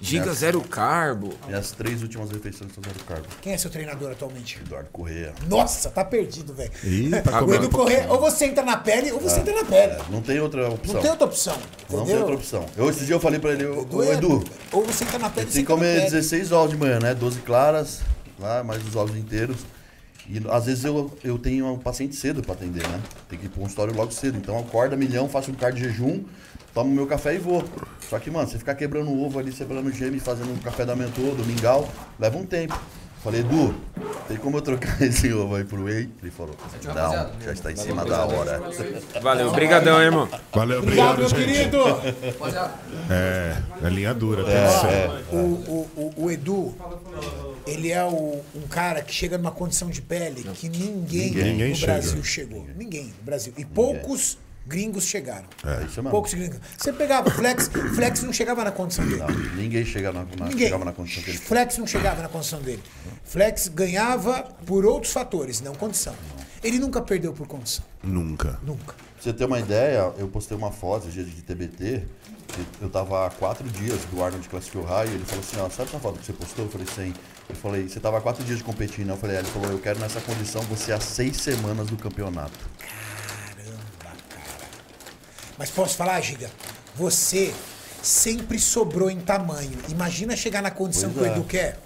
Giga zero carbo. Minhas três últimas refeições são zero carbo. Quem é seu treinador atualmente? Eduardo Correia. Nossa, tá perdido, velho. Ih, (laughs) tá O um comendo Edu Corrêa, ou você entra na pele, ou você entra na pele. É, não tem outra opção. Não tem outra opção. Não tem Entendeu? outra opção. Eu, esse dia eu falei pra ele, ô ô, é- Edu, Ou você entra na pele, ou você tem que entra na comer pele. 16 ovos de manhã, né? 12 claras, lá, mais os ovos inteiros. E às vezes eu, eu tenho um paciente cedo pra atender, né? Tem que ir pro consultório logo cedo. Então acorda milhão, faço um card de jejum, tomo meu café e vou. Só que, mano, você ficar quebrando o ovo ali, separando o gêmeo, fazendo um café da manhã todo, mingau, leva um tempo. Falei, Edu, tem como eu trocar (laughs) esse ovo aí pro whey? Ele falou, não, já está em cima da hora. Valeu, brigadão, hein, irmão. Valeu, Obrigado, obrigado, meu gente. querido. (laughs) É, é linha dura, tem que ser. O, o, o, o Edu, ele é o, um cara que chega numa condição de pele que ninguém, Ninguém no chega. Brasil chegou. Ninguém no Brasil. E poucos gringos chegaram. É isso mesmo. Poucos gringos. Você pegava Flex, Flex não chegava na condição dele. Não, ninguém chega na, na- Ninguém. chegava na condição que ele Flex não chegava na condição dele. Flex ganhava por outros fatores, não condição. Ele nunca perdeu por condição. Nunca. Nunca. Pra você ter uma ideia, eu postei uma foto dia de TBT, que eu tava há quatro dias do Arnold Classical High, e ele falou assim, ó, sabe essa foto que você postou? Eu falei, sim. Eu falei, você tava há quatro dias de competindo, né? eu falei, é. ele falou, eu quero nessa condição você há seis semanas do campeonato. Mas posso falar, Giga? Você sempre sobrou em tamanho. Imagina chegar na condição Pois que o é. Edu quer.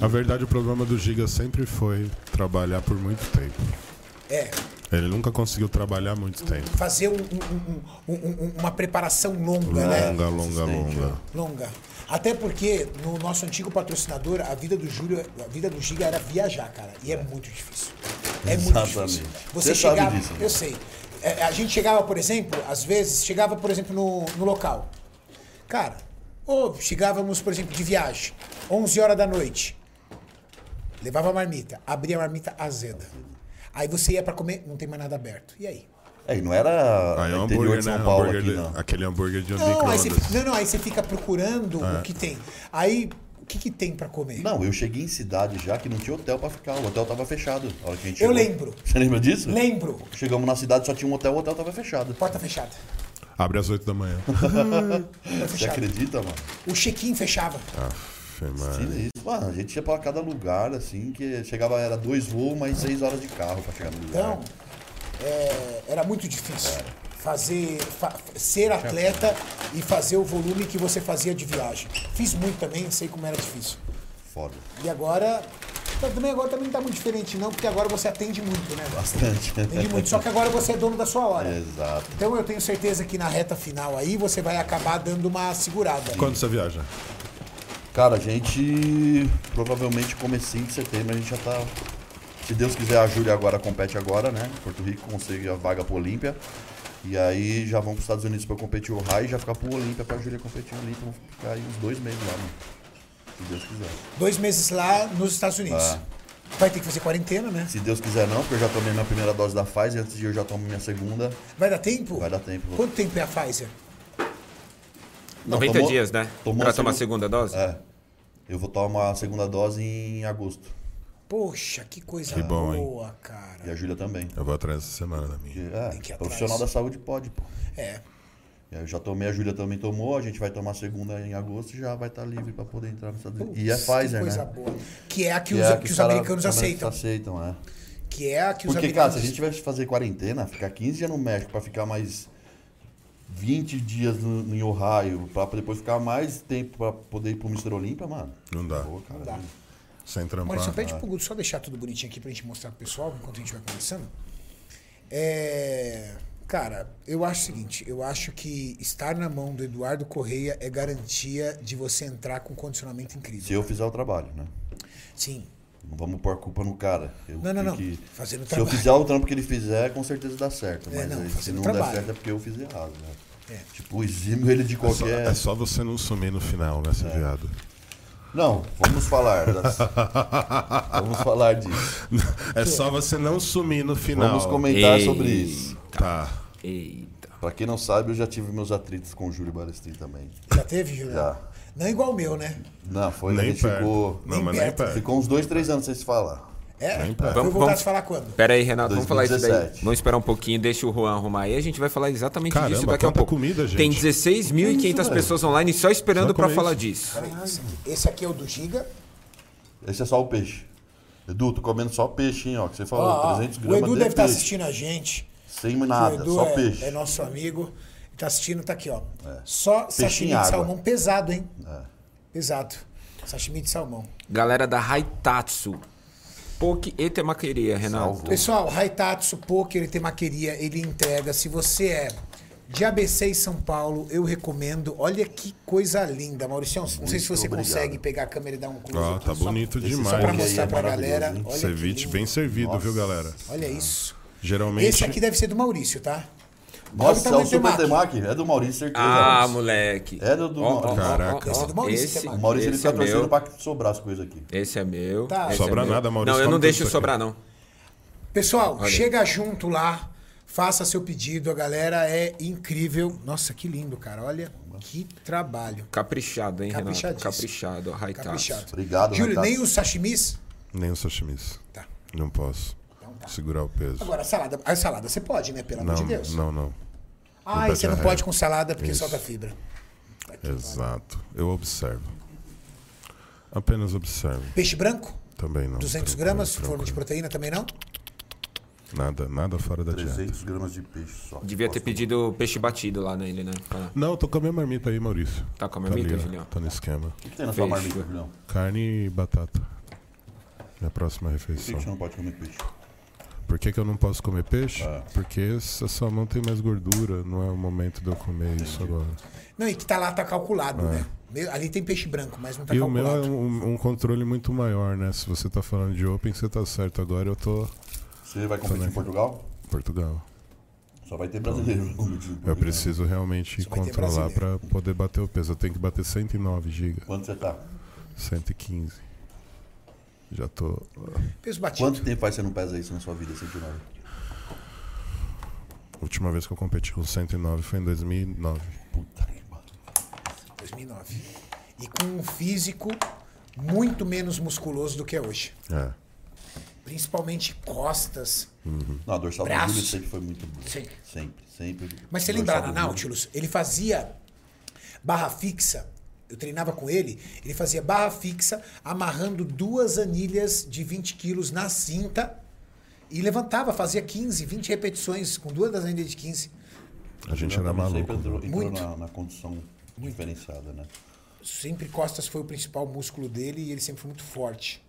Na verdade, o problema do Giga sempre foi trabalhar por muito tempo. É, Ele nunca conseguiu trabalhar muito tempo. fazer um- um- um- um- um- uma preparação longa, né? Longa, longa, longa. Longa. Até porque no nosso antigo patrocinador, a vida do Júlio, a vida do Giga era viajar, cara. E é muito difícil. É muito Exatamente. difícil. Você sabe chegava- disso, né? Eu sei. É, a gente chegava, por exemplo, às vezes, chegava, por exemplo, no, no local. Cara, ou chegávamos, por exemplo, de viagem, 11 horas da noite. Levava a marmita, abria a marmita azeda. Aí você ia pra comer, não tem mais nada aberto. E aí? É, e não era Aí é no um interior hambúrguer, de né? São Paulo Hambúrguer aqui, de- não. Aquele hambúrguer de Não, aí você, microondas. não, não, aí você fica procurando o que tem. Aí, o que, que tem pra comer? Não, eu cheguei em cidade já que não tinha hotel pra ficar, o hotel tava fechado. A hora que a gente chegou. Eu lembro. Você lembra disso? Lembro. Chegamos na cidade, só tinha um hotel, o hotel tava fechado. Porta fechada. Abre às 8 da manhã. Porta Você fechada. acredita, mano? O check-in fechava. Aff, mano. (laughs) Né? Sim, isso. Mano, a gente ia pra cada lugar, assim, que chegava, era dois voos, mais seis horas de carro pra chegar no lugar. Então, é, era muito difícil fazer fa- ser atleta e fazer o volume que você fazia de viagem. Fiz muito também, sei como era difícil. Foda. (laughs) E agora, tá- também agora também não tá muito diferente não, porque agora você atende muito, né? Bastante. Atende muito, só que agora você é dono da sua hora. (laughs) Exato. Então eu tenho certeza que na reta final aí você vai acabar dando uma segurada. Quando você viaja? Cara, a gente provavelmente comecinho de setembro, a gente já tá. Se Deus quiser, a Júlia agora compete agora, né? Porto Rico consegue a vaga pro Olímpia. E aí já vão pros Estados Unidos pra competir o Rai e já ficar pro Olímpia pra Júlia competir o Olímpia. Vão ficar aí uns dois meses lá, mano. Se Deus quiser. Dois meses lá nos Estados Unidos. Ah. Vai ter que fazer quarentena, né? Se Deus quiser não, porque eu já tomei minha primeira dose da Pfizer, antes de eu já tomo minha segunda. Vai dar tempo? Vai dar tempo. Quanto tempo é a Pfizer? Não, 90 tomou- dias, né? tomou pra a tomar a segun- segunda dose? É. Eu vou tomar a segunda dose em agosto. Poxa, que coisa Que bom, hein? boa, E cara. a Júlia também. Tá. Eu vou atrás essa semana da minha. É, que ir atrás. profissional da saúde pode, pô. É. E aí eu já tomei, a Júlia também tomou, a gente vai tomar a segunda em agosto e já vai estar livre para poder entrar nos Estados Unidos. E é Putz, que Pfizer, coisa né? boa. Que é a que, E os, é a que os cara- americanos também aceitam. aceitam, é. Que é a que os Porque, cara, americanos. se a gente tivesse que fazer quarentena, ficar 15 dias no México pra ficar mais 20 dias no, em Ohio, pra depois ficar mais tempo pra poder ir pro Mr. Olímpia, mano. Não dá. Boa, cara. dá. Sem trampar. Maurício, só pede pro Guto só deixar tudo bonitinho aqui pra gente mostrar pro pessoal enquanto a gente vai conversando. É, Cara, eu acho o seguinte, eu acho que estar na mão do Eduardo Correia é garantia de você entrar com condicionamento Se incrível. eu fizer o trabalho, né? Sim. Não vamos pôr a culpa no cara. Eu Não, não, tenho não. que- Fazendo o Se eu trabalho. É, fizer o trampo que ele fizer, com certeza dá certo. Mas não, aí, se fazendo não o der trabalho. certo é porque eu fiz errado, né? É. Tipo, eximo ele de É só, qualquer. é só você não sumir no final, né, É. seu (laughs) viado? Não, vamos falar. das- (laughs) vamos falar disso. É só você não sumir no final. Vamos comentar Ei. sobre isso. Tá. Eita. Pra quem não sabe, eu já tive meus atritos com o Júlio Balestrin também. Já teve, Juliano? Já. Não igual o meu, né? Não, foi Nem ele perto. ficou. Não, Nem mas nem perto. perto. Ficou uns dois, três anos sem se falar. É? Nem Foi perto. Vamos- voltar a vamos- se falar quando? Pera aí, Renato, vamos falar isso daí. 2017. Vamos esperar um pouquinho, deixa o Juan arrumar aí. A gente vai falar exatamente Caramba, disso daqui a quanta pouco. comida, gente. Tem 16.500 pessoas online só esperando Só pra comer falar isso. disso. Peraí, esse, aqui, esse aqui é o do Giga. Esse é só o peixe. Edu, tô comendo só peixe, hein, ó. Que você falou, Ó, ó, 300 o gramas Edu de deve estar peixe. assistindo a gente. Sem o nada, Edu só é, peixe. É. é nosso amigo. Tá assistindo, tá aqui, ó. Só Peixe em sashimi de água. salmão pesado, hein? É. Pesado. Sashimi de salmão. Galera da Haitatsu. Poke e temaqueria, Renato. Salvo. Pessoal, Raitatsu Poker e Temaqueria, ele entrega. Se você é de ABC em São Paulo, eu recomendo. Olha que coisa linda, Mauricião. Não sei se você obrigado. consegue pegar a câmera e dar um close. Ó, aqui, tá só- bonito esse Só pra Olha aí, demais. mostrar é pra galera. maravilhoso, hein? Olha que Ceviche lindo. bem servido, viu, galera? Olha isso. Geralmente. Esse aqui deve ser do Maurício, tá? Nossa, é Olha o o tamanho do Super temaki. Temaki. É do Maurício, certeza. Ah, Maurício. moleque. É do- do- Caraca. Esse é do Maurício, esse, Temaki. O Maurício, ele esse tá é torcendo meu. pra que sobrar as coisas aqui. Esse é meu. Tá. esse Sobra é meu. nada, Maurício, Não, eu toma não tudo deixo isso sobrar, não. Pessoal, chega junto lá, faça seu pedido, a galera é incrível. Nossa, que lindo, cara. Olha que trabalho. Caprichado, hein, Renato? Caprichadíssimo. Caprichado, ó, tá. Haitatsu. Caprichado. Obrigado, Júlio, Renata. nem os sashimis? Nem o sashimis. Tá. Não posso. Segurar o peso. Então Agora, a salada. A salada você pode, né? Pelo amor não, de Deus. não, não. Ah, Não e você não passa pode regra. com salada porque Isso. solta fibra. Exato. Eu observo. Apenas observo. Peixe branco, Também não. 200 Tranquilo, gramas, tranquilo. forma de proteína também não? Nada, nada fora da dieta. 300 gramas de peixe só. Devia ter pedido peixe batido lá nele, né? Pra- Não, tô com a minha marmita aí, Maurício. Tá com a marmita, ali, ó. Julião? Tá no esquema. O que tem na sua Peixe. marmita, Julião? Por Carne e batata. Minha próxima que que você refeição. não pode comer peixe? Por que, que eu não posso comer peixe? Porque essa sua mão tem mais gordura, não é o momento de eu comer isso agora. Não, e que tá lá, tá calculado, né? Meu- Ali tem peixe branco, mas não tá É. e o meu calculado. é um, um controle muito maior, né? Se você tá falando de Open, você tá certo. Agora eu tô em Você vai competir em Portugal? Portugal. Só vai ter brasileiro. competindo em Eu Portugal. preciso realmente é vai ter controlar pra brasileiro. poder bater o peso. Eu tenho que bater 109 GB, Quanto você tá? 115. Já tô. um Peso batido. Quanto tempo faz que você não pesa isso na sua vida, 109? A última vez que eu competi com 109 foi em 2009. Puta que pariu. 2009. E com um físico muito menos musculoso do que é hoje. É. Principalmente costas. Não, a dorsal do Braço. Júlio sempre foi muito boa. Sim. Sempre, sempre. Mas você Dorsal lembra do na Júlio. Nautilus? Ele fazia barra fixa. Eu treinava com ele. Ele fazia barra fixa, amarrando duas anilhas de 20 quilos na cinta e levantava, fazia 15, 20 repetições com duas das anilhas de 15. A gente é era Sempre entrou, maluco. entrou Muito. na, na condição diferenciada, né? Sempre costas foi o principal músculo dele e ele sempre foi muito forte.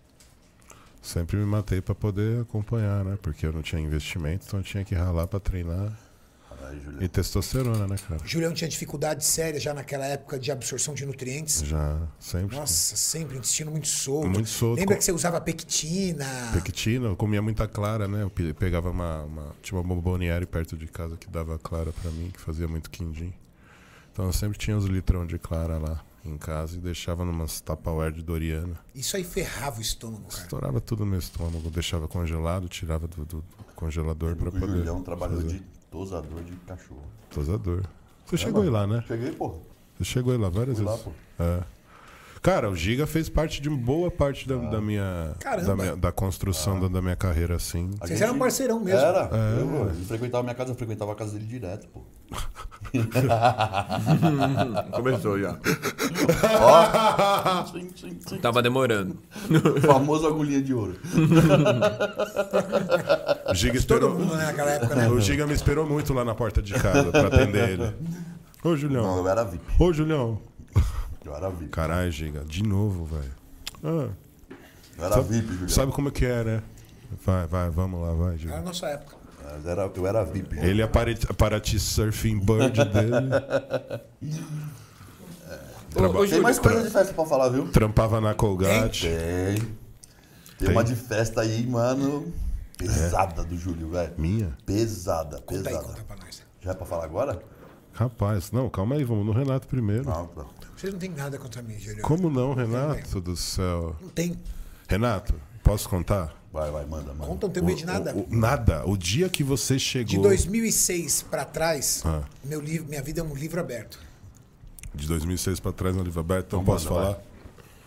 Sempre me matei pra poder acompanhar, né? Porque eu não tinha investimento, então eu tinha que ralar pra treinar. Caralho, E Júlio. testosterona, né, cara? Julião tinha dificuldade séria já naquela época de absorção de nutrientes. Já, sempre. Nossa, sempre, um intestino muito solto. Muito solto, Lembra com- que você usava pectina? Pequitina, eu comia muita clara, né? Eu pe- pegava uma, uma- Tinha uma bomboniere perto de casa que dava clara pra mim, que fazia muito quindim. Então eu sempre tinha uns litrão de clara lá em casa e deixava numas tapaware de Doriana. Isso aí ferrava o estômago, cara. Estourava tudo no meu estômago, deixava congelado, tirava do, do congelador pra O poder. um Julião trabalhou fazer. de tosador de cachorro. Tosador. Você chegou aí lá, né? Cheguei, pô. Você chegou aí lá várias Fui lá, vezes. pô. É. Cara, o Giga fez parte de uma boa parte da, da minha, Caramba. da minha- da construção da, da minha carreira, assim. A Vocês gente- eram parceirão mesmo. Era. É, Eu, ele frequentava a minha casa, eu frequentava a casa dele direto, (laughs) pô. Começou já. Sim, sim, sim. Tava demorando. Famoso agulhinha de ouro. O Giga Todo esperou. mundo né, naquela época, (laughs) né? (laughs) O Giga me esperou muito lá na porta de casa pra atender ele. Ô, Não, Julião. eu era VIP. Ô, Julião. Eu era VIP. Caralho, Giga, de novo, velho. Ah, Eu era VIP, Julião. sabe como é que é, né? Vai, vai, vamos lá, vai, Era a Giga. nossa época. Tá Mas era, eu era VIP. Ele é a Paraty Surfing Bird dele. Ô, ô, Tem Júlio, mais coisa de festa pra falar, viu? Trampava na Colgate. Tem. Tem, uma de festa aí, mano. Pesada do Júlio, velho. É? Minha? Pesada, Conta aí, pesada. conta pra nós. Já é pra falar agora? Rapaz, não, calma aí, vamos no Renato primeiro. Não, tá. Vocês não tem nada contra mim, Júlio. Como não, Renato do céu? Não tem. Renato, posso contar? Vai, vai, manda, manda. Conta, não tenho medo de nada. O- o- nada. O dia que você chegou. De 2006 pra trás, Ah. meu livro, minha vida é um livro aberto. De 2006 pra trás no livro aberto, então Então posso manda, falar?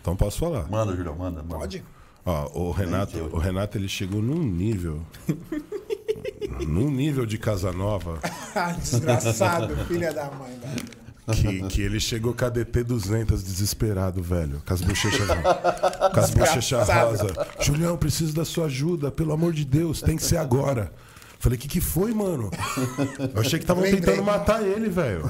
Então posso falar. Manda, Julião, manda, manda. Pode? (laughs) Ó, o Renato, o Renato ele chegou num nível. num nível de Casanova Ah, Desgraçado, (laughs) filha da mãe. velho. que, que ele chegou com a DT 200 desesperado, velho. Com as bochechas, com as bochechas rosa. Julião, preciso da sua ajuda, pelo amor de Deus, tem que ser agora. Falei, que que foi, mano? Eu achei que estavam Lembrei. tentando matar ele, velho.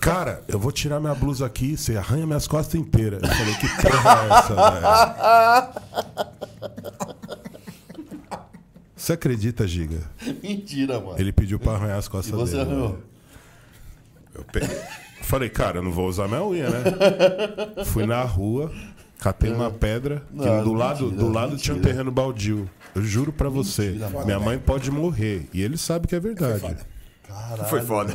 Cara, eu vou tirar minha blusa aqui, você arranha minhas costas inteiras. Eu falei, que porra é essa, velho? Você acredita, Giga? (laughs) Mentira, mano. Ele pediu pra arranhar as E costas você dele. arranhou? velho. Eu pe- Falei, cara, eu não vou usar minha unha, né? (laughs) Fui na rua, catei uma pedra, que Não, do lado, mentira, do lado tinha um mentira. terreno baldio. Eu juro pra você, minha mãe pode morrer. E ele sabe que é verdade. Caralho. Foi foda.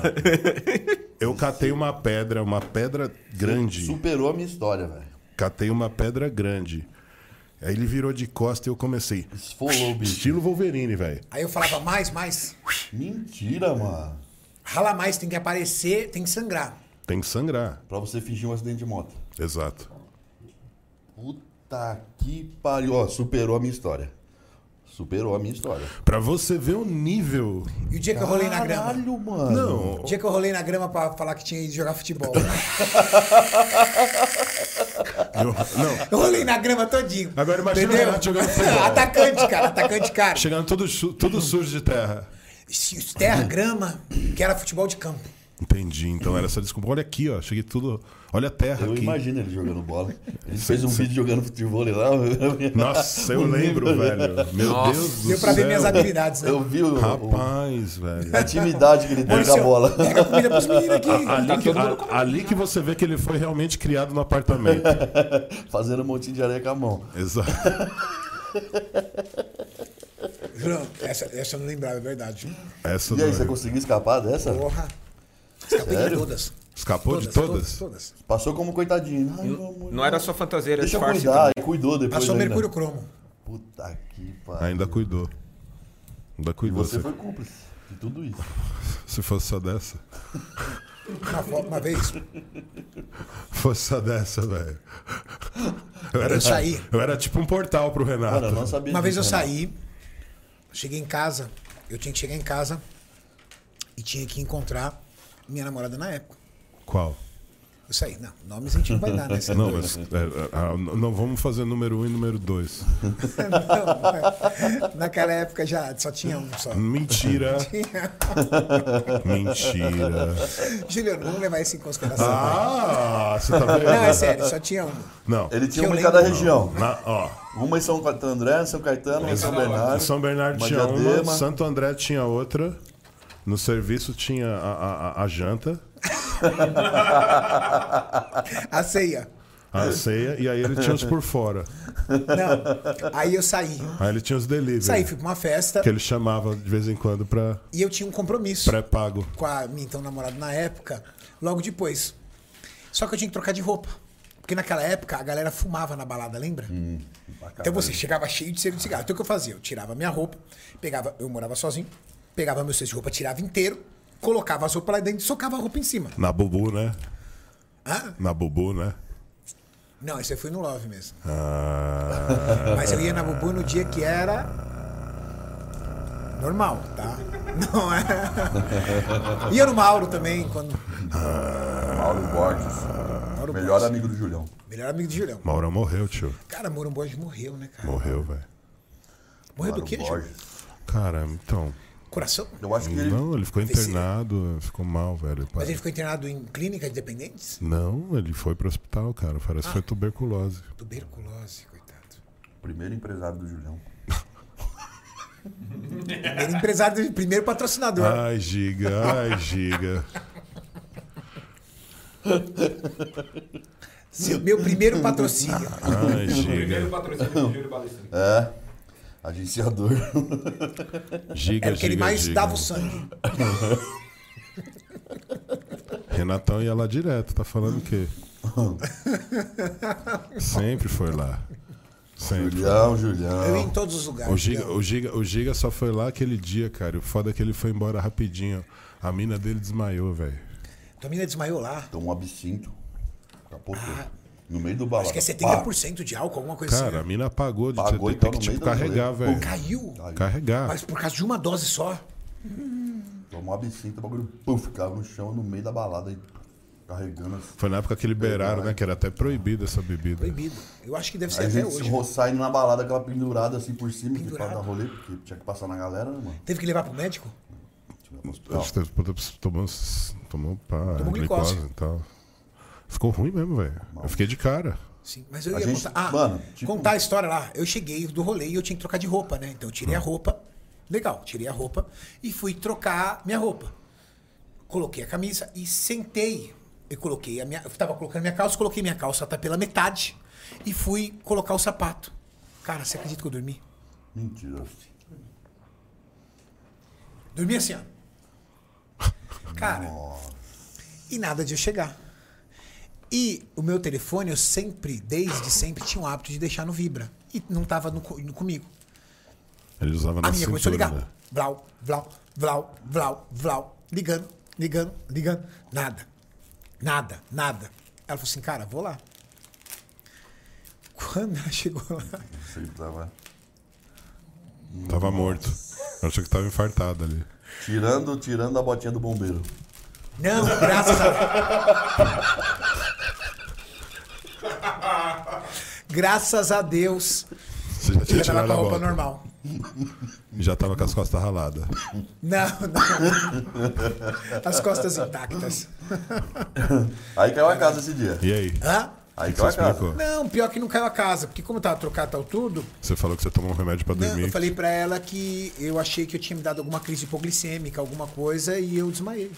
Eu catei uma pedra, uma pedra grande. Superou a minha história, velho. Catei uma pedra grande. Aí ele virou de costa e eu comecei. Esfolou o bicho. Estilo Wolverine, velho. Aí eu falava mais, mais. Mentira, mano. Rala mais, tem que aparecer, tem que sangrar. Tem que sangrar. Pra você fingir um acidente de moto. Exato. Puta que pariu. Ó, superou a minha história. Superou a minha história. Pra você ver o nível. E o dia que eu rolei na grama? Caralho, mano. Não, O dia que eu rolei na grama pra falar que tinha ido jogar futebol. eu- não. Eu rolei na grama todinho. Agora imagina o (laughs) Renato jogando futebol. Atacante, cara, atacante, cara. Chegando tudo, su- tudo sujo de terra. Se os terra grama, que era futebol de campo. Entendi, então era essa desculpa. Olha aqui, ó. Cheguei tudo. Olha a terra Eu aqui. imagino ele jogando bola. Ele fez um vídeo jogando futebol lá. Nossa, eu (laughs) lembro, velho. Meu Nossa. Deus do Deu pra céu. ver minhas É, habilidades, né? Eu vi o, o- Rapaz, velho. a intimidade que ele tem com a Maurício, bola. (laughs) Pega a comida pros meninos (laughs) aqui. Ali que, a- ali que você vê que ele foi realmente criado (laughs) no apartamento. Fazendo um montinho de areia com a mão. Exato. Juro, essa, essa eu não lembrava, é verdade. Essa E aí, não- é. você conseguiu escapar dessa? Porra. Escapei de Sério? todas. Escapou de todas? Todas. Passou como coitadinho. Ai, meu amor. Não era só fantasia, era Deixa eu disfarce. cuidar. E cuidou depois Passou ainda. mercúrio cromo. Puta que pariu. Ainda cuidou. Ainda E cuidou. você se- foi cúmplice de tudo isso. Se fosse só dessa. (laughs) Uma, fo- uma vez, Fosse só dessa, velho. Eu era, Eu tipo, saí. eu era tipo um portal pro Renato. Cara, eu não sabia uma vez eu disso, né? saí, cheguei em casa, eu tinha que chegar em casa e tinha que encontrar minha namorada na época. Qual? Eu saí, não, nomes a gente não vai dar, né? (laughs) Não, mas é, é, ah, n- não vamos fazer número um e número dois. (laughs) Não, naquela época já só tinha um só. (laughs) Mentira, mentira. Juliano, vamos levar isso em consideração. Ah, você tá Não, é vendo? sério, só tinha um. Não. Ele tinha Que uma eu em cada lembro. região. Na, ó, Uma em São André, São Caetano, uma em São em Bernardo. um São Bernardo uma tinha uma, Diadema. Santo André tinha outra, no serviço tinha a, a- a- a janta, A ceia. a ceia, e aí ele tinha os por fora. Não. Aí eu saí. Aí ele tinha os delivery, Saí, fui pra uma festa que ele chamava de vez em quando pra e eu tinha um compromisso pré-pago. com a minha então namorada na época, logo depois. Só que eu tinha que trocar de roupa. Porque naquela época a galera fumava na balada, lembra? então você chegava cheio de cheiro de cigarro. Então o que eu fazia? Eu tirava minha roupa, pegava, eu morava sozinho, pegava meu cesto de roupa, tirava inteiro, colocava as roupas lá dentro e socava a roupa em cima. Ah. Na Bubu, né? Hã? Na Bubu, né? Não, isso aí foi no Love mesmo. Ah, (laughs) Mas eu ia na Bubu no dia que era. Normal, tá? (laughs) Não é. Ia no Mauro também, quando. Mauro Borges. Mauro melhor Borges. amigo do Julião. Melhor amigo de Julião. Mauro morreu, tio. Cara, Mauro Borges morreu, né, cara? Morreu, velho. Morreu do Mauro quê, Ju? Borges. Cara, então. Coração? Eu acho que ele. é Não, ele ficou internado, ficou mal, velho. Mas Parece- ele ficou internado em clínica de dependentes? Não, ele foi pro hospital, cara. Ah. Parece que foi tuberculose. Tuberculose, coitado. Primeiro empresário do Julião. Primeiro empresário, primeiro É. patrocinador. Ai, giga, ai, giga. Ah. Seu, meu primeiro patrocínio. (laughs) Ai, Primeiro giga. patrocínio do Júlio Balestrini. É. Agenciador. (laughs) Giga, É Era o que É ele giga, mais giga. dava o sangue. Renatão ia lá direto, tá falando (laughs) o quê? Sempre foi lá. Sempre. Julião, Eu ia em Julião. todos os lugares. O Ah. Giga, Julião. o, Giga, o Giga só foi lá aquele dia, cara. O foda é que ele foi embora rapidinho. A mina dele desmaiou, velho. Tua mina desmaiou lá. Tomou um absinto. Capotou. no meio do balão. Ah. Acho que é 70% de álcool, alguma coisa Cara, a assim. mina apagou de Apagou, ter, então, que no tipo, meio da carregar, noite. velho. Pô, Caiu. Carregar. Mas por causa de uma dose só. Tomou um absinto, o bagulho. Puf, caiu no chão, no meio da balada. aí, Carregando assim. Foi na época que liberaram, né? Que era até proibida essa bebida. Proibido. Eu acho que deve ser Aí a até gente se hoje. roçar indo na balada, aquela pendurada assim por cima, que pra Pendurada. dar rolê, porque tinha que passar na galera, né, mano? Teve que levar pro médico? Tinha no hospital. Acho que teve- tomou, uns- tomou, pá, Tomou glicose. glicose. e tal. Ficou ruim mesmo, velho. Eu fiquei de cara. Sim. Mas eu A ia gente- contar. Ah, mano, tipo- contar a história lá. Eu cheguei do rolê e eu tinha que trocar de roupa, né? Então eu tirei a Hum. roupa. Legal, tirei a roupa e fui trocar minha roupa. Coloquei a camisa e sentei. Eu coloquei a minha. Eu tava colocando minha calça, coloquei minha calça até pela metade e fui colocar o sapato. Cara, você acredita que eu dormi? Mentira. Dormi assim, ó. Cara, e nada de eu chegar. E o meu telefone, eu sempre, desde sempre, tinha o hábito de deixar no vibra. E não tava no, co- no comigo. Ele usava na a minha Ah, começou a cintura, ligar. né? Vlau, vlau, vlau, vlau, vlau. Ligando, ligando, ligando. Nada. Nada, nada. Ela falou assim, cara, vou lá. Quando ela chegou lá, Ele tava- Tava morto. Eu achei que tava infartado ali. Tirando, tirando a botinha do bombeiro. Não, graças a Graças a Deus, Você já tinha eu tava tirado com a a roupa bota. normal. Já tava com as costas raladas. Não, não. As costas intactas. Aí caiu a casa esse dia. E aí? Hã? Aí Você caiu a casa. explicou? Não, pior que não caiu a casa, porque como eu tava trocado tal tudo, Você falou que você tomou um remédio pra não, dormir. eu falei pra ela que eu achei que eu tinha me dado alguma crise hipoglicêmica, alguma coisa, e eu desmaiei.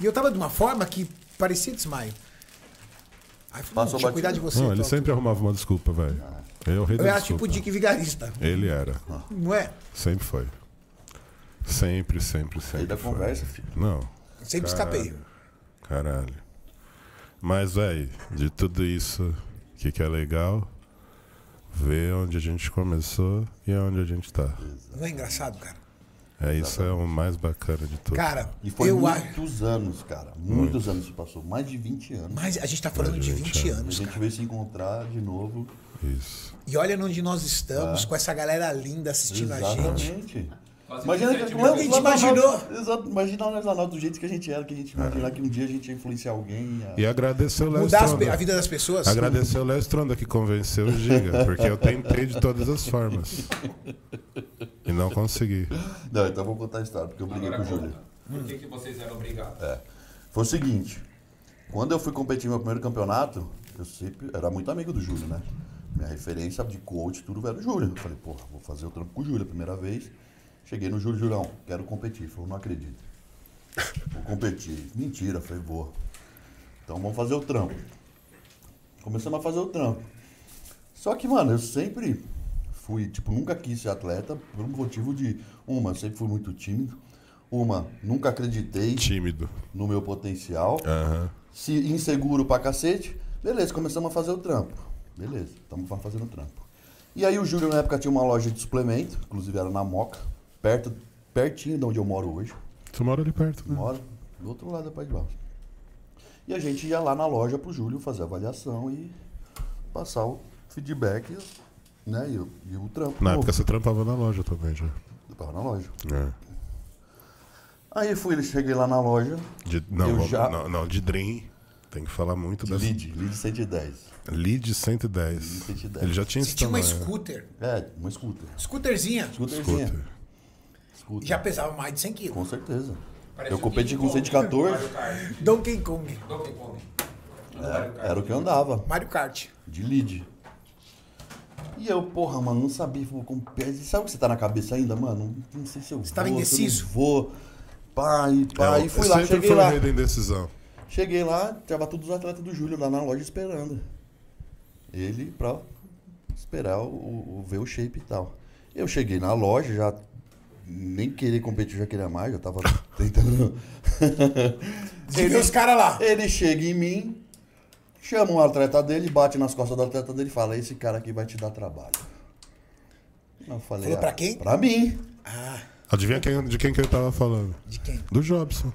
E eu tava de uma forma que parecia desmaio. Aí eu falei, Passou não, deixa eu cuidar de batido. você. Não, ele tal, sempre arrumava uma desculpa, velho. Eu tudo. rei da Eu era desculpa. tipo o Dick Vigarista, Ele era. não é? Sempre foi. Sempre, sempre, sempre. Aí da foi. conversa, filho. Não. Sempre escapei. Caralho. Mas, velho, de tudo isso, o que, que é legal? Ver onde a gente começou e onde a gente tá. Não é engraçado, cara? É isso é o mais bacana de tudo. Cara, E foi eu acho. muitos anos, cara. Muitos anos se passou. Mais de 20 anos. Mas a gente tá falando de 20 A anos, gente cara. veio se encontrar de novo. Isso. E olha onde nós Ah. estamos, com essa galera linda assistindo a gente. Exatamente. Quase Imagina 17 que mil. lá- A gente lá na imaginou. É. Nau- Exato, imagina nós na Nau do jeito que a gente era, que a gente imaginar que um dia a gente ia influenciar alguém. a- E agradecer o Léo Mudar as pe- Stronda. a vida das pessoas. Agradecer o Léo Stronda que convenceu o Giga, porque eu tentei de todas as formas. E não consegui. Não, então vou contar a história, porque eu briguei Agora com o Júlio. É. conta. Por que, que vocês eram brigados? Foi o seguinte, quando eu fui competir meu primeiro campeonato, eu sempre era muito amigo do Júlio, né? Minha referência de coach, tudo era o Júlio. Eu falei, porra, vou fazer o trampo com o Júlio a primeira vez. Cheguei no Júlio, Julião, quero competir. Ele falou, não acredito. Vou competir. Mentira, Eu falei, vou. Então vamos fazer o trampo. Começamos a fazer o trampo. Só que, mano, eu sempre fui, tipo, nunca quis ser atleta por um motivo de, uma, eu sempre fui muito tímido. Uma, nunca acreditei Tímido. no meu potencial. Aham. Se inseguro pra cacete, beleza, começamos a fazer o trampo. Beleza, estamos fazendo o trampo. E aí o Júlio na época tinha uma loja de suplemento, inclusive era na Moca, perto, pertinho de onde eu moro hoje. Tu mora ali perto, né? Moro do outro lado da Pai de Barros. E a gente ia lá na loja pro Júlio fazer avaliação e passar o feedback né, e, o- e o trampo. Na novo. época você trampava na loja também já. Eu tava na loja. É. Aí fui, cheguei lá na loja. De, não, Eu vamos- já- não, não, de Dream. Tem que falar muito das. Lead, lead 110. Lead 110. 110. Ele já tinha Você tinha uma instalado, né? scooter. É, uma scooter. Scooterzinha. Scooterzinha. Scooter. Scooter. Já pesava mais de 100 quilos. Com certeza. um eu competi com 114, Donkey Kong. é né, é, era o que eu andava, Mario Kart. de lead. E eu, porra, mano, não sabia. Falei, com pé. Sabe o que você tá na cabeça ainda, mano? Não sei se eu tava vou, se eu não indeciso? vou. Pai, pai. É, e fui lá, sempre cheguei foi lá. o rei da indecisão. Cheguei lá, tava todos os atletas do Júlio lá na loja esperando. Ele pra esperar o, o- ver o shape e tal. Eu cheguei na loja, já nem queria competir, já queria mais, já tava tentando. (laughs) Você vê os caras lá. Ele chega em mim, chama um atleta dele, bate nas costas do atleta dele e fala: Esse cara aqui vai te dar trabalho. Eu falei: "Ah, Falou pra quem? Pra mim. Adivinha quem- de quem que ele tava falando? Ah, De quem? Do Jobson.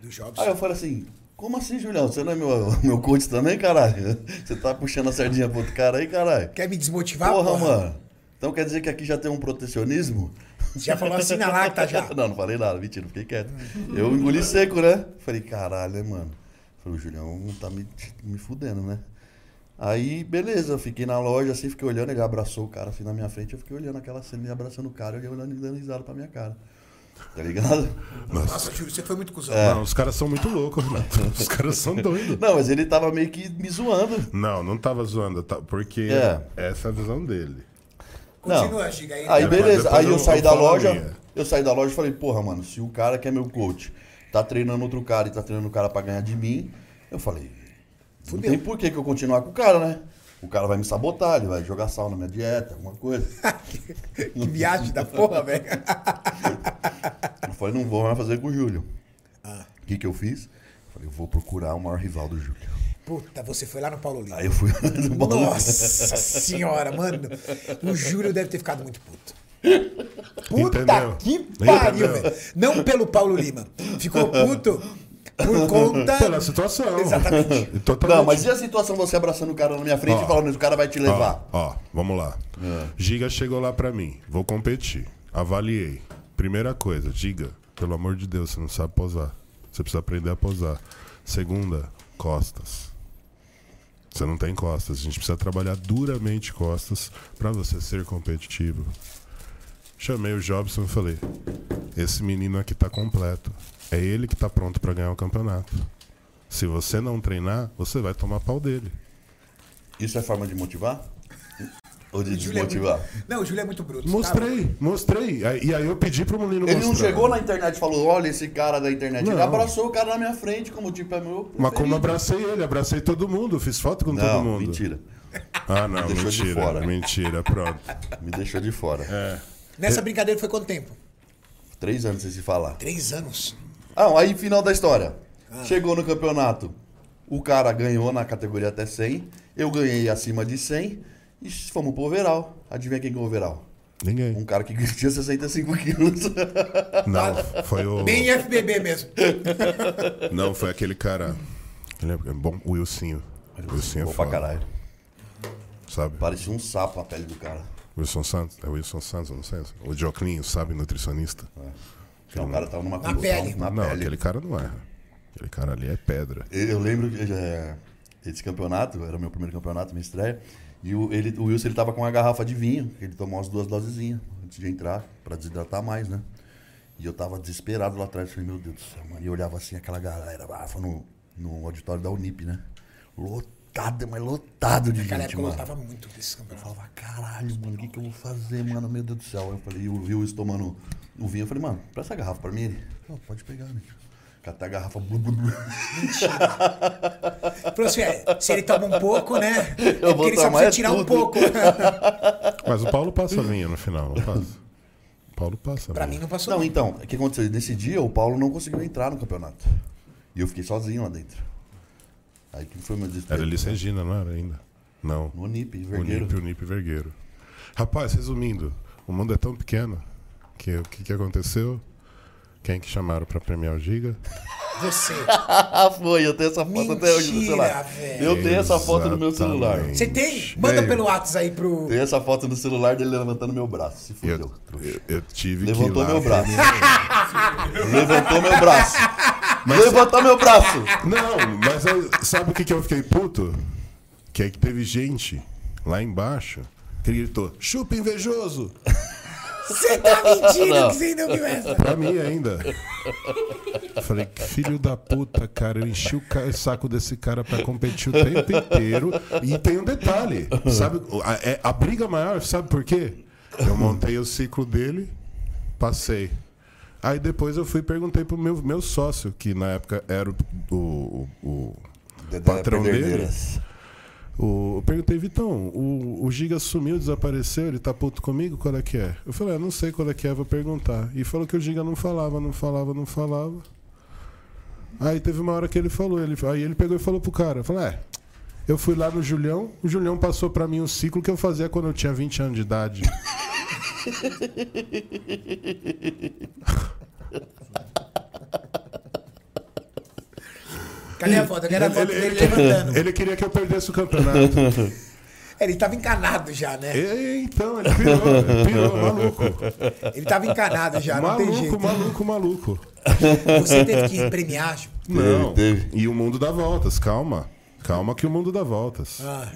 Do Jobs. Aí eu falei assim, como assim, Julião? Você não é meu, meu coach também, caralho? Você tá puxando a sardinha pro outro cara aí, caralho? Quer me desmotivar? Porra, mano. Então quer dizer que aqui já tem um protecionismo? Você já falou assim na lata já. (laughs) Não, não falei nada, mentira, fiquei quieto. Eu engoli seco, né? Falei, caralho, né, mano? Falei, o Julião tá me, me fudendo, né? Aí, beleza, eu fiquei na loja assim, fiquei olhando, ele abraçou o cara assim na minha frente, eu fiquei olhando aquela cena, ele abraçando o cara, ele olhando e dando risada pra minha cara. Tá ligado? (laughs) Nossa, Júlio, você foi muito cuzão. É. Não, os caras são muito loucos, Renato. (laughs) Os caras são doidos. Não, mas ele tava meio que me zoando. Não, não tava zoando, tá- porque É. essa é a visão dele. Continua, Giga. Aí, Aí É, beleza, mas depois aí eu, eu- saí eu da falo a loja, minha. eu saí da loja e falei, porra, mano, se o cara que é meu coach tá treinando outro cara e tá treinando o cara pra ganhar de mim, eu falei, não tem por que que eu continuar com o cara, né? O cara vai me sabotar, ele vai jogar sal na minha dieta, alguma coisa. que (laughs) viagem da Tá porra, velho. Eu falei, não vou mais fazer com o Júlio. O que que eu fiz? Eu falei, eu vou procurar o maior rival do Júlio. Puta, você foi lá no Paulo Lima. Aí eu fui (laughs) no Paulo Nossa senhora, mano. O Júlio deve ter ficado muito puto. Puta Entendeu? que pariu, Entendeu? velho. Não pelo Paulo Lima. Ficou puto (laughs) por conta. Pela situação. Exatamente. E (laughs) Totalmente. É. Não, mas e a situação você abraçando o cara na minha frente Ó. e falando, o cara vai te levar? Ó, ó, vamos lá. Giga chegou lá pra mim. Vou competir. Avaliei. Primeira coisa, Giga, pelo amor de Deus, você não sabe posar. Você precisa aprender a posar. Segunda, costas. Você não tem costas. A gente precisa trabalhar duramente costas pra você ser competitivo. Chamei o Jobson e falei: esse menino aqui tá completo. É ele que tá pronto pra ganhar o campeonato. Se você não treinar, você vai tomar pau dele. Isso é forma de motivar? Ou de desmotivar? Não, o Júlio é muito bruto. tá? Mostrei, mostrei. Aí- E aí eu pedi pro menino Ele mostrar. não chegou na internet e falou, olha esse cara da internet. Ele Não. abraçou o cara na minha frente, como tipo, é meu. Mas como preferido. abracei ele, abracei todo mundo, fiz foto com Não, todo mundo. mentira. Ah, não, Deixou de mentira, fora. né? mentira, pronto. Me deixou de fora. É. Nessa brincadeira foi quanto tempo? Três anos sem se falar. Três anos. Ah, aí final da história. Ah. Chegou no campeonato. O cara ganhou na categoria até 100. Eu ganhei acima de 100. E fomos pro overall. Adivinha quem ganhou o overall? Um Ninguém. cara que (laughs) tinha 65 quilos. Um Não, foi o. Bem FBB mesmo. Não, foi aquele cara. Ele é bom, o Wilson. O Wilson é Pô, pra foda, caralho. Sabe? Parecia um sapo a pele do cara. Wilson Santos. É o Wilson Santos, eu não sei. O Joclinho, sabe, nutricionista. Não, o cara tava numa Na condição, pele. Na um não, pele. aquele cara não erra. Aquele cara ali é pedra. Eu lembro que é, esse campeonato, era o meu primeiro campeonato, minha estreia, e o, ele, o Wilson ele tava com uma garrafa de vinho, que ele tomou as duas dosezinhas antes de entrar, pra desidratar mais, né? E eu tava desesperado lá atrás, falei, meu Deus do céu, mano. E eu olhava assim aquela galera, ah, foi no, no auditório da Unip, né? Lotado, mas lotado de Naquela gente, época eu mano. lotava muito desses Eu campeonatos. falava, caralho, mano, o que, que eu vou fazer, mano? Meu Deus do céu. Aí eu falei, e o Wilson tomando o vinho, eu falei, mano, presta a garrafa pra mim. Ele, não, pode pegar, né? Catar a garrafa. blu, blu, blu. Falou assim, é, se ele toma um pouco, né? É Eu vou porque ele só tomar precisa é tirar um tudo. pouco. Mas o Paulo passa a vinha no final, não passa? O Paulo passa. a pra mim vinha. não passou. Não, então, o que aconteceu? Nesse dia, o Paulo não conseguiu entrar no campeonato. E eu fiquei sozinho lá dentro. Aí que foi meu desespero. Era Alice Regina, não era ainda? Não. No Unip, O vergueiro. (laughs) Nip, o Nip Vergueiro. Rapaz, resumindo, o mundo é tão pequeno que o que, que aconteceu? Quem que chamaram pra premiar o Giga? Você. Ah, Foi, eu tenho essa foto até hoje no Mentira, celular. velho. Eu tenho essa foto no meu celular. Exatamente. Você tem? Manda Tenho. pelo WhatsApp aí pro. Tenho essa foto no celular dele levantando meu braço. Se Eu, fudeu. eu, eu tive que Levantou ir lá. meu braço. Levantou meu braço. Levantou meu braço. Não, mas eu- sabe o que, que eu fiquei puto? Que é que teve gente lá embaixo que gritou, chupa invejoso, Você tá mentindo que você ainda viu essa. pra mim ainda. Falei, "Que filho da puta, cara, eu enchi o ca- o saco desse cara pra competir o tempo inteiro. E tem um detalhe, sabe? A, é- a briga maior, sabe por quê? Eu montei o ciclo dele, passei. Aí depois eu fui e perguntei pro meu, meu sócio, que na época era o, o- o- o patrão dele. Pederneiras. O- eu perguntei, Vitão, o, o Giga sumiu, desapareceu, ele tá puto comigo? Qual é que é? Eu falei, ah, não sei qual é que é, vou perguntar. E falou que o Giga não falava, não falava, não falava. Aí teve uma hora que ele falou, ele, aí ele pegou e falou pro cara, falou, é, eu fui lá no Julião, o Julião passou pra mim um ciclo que eu fazia quando eu tinha 20 anos de idade. Cadê a foto? Eu quero a foto Ele- dele ele- levantando. Ele queria que eu perdesse o campeonato. Ele tava encanado já, né? E, então, ele pirou, ele pirou, maluco. Ele tava encanado já, não tem Maluco, jeito. maluco, maluco. Você teve que premiar. tipo, Ju. Não. teve. E o mundo dá voltas, calma. Calma que o mundo dá voltas. Ah,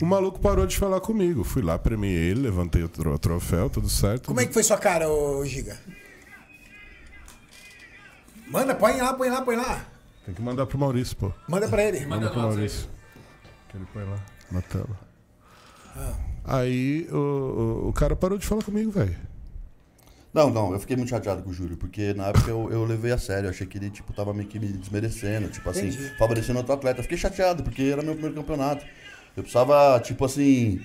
O maluco parou de falar comigo. Fui lá, premiei ele, levantei o tro- troféu, tudo certo. como é que foi sua cara, ô Giga? Manda, põe lá, põe lá, põe lá. Tem que mandar pro Maurício, pô. Manda pra ele. Manda pro Maurício. Que ele põe lá na tela. Aí o, o, o cara parou de falar comigo, velho. Não, não, eu fiquei muito chateado com o Júlio, porque na época eu, eu levei a sério, eu achei que ele, tipo, tava meio que me desmerecendo, tipo assim, Entendi. favorecendo outro atleta. Eu fiquei chateado, porque era meu primeiro campeonato. Eu precisava, tipo assim,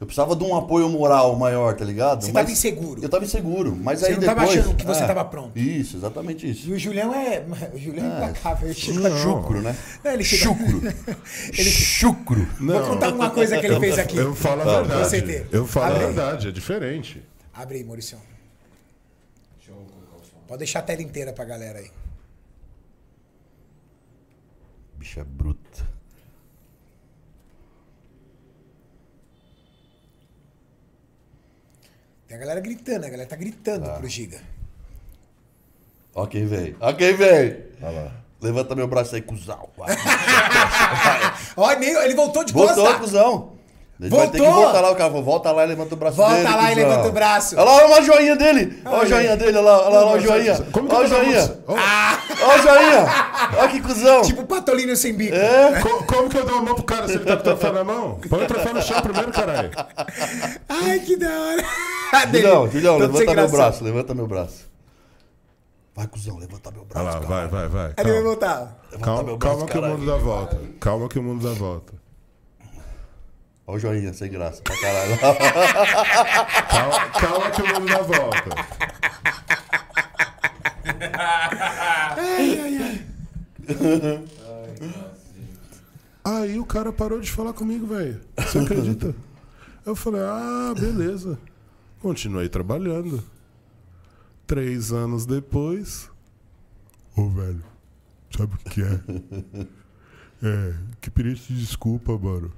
eu precisava de um apoio moral maior, tá ligado? Você Mas- tava inseguro. Eu tava inseguro, mas Você aí não depois... É. tava achando que você tava pronto. Isso, exatamente E isso. o Julião é. O Julião é implacável. Ele chega Não. Chucro, né? Não, ele chega- (laughs) Chucro. Chucro. Vou contar uma coisa que ele fez aqui. Tá, Eu falo a Com verdade. certeza. Eu falo a Abre aí. verdade, é diferente. Abre aí, Maurício. Pode deixar a tela inteira pra galera aí. Bicho é bruto. Tem a galera gritando, a galera tá gritando pro Giga. Ó quem vem. Ó quem vem. Olha lá. Levanta meu braço aí, cuzão. Vai. Ó, nem- ele voltou de Voltou, costa. cuzão. Ele vai ter que Voltou. voltar lá, o cara falou, volta lá e levanta o braço Volta dele, lá e cuzão. levanta o braço. Olha lá, olha lá o joinha dele. Olha o Aí. joinha dele, olha lá, olha lá, olha o joinha. Como que Olha o eu tá tava- joinha. Oh, Olha o joinha. Olha que cuzão. Tipo Patolino sem bico. co- como que eu dou a mão pro cara se ele tá com o troféu na mão? Põe o troféu no chão primeiro, caralho. Ai, que da hora. Ah, dele. Julião, Julião, Todo sem levanta meu graça. braço, levanta meu braço. Vai, cuzão, levanta meu Olha braço, lá, cara. vai, vai, vai. Aí Ele vai Calma, voltar. Levanta Tá meu braço, calma, calma que o caralho. mundo dá volta. Calma que o mundo dá volta. Olha o joinha, sem graça, pra caralho. Calma, calma é que o mundo dá (laughs) volta. Aí o cara parou de falar comigo, velho. Você acredita? Eu falei, ah, beleza. Continuei trabalhando. Três anos depois. Ô, velho, sabe o que é? É, que pirite de desculpa, mano.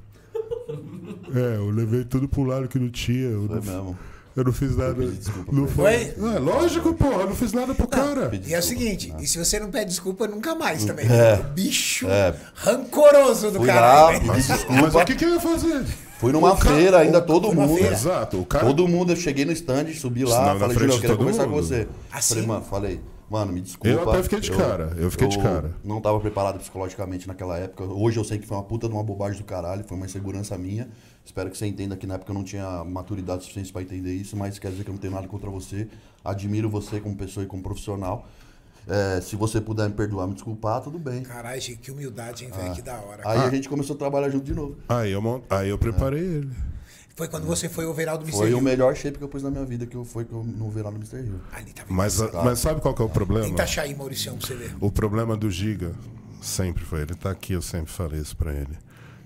É, eu levei tudo pro lado que não tinha. Eu Foi não, mesmo. é eu não fiz nada. desculpa Não ele. foi. É, lógico, porra, eu não fiz nada pro cara. pedi- E é o seguinte, e se você não pede desculpa, nunca mais também. O bicho É. rancoroso do Fui cara. lá, (laughs) hein, velho? pedi Mas o desculpa. que, que eu ia fazer? Fui numa O cara- feira ainda, todo numa mundo. feira. Exato, o cara. Todo mundo, eu cheguei no stand, subi Não, lá, na falei, frente Julião, eu de quero todo conversar com mundo. você. Assim? Falei, mano, falei, mano, me desculpa. Eu até fiquei de cara, eu fiquei de cara. Não tava preparado psicologicamente naquela época. Hoje eu sei que foi uma puta de uma bobagem do caralho, foi uma insegurança minha. Espero que você entenda que na época eu não tinha maturidade suficiente pra entender isso, mas quer dizer que eu não tenho nada contra você. Admiro você como pessoa e como profissional. É, se você puder me perdoar, me desculpar, tudo bem. Caralho, gente, que humildade, hein, velho? Que da hora. Aí a gente começou a trabalhar junto de novo. Aí eu, mon- aí eu preparei ele. Foi quando você foi o overall do Foi o Mister melhor shape que eu pus na minha vida, que eu foi que eu não verá no Mr. Hill. Ali, tá vendo? Mas, mas sabe qual que é o problema? tá Tenta achar aí, Mauricião, pra você ver. O problema do Giga sempre foi, ele tá aqui, eu sempre falei isso pra ele.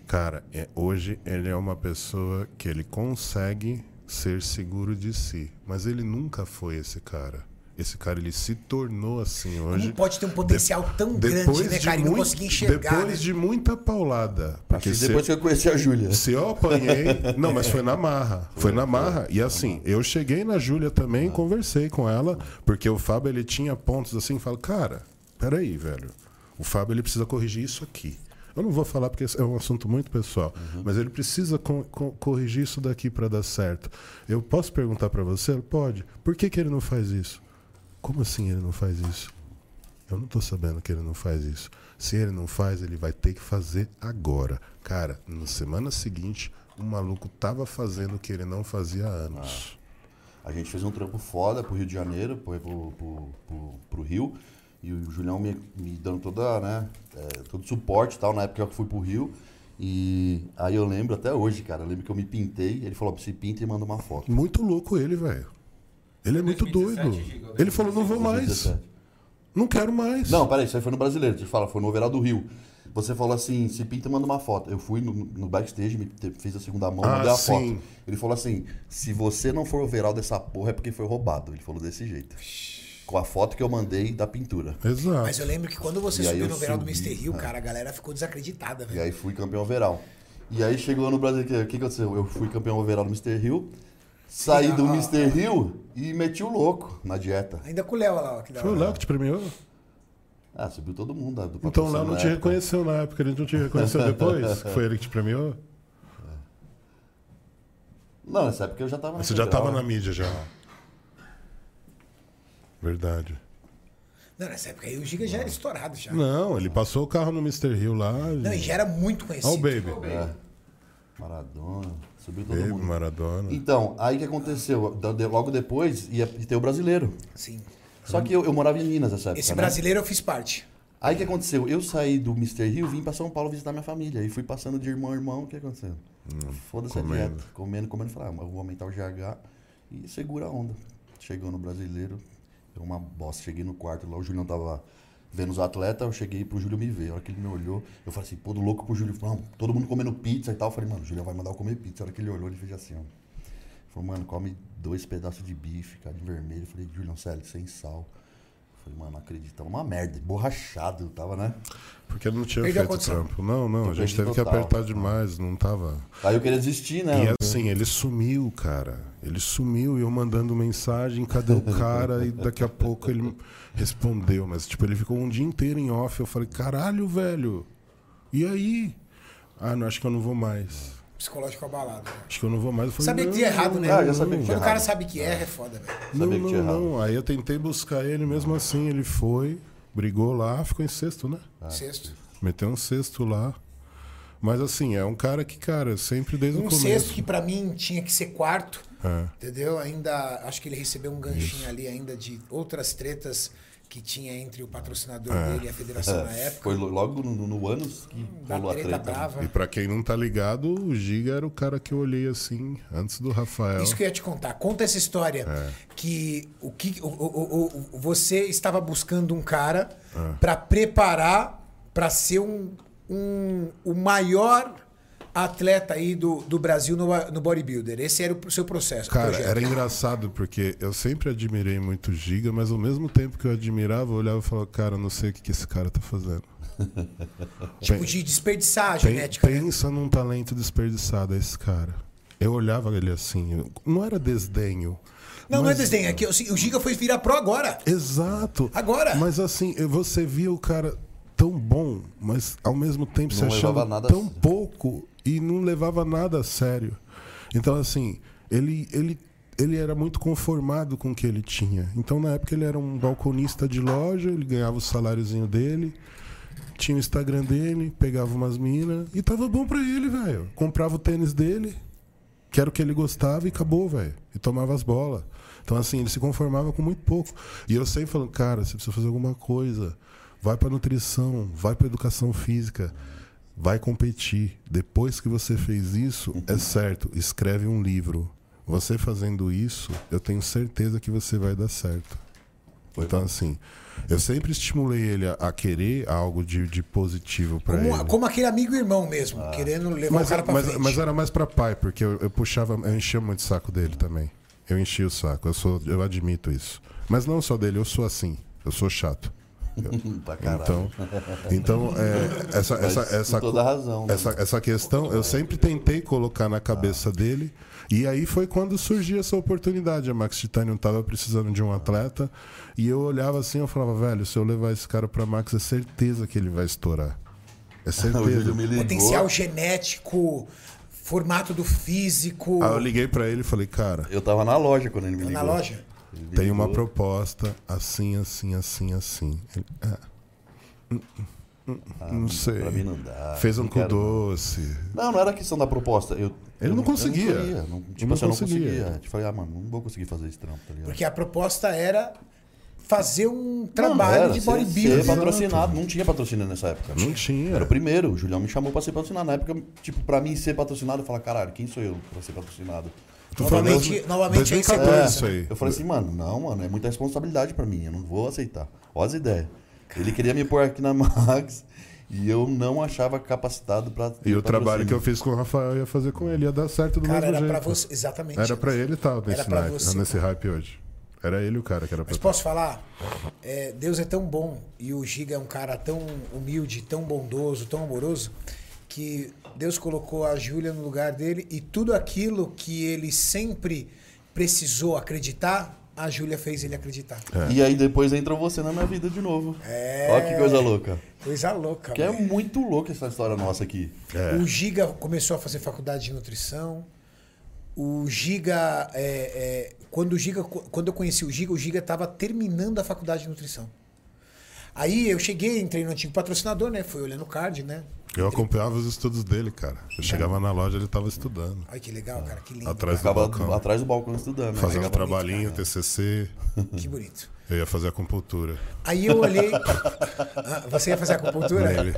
Cara, é- hoje ele é uma pessoa que ele consegue ser seguro de si, mas ele nunca foi esse cara. Esse cara, ele se tornou assim hoje. Não pode ter um potencial tão grande, né, de cara? E não mui- conseguir enxergar. Depois né? de muita paulada. Porque Assim, se- depois que eu conheci a Júlia. se eu (laughs) apanhei. Não, mas foi na marra. Foi Ah. na marra. E assim, eu cheguei na Júlia também, conversei com ela, porque o Fábio ele tinha pontos assim, fala, cara, peraí, velho. O Fábio ele precisa corrigir isso aqui. Eu não vou falar porque é um assunto muito pessoal, mas ele precisa co- co- corrigir isso daqui para dar certo. Eu posso perguntar para você? Pode. Por que, que ele não faz isso? Como assim ele não faz isso? Eu não tô sabendo que ele não faz isso. Se ele não faz, ele vai ter que fazer agora. Cara, na semana seguinte, o maluco tava fazendo o que ele não fazia há anos. Ah. A gente fez um trampo foda pro Rio de Janeiro, pro, pro, pro, pro- pro Rio. E o Julião me, me dando toda, né, é, todo suporte e tal, na época que eu fui pro Rio. E aí eu lembro até hoje, cara, eu lembro que eu me pintei, ele falou, se pinta e manda uma foto. Muito louco ele, velho. Ele é muito doido. Ele falou, não vou mais. 17. Não quero mais. Não, peraí, isso aí foi no brasileiro, te fala, foi no overall do Rio. Você falou assim, se pinta, manda uma foto. Eu fui no, no backstage, me te- fiz a segunda mão, Ah, mandei a sim. foto. Ele falou assim, se você não for overall dessa porra é porque foi roubado. Ele falou desse jeito. Com a foto que eu mandei da pintura. Exato. Mas eu lembro que quando você E aí subiu eu no verão do subi, Mr. Rio, é. cara, a galera ficou desacreditada, E velho. aí fui campeão overall. E aí chegou no Brasil, o que, o que aconteceu? Eu fui campeão overall do Mr. Hill, saí do Mr. Hill e meti o louco na dieta. Ainda com o Léo lá, ó. Que da Foi o hora. Léo que te premiou? Ah, subiu todo mundo. né, Do Então o Léo não patrocínio te na época. reconheceu na época, ele não te reconheceu (laughs) depois? Foi ele que te premiou? Não, nessa época eu já tava na Você já overall, tava na né? mídia já. Verdade. Não, nessa época aí o Giga já era estourado já. Não, Não, ele passou o carro no Mr. Hill lá. e já era muito Olha o conhecido. Baby. É. Maradona, subiu todo Baby, mundo. Maradona. Então, aí o que aconteceu? Da- de- Logo depois ia ter o brasileiro. Sim. Só que eu, eu morava em Minas nessa época. Esse né? brasileiro eu fiz parte. Aí o que aconteceu? Eu saí do Mr. Rio, vim pra São Paulo visitar minha família. E fui passando de irmão a irmão, o que aconteceu? Foda-se a comendo. dieta. Comendo, comendo, falei, ah, eu vou aumentar o GH e segura a onda. Chegou no brasileiro, deu uma bosta. Cheguei no quarto lá, o Julião tava vendo os atletas, eu cheguei pro Júlio me ver. A hora que ele me olhou, eu falei assim, pô, do louco pro Júlio. Não, todo mundo comendo pizza e tal. Eu falei, mano, o Julião vai mandar eu comer pizza. A hora que ele olhou, ele fez assim, ó. Falou, mano, come dois pedaços de bife, cara, de vermelho. Eu falei, Julião, sério, sem sal. Eu Falei, mano, não acredito. Tava uma merda, borrachado, eu tava, né? Porque ele não tinha Perdeu a feito condição. trampo. Não, não, a gente perdi teve que total. apertar demais, não tava. Aí eu queria desistir, né? E assim, ele sumiu, cara. Ele sumiu e eu mandando mensagem, cadê o cara? E daqui a pouco ele respondeu. Mas, tipo, ele ficou um dia inteiro em off. Eu falei, caralho, velho. E aí? Ah, não, acho que eu não vou mais. Psicológico abalado. né? Acho que eu não vou mais. Eu falei, Sabia que não, tinha errado, né? Ah, já sabia que Quando tinha o cara errado. sabe que erra, é foda, velho. Não, Sabia que não, tinha não. Aí eu tentei buscar ele, mesmo assim ele foi, brigou lá, ficou em sexto, né? Sexto. Meteu um sexto lá. Mas assim, é um cara que, cara, sempre desde o Um começo. sexto que pra mim tinha que ser quarto. É. Entendeu? Ainda acho que ele recebeu um ganchinho ali ainda de outras tretas que tinha entre o patrocinador É. dele e a federação na época. É, Foi lo- logo no, no ano que (laughs) Da rolou a treta treta. né? E brava. pra quem não tá ligado, o Giga era o cara que eu olhei assim, antes do Rafael. Isso que eu ia te contar. Conta essa história É. que o que o, o- o- o- você estava buscando um cara É. pra preparar pra ser um, um- o maior atleta aí do, do Brasil no, no bodybuilder. Esse era o seu processo. o Cara, projeto. era engraçado porque eu sempre admirei muito o Giga, mas ao mesmo tempo que eu admirava, eu olhava e falava, cara, eu não sei o que, que esse cara tá fazendo. tipo de desperdiçar a Pen- genética. né? pensa num talento desperdiçado é esse cara. Eu olhava ele assim, eu- não era desdenho. Não, não é mas- desdém. É que o o Giga foi virar pro agora. Exato. Agora. Mas assim, eu- você via o cara tão bom, mas ao mesmo tempo se Não levava achava nada a tão sério. pouco e não levava nada a sério. Então assim, ele ele ele era muito conformado com o que ele tinha. Então na época ele era um balconista de loja, ele ganhava o saláriozinho dele. Tinha o Instagram dele, pegava umas minas e tava bom pra ele, velho. Comprava o tênis dele, que era o que ele gostava e acabou, velho. E tomava as bolas. Então, assim, ele se conformava com muito pouco. E eu sempre falando, cara, você precisa fazer alguma coisa. Vai pra nutrição, vai pra educação física, vai competir. Depois que você fez isso, é certo, escreve um livro. Você fazendo isso, eu tenho certeza que você vai dar certo. Então, assim, eu sempre estimulei ele a, a querer algo de, de positivo pra ele. Ah. Como, como aquele amigo e irmão mesmo, querendo levar Mas, o cara pra mas- frente. mas era mais pra pai, porque eu, eu puxava, eu enchia muito o saco dele também. Eu enchia o saco, eu, sou, eu admito isso. Mas não só dele, eu sou assim. Eu sou chato. Eu- Pra caralho. Então, então é, essa, Mas essa, com essa, toda a razão, né? essa, essa questão eu sempre tentei colocar na cabeça dele. E aí foi quando surgiu essa oportunidade. A Max Titanium estava precisando de um atleta. E eu olhava assim, eu falava, velho, se eu levar esse cara pra Max, é certeza que ele vai estourar. É (laughs) Hoje ele certeza. me ligou. Potencial genético, formato do físico. Aí Ah, eu liguei pra ele e falei, cara, Eu tava na loja quando ele me ligou. na loja. Ele me tem uma ligou. proposta assim, assim, assim, assim. Ele, ah, hum, hum, não sei. Ah, pra mim não dá, Fez um não cu quero doce. Não, não era questão da proposta. Eu, Ele eu- não conseguia. Eu não queria. Não, Ele tipo não assim, eu não conseguia. conseguia. Eu falei, ah, mano, não vou conseguir fazer esse trampo, tá ligado? Porque a proposta era fazer um Não, trabalho era, de ser- bodybuilding. ser patrocinado. Não tinha patrocínio nessa época. né? Não tinha. Era o primeiro. O Julião me chamou pra ser patrocinado. Na época, tipo, pra mim ser patrocinado, eu falava, caralho, quem sou eu pra ser patrocinado? Tu Novamente- falou- novamente é 2014 É, isso aí. Eu falei assim, mano, não, mano, é muita responsabilidade pra mim, eu não vou aceitar. Olha as ideias. Ele queria me pôr aqui na (laughs) Max e eu não achava capacitado pra. E o pra trabalho que eu patrocínio. fiz com o Rafael eu ia fazer com ele, ia dar certo do Cara, mesmo era jeito. pra você. Exatamente. Era pra ele e tal, nesse, Era pra night- você, nesse hype hoje. Era ele o cara que era pra Mas posso falar? É, Deus é tão bom e o Giga é um cara tão humilde, tão bondoso, tão amoroso, que Deus colocou a Júlia no lugar dele e tudo aquilo que ele sempre precisou acreditar, a Júlia fez ele acreditar. é. E aí depois entrou você na minha vida de novo. É. Olha que coisa louca. Coisa louca. Que é velho. muito louca essa história nossa aqui. É. O Giga começou a fazer faculdade de nutrição. O Giga, é, é, quando, o Giga quando eu conheci o Giga, o Giga estava terminando a faculdade de nutrição. Aí eu cheguei, entrei no antigo patrocinador, né? Fui olhando o card, né? tá. Eu acompanhava os estudos dele, cara. Eu chegava na loja, ele tava estudando. Olha que legal, cara, que lindo. Atrás do Ficava balcão. atrás do balcão estudando. né? Fazendo Ficava- um trabalhinho, né? TCC. Que bonito. Eu ia fazer acupuntura. Aí eu (laughs) olhei. Ah, você ia fazer acupuntura? Nele.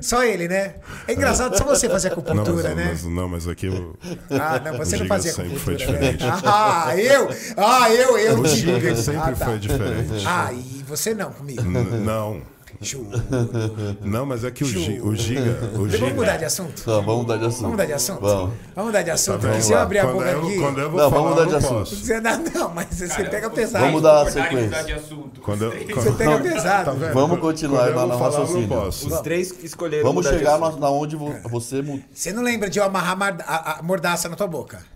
Só ele, né? É engraçado só você fazer Não, mas, acupuntura, né? mas- não, mas (laughs) aqui eu. Ah, não, você O não Giga fazia sempre foi acupuntura. né? diferente. (laughs) Ah, eu? Ah, eu, eu. O digo. Giga sempre Ah, tá. foi diferente. Ah, e você não comigo. N- Não. Juro. Não, mas é que o, Gi- o Giga. O Vamos mudar Giga. de assunto? Tá, vamos mudar de assunto. Vamos mudar de assunto? Vamos. Vamos mudar de assunto? Então, Vamos porque se eu Tá lá. abrir a Quando boca eu- aqui. Quando eu Não, vou vamos falar, mudar eu não de assunto. posso. Você não, não, mas você pega pesado. Vamos dar a Concordar em mudar de sequência. assunto. Quando eu- Os Você quando- pega não, pesado. tá vendo? Vamos Quando- continuar quando eu na- vou no falar, eu raciocínio. não posso. três que escolheram Vamos mudar de chegar assunto. na, na onde vo- você mu- Você não lembra de eu amarrar mar- a, a mordaça na tua boca?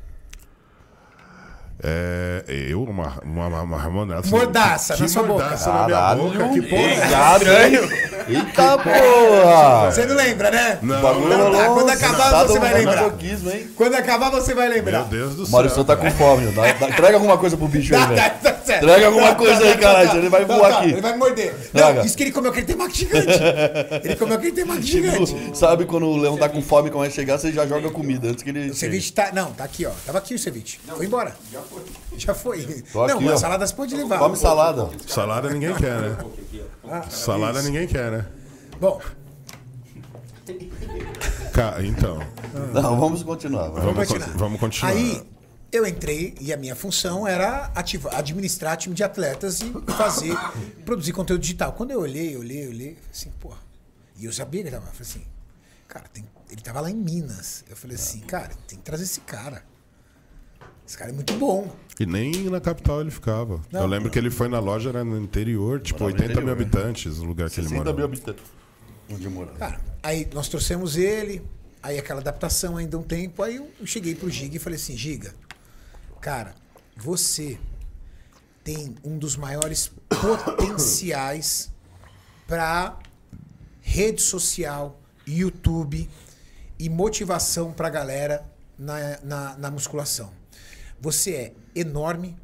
É, eu, uma, uma, uma, uma ramonada. Mordaça que na sua boca. mordaça na minha Caralho. boca, que porra. é essa? Caralho. (laughs) Eita porra! Você não lembra, né? É. Não, Bagulho não, tá, rolou, quando acabar tá você do vai meu lembrar. masoquismo, hein? Quando acabar, você vai Meu lembrar. deus do O céu. Mário Santos tá com fome, meu. Dá- dá- Entrega alguma coisa pro bicho aí, Tá, tá, velho. tá certo. Traga alguma coisa aí, caralho, ele vai voar aqui. tá, Ele vai morder. Não, Traga. isso que ele comeu aquele temaki gigante. (laughs) Ele comeu aquele temaki gigante. Tipo, sabe quando o leão tá com fome e começa a chegar, você já joga comida antes que ele. O ceviche tá. Não, tá aqui, ó. Tava aqui o ceviche. foi embora. Já foi. Já foi. Tô não, aqui, mas ó. saladas pode levar. Come salada. Salada ninguém quer, né? Ah, Salada ninguém quer, né? Bom, Ca- então, Não, vamos continuar. vai. vamos, con- continuar. vamos continuar. Aí eu entrei e a minha função era ativar, administrar time de atletas e fazer, (coughs) produzir conteúdo digital. Quando eu olhei, olhei, olhei, falei assim, porra. E eu sabia que ele tava. eu Falei assim, cara, tem- ele tava lá em Minas. Eu falei assim, cara, tem que trazer esse cara. Esse cara é muito bom. E nem na capital ele ficava. Não, eu lembro que ele foi na loja, era no interior, tipo 80 mil interior, né? habitantes, o lugar que ele 60 mil mora. habitantes. Onde mora? Cara, aí nós trouxemos ele, aí aquela adaptação ainda um tempo, aí eu cheguei pro Giga e falei assim, Giga, cara, você tem um dos maiores potenciais para rede social, YouTube e motivação pra galera na, na, na musculação. Você é enorme,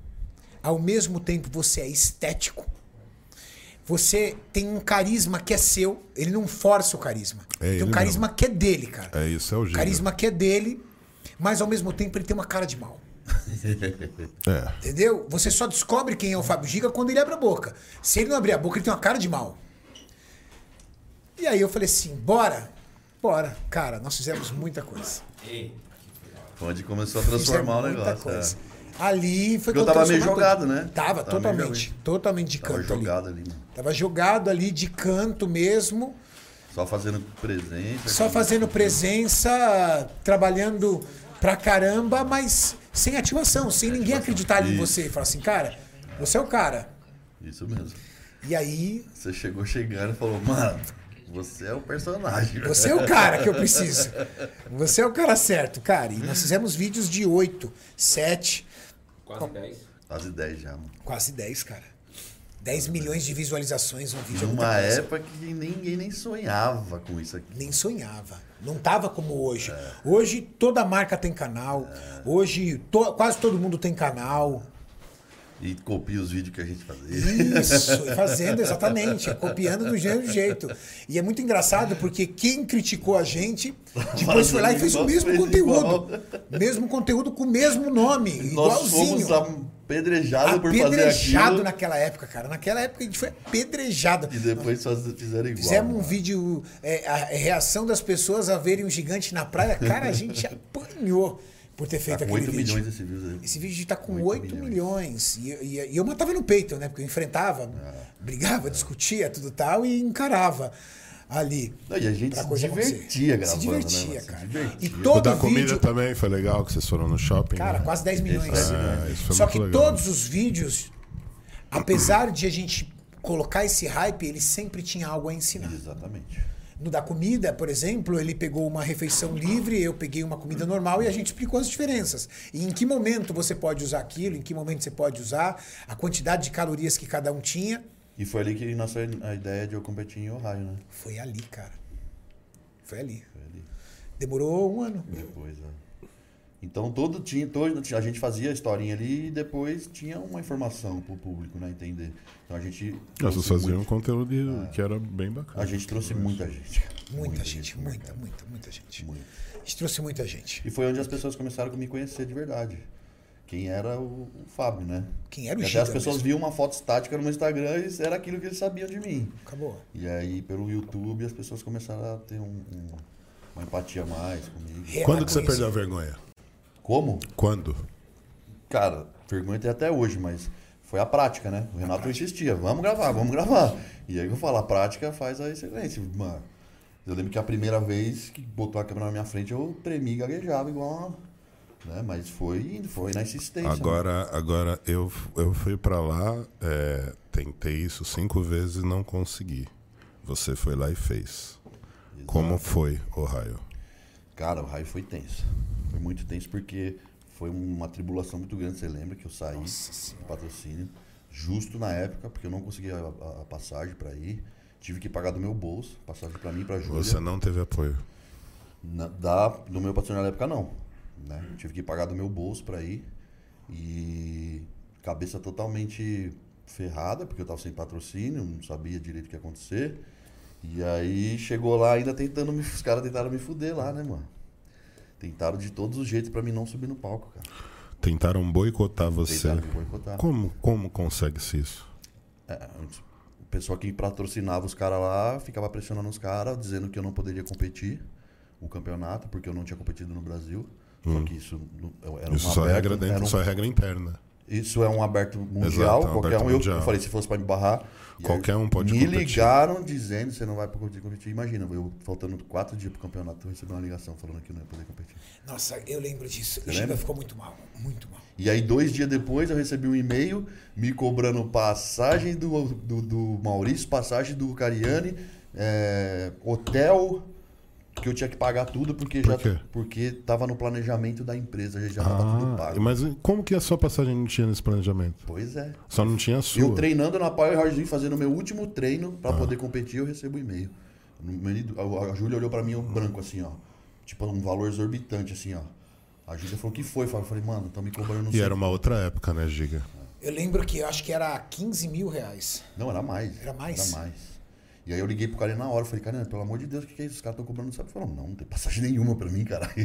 ao mesmo tempo você é estético, você tem um carisma que é seu, ele não força o carisma. É tem um ele carisma que é dele, cara. É isso, é o Giga. carisma que é dele, mas ao mesmo tempo ele tem uma cara de mal. (laughs) É. Entendeu? Você só descobre quem é o Fábio Giga quando ele abre a boca. Se ele não abrir a boca, ele tem uma cara de mal. E aí eu falei assim, bora, bora. Cara, nós fizemos muita coisa. Onde começou a transformar o Fizemos muita negócio. coisa. é. Ali foi Porque eu quando tava meio transformou jogado, tudo. né? Tava Tava, meio totalmente. jogado. Totalmente de Tava canto ali. jogado ali, né? mano. Tava jogado ali de canto mesmo. Só fazendo é presença. Só fazendo presença, trabalhando pra caramba, mas sem ativação, sem ninguém acreditar ali em você. Falar assim, cara, Você é o cara. Isso mesmo. E aí, Você chegou chegando e falou, mano, você é o personagem. Você é o cara que eu preciso. Você é o cara certo, cara. E nós fizemos vídeos de 8, 7, Quase 10. (laughs) Quase 10 já, mano. quase 10, cara. 10 milhões de visualizações um vídeo. é muita Numa coisa. época que ninguém nem sonhava com isso aqui. Nem sonhava. Não tava como hoje. É. Hoje toda marca tem canal. Hoje to- quase todo mundo tem canal. E copia os vídeos que a gente fazia. Isso, e fazendo exatamente, é copiando do mesmo jeito. E é muito engraçado porque quem criticou a gente depois foi lá e fez o Nós mesmo fez conteúdo. igual. Mesmo conteúdo com o mesmo nome, Nós igualzinho. fomos apedrejados por fazer apedrejado aquilo. naquela época, cara. Naquela época a gente foi apedrejado. E depois só fizeram igual. né? Fizemos um mano. vídeo, é, a reação das pessoas a verem um gigante na praia. Cara, a gente (laughs) apanhou por ter feito Tá com aquele 8 vídeo. milhões esse vídeo. aí. Esse vídeo tá com 8, Oito milhões. E, e- e eu matava no peito, né? Porque eu enfrentava, É. brigava, discutia, tudo tal, e encarava ali. Não, e a gente pra se coisa acontecer. divertia Se gravando, divertia, né, mano? Se cara. divertia. E O todo da vídeo... comida também foi legal, que vocês foram no shopping. Cara, né? quase 10 milhões. Isso, é, isso foi Só muito que legal. todos os vídeos, apesar de a gente colocar esse hype, ele sempre tinha algo a ensinar. Exatamente. No da comida, por exemplo, ele pegou uma refeição livre, eu peguei uma comida normal e a gente explicou as diferenças. E em que momento você pode usar aquilo, em que momento você pode usar, a quantidade de calorias que cada um tinha. E foi ali que nasceu a ideia de eu competir em Ohio, né? Foi ali, cara. Foi ali. Foi ali. Demorou um ano. Depois, é. Então todo tinha, todo, a gente fazia a historinha ali e depois tinha uma informação pro público, né? Entender. Então a gente. Nós trouxe faziam um muito- conteúdo de- que era bem bacana. Ah. A gente trouxe muita gente. né, cara. Muita, gente, pro muita, mercado. muita, muita gente. Muito. A gente trouxe muita gente. E foi onde as pessoas começaram a me conhecer de verdade. Quem era o, o Fábio, né? Quem era o E Até Giga as pessoas mesmo. viam uma foto estática no meu Instagram e era aquilo que eles sabiam de mim. Acabou. E aí, pelo YouTube, as pessoas começaram a ter um- um- uma empatia a mais comigo. Real Quando que você conhecimento. perdeu a vergonha? Como? Quando? Cara, vergonha tem até hoje, mas foi a prática, né? O Renato insistia, vamos gravar, vamos gravar. E aí eu falo, a prática faz a excelência, mano. Eu lembro que a primeira vez que botou a câmera na minha frente, eu tremi e gaguejava igual uma... Né? Mas foi indo, foi na insistência. né? Agora, agora eu, f- eu fui pra lá, é, tentei isso cinco vezes e não consegui. Você foi lá e fez. Como foi, Ohio? Cara, o raio foi tenso. Foi muito tenso porque foi uma tribulação muito grande, você lembra que eu saí do patrocínio justo na época, porque eu não conseguia a, a passagem pra ir. Tive que pagar do meu bolso, passagem pra mim e pra Júlia. Você não teve apoio. Na- da, do meu patrocinador na época, não. Né? Eu Tive que pagar do meu bolso pra ir. E cabeça totalmente ferrada, porque eu tava sem patrocínio, não sabia direito o que ia acontecer. E aí chegou lá ainda tentando me. Os caras tentaram me fuder lá, né, mano? Tentaram de todos os jeitos pra mim não subir no palco, cara. Tentaram boicotar você. Tentaram me boicotar. Como, como consegue-se isso? É, o pessoal que patrocinava os caras lá ficava pressionando os caras, dizendo que eu não poderia competir o campeonato, porque eu não tinha competido no Brasil. Só que isso não- era Hum. Isso uma só é, aberta, regra dentro, era um- só é regra interna. Isso é um aberto mundial, Exato, é um qualquer aberto um. eu- mundial. Eu, falei, se fosse pra me barrar. e Qualquer aí um pode Me competir. ligaram dizendo que você não vai poder competir. Imagina, eu faltando quatro dias pro campeonato, eu recebi uma ligação falando que eu não ia poder competir. Nossa, eu lembro disso. O Giga lembra? ficou muito mal, muito mal. E aí, dois dias depois, eu recebi um e-mail me cobrando passagem do, do, do Maurício, passagem do Cariani, é, hotel, que eu tinha que pagar tudo porque Por já quê? porque tava no planejamento da empresa, já estava tudo Ah, pago. mas como que a sua passagem não tinha nesse planejamento? Pois é. Só não tinha a sua. Ah. Eu treinando na Power Hardzinho, fazendo meu último treino pra poder competir, eu recebo um e-mail. No meio do- A a Júlia olhou pra mim, eu branco, assim, ó. Tipo, um valor exorbitante, assim, ó. A Júlia falou, o que foi? Fábio?" Eu falei, mano, estão me cobrando... não E sei- era uma outra época, né, Giga? Eu lembro que eu acho que era 15 mil reais. Não, era mais. Era mais? Era mais. E aí eu liguei pro cara na hora, falei, cara, pelo amor de Deus, o que, que é isso? Os caras estão cobrando, sabe? Ele falou, não, não tem passagem (laughs) nenhuma pra mim, caralho.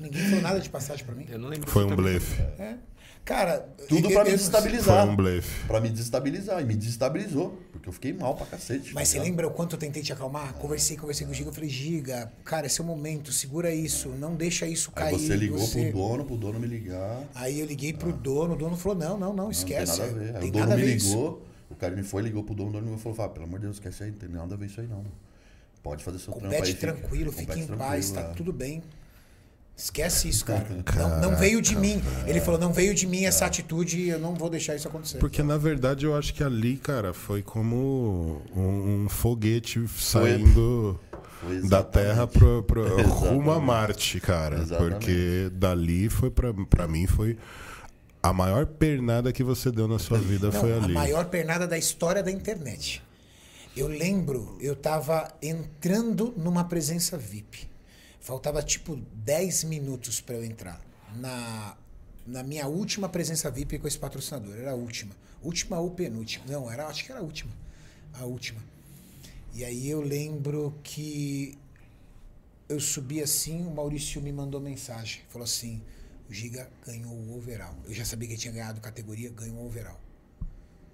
Ninguém falou nada de passagem pra mim. Eu não lembro. Foi um exatamente. blefe. É. Cara, Tudo pra me eu- eu- eu- Foi desestabilizar. um blefe. Pra me desestabilizar. E me desestabilizou, porque eu fiquei mal pra cacete. Mas tá você ligado? lembra o quanto eu tentei te acalmar? Conversei, conversei com o Giga, eu falei, Giga, cara, esse é o momento, segura isso, não deixa isso Aí cair. você ligou você- pro dono, pro dono me ligar. Aí eu liguei pro dono, o dono falou, não, não, não, Não tem esquece. nada a ver. Aí tem o dono nada a me ver isso. ligou, o cara me foi, ligou pro dono, o dono me ligou e falou, Fábio, pelo amor de Deus, esquece aí, não tem nada a ver isso aí não. Pode fazer seu trampo aí. Compete tranquilo, fique em compete paz, tranquilo, tá é. tudo bem. Esquece isso, (laughs) cara. não, não veio de mim. Ele falou, não veio de mim essa atitude e eu não vou deixar isso acontecer. Porque na verdade eu acho que ali, cara, foi como um, um foguete saindo Foi da exatamente. Terra pro, pro rumo a Exatamente. Marte, cara. Exatamente. Porque dali foi pra, pra mim foi a maior pernada que você deu na sua vida Não, foi a ali. maior pernada da história da internet. Eu lembro, eu tava entrando numa presença VIP. Faltava tipo 10 minutos para eu entrar. Na, na minha última presença VIP com esse patrocinador. Era a última. Última ou penúltima? Não, era, acho que era a última. A última. E aí eu lembro que eu subi assim, o Maurício me mandou mensagem. Falou assim: o Giga ganhou o overall. Eu já sabia que ele tinha ganhado categoria, ganhou o overall.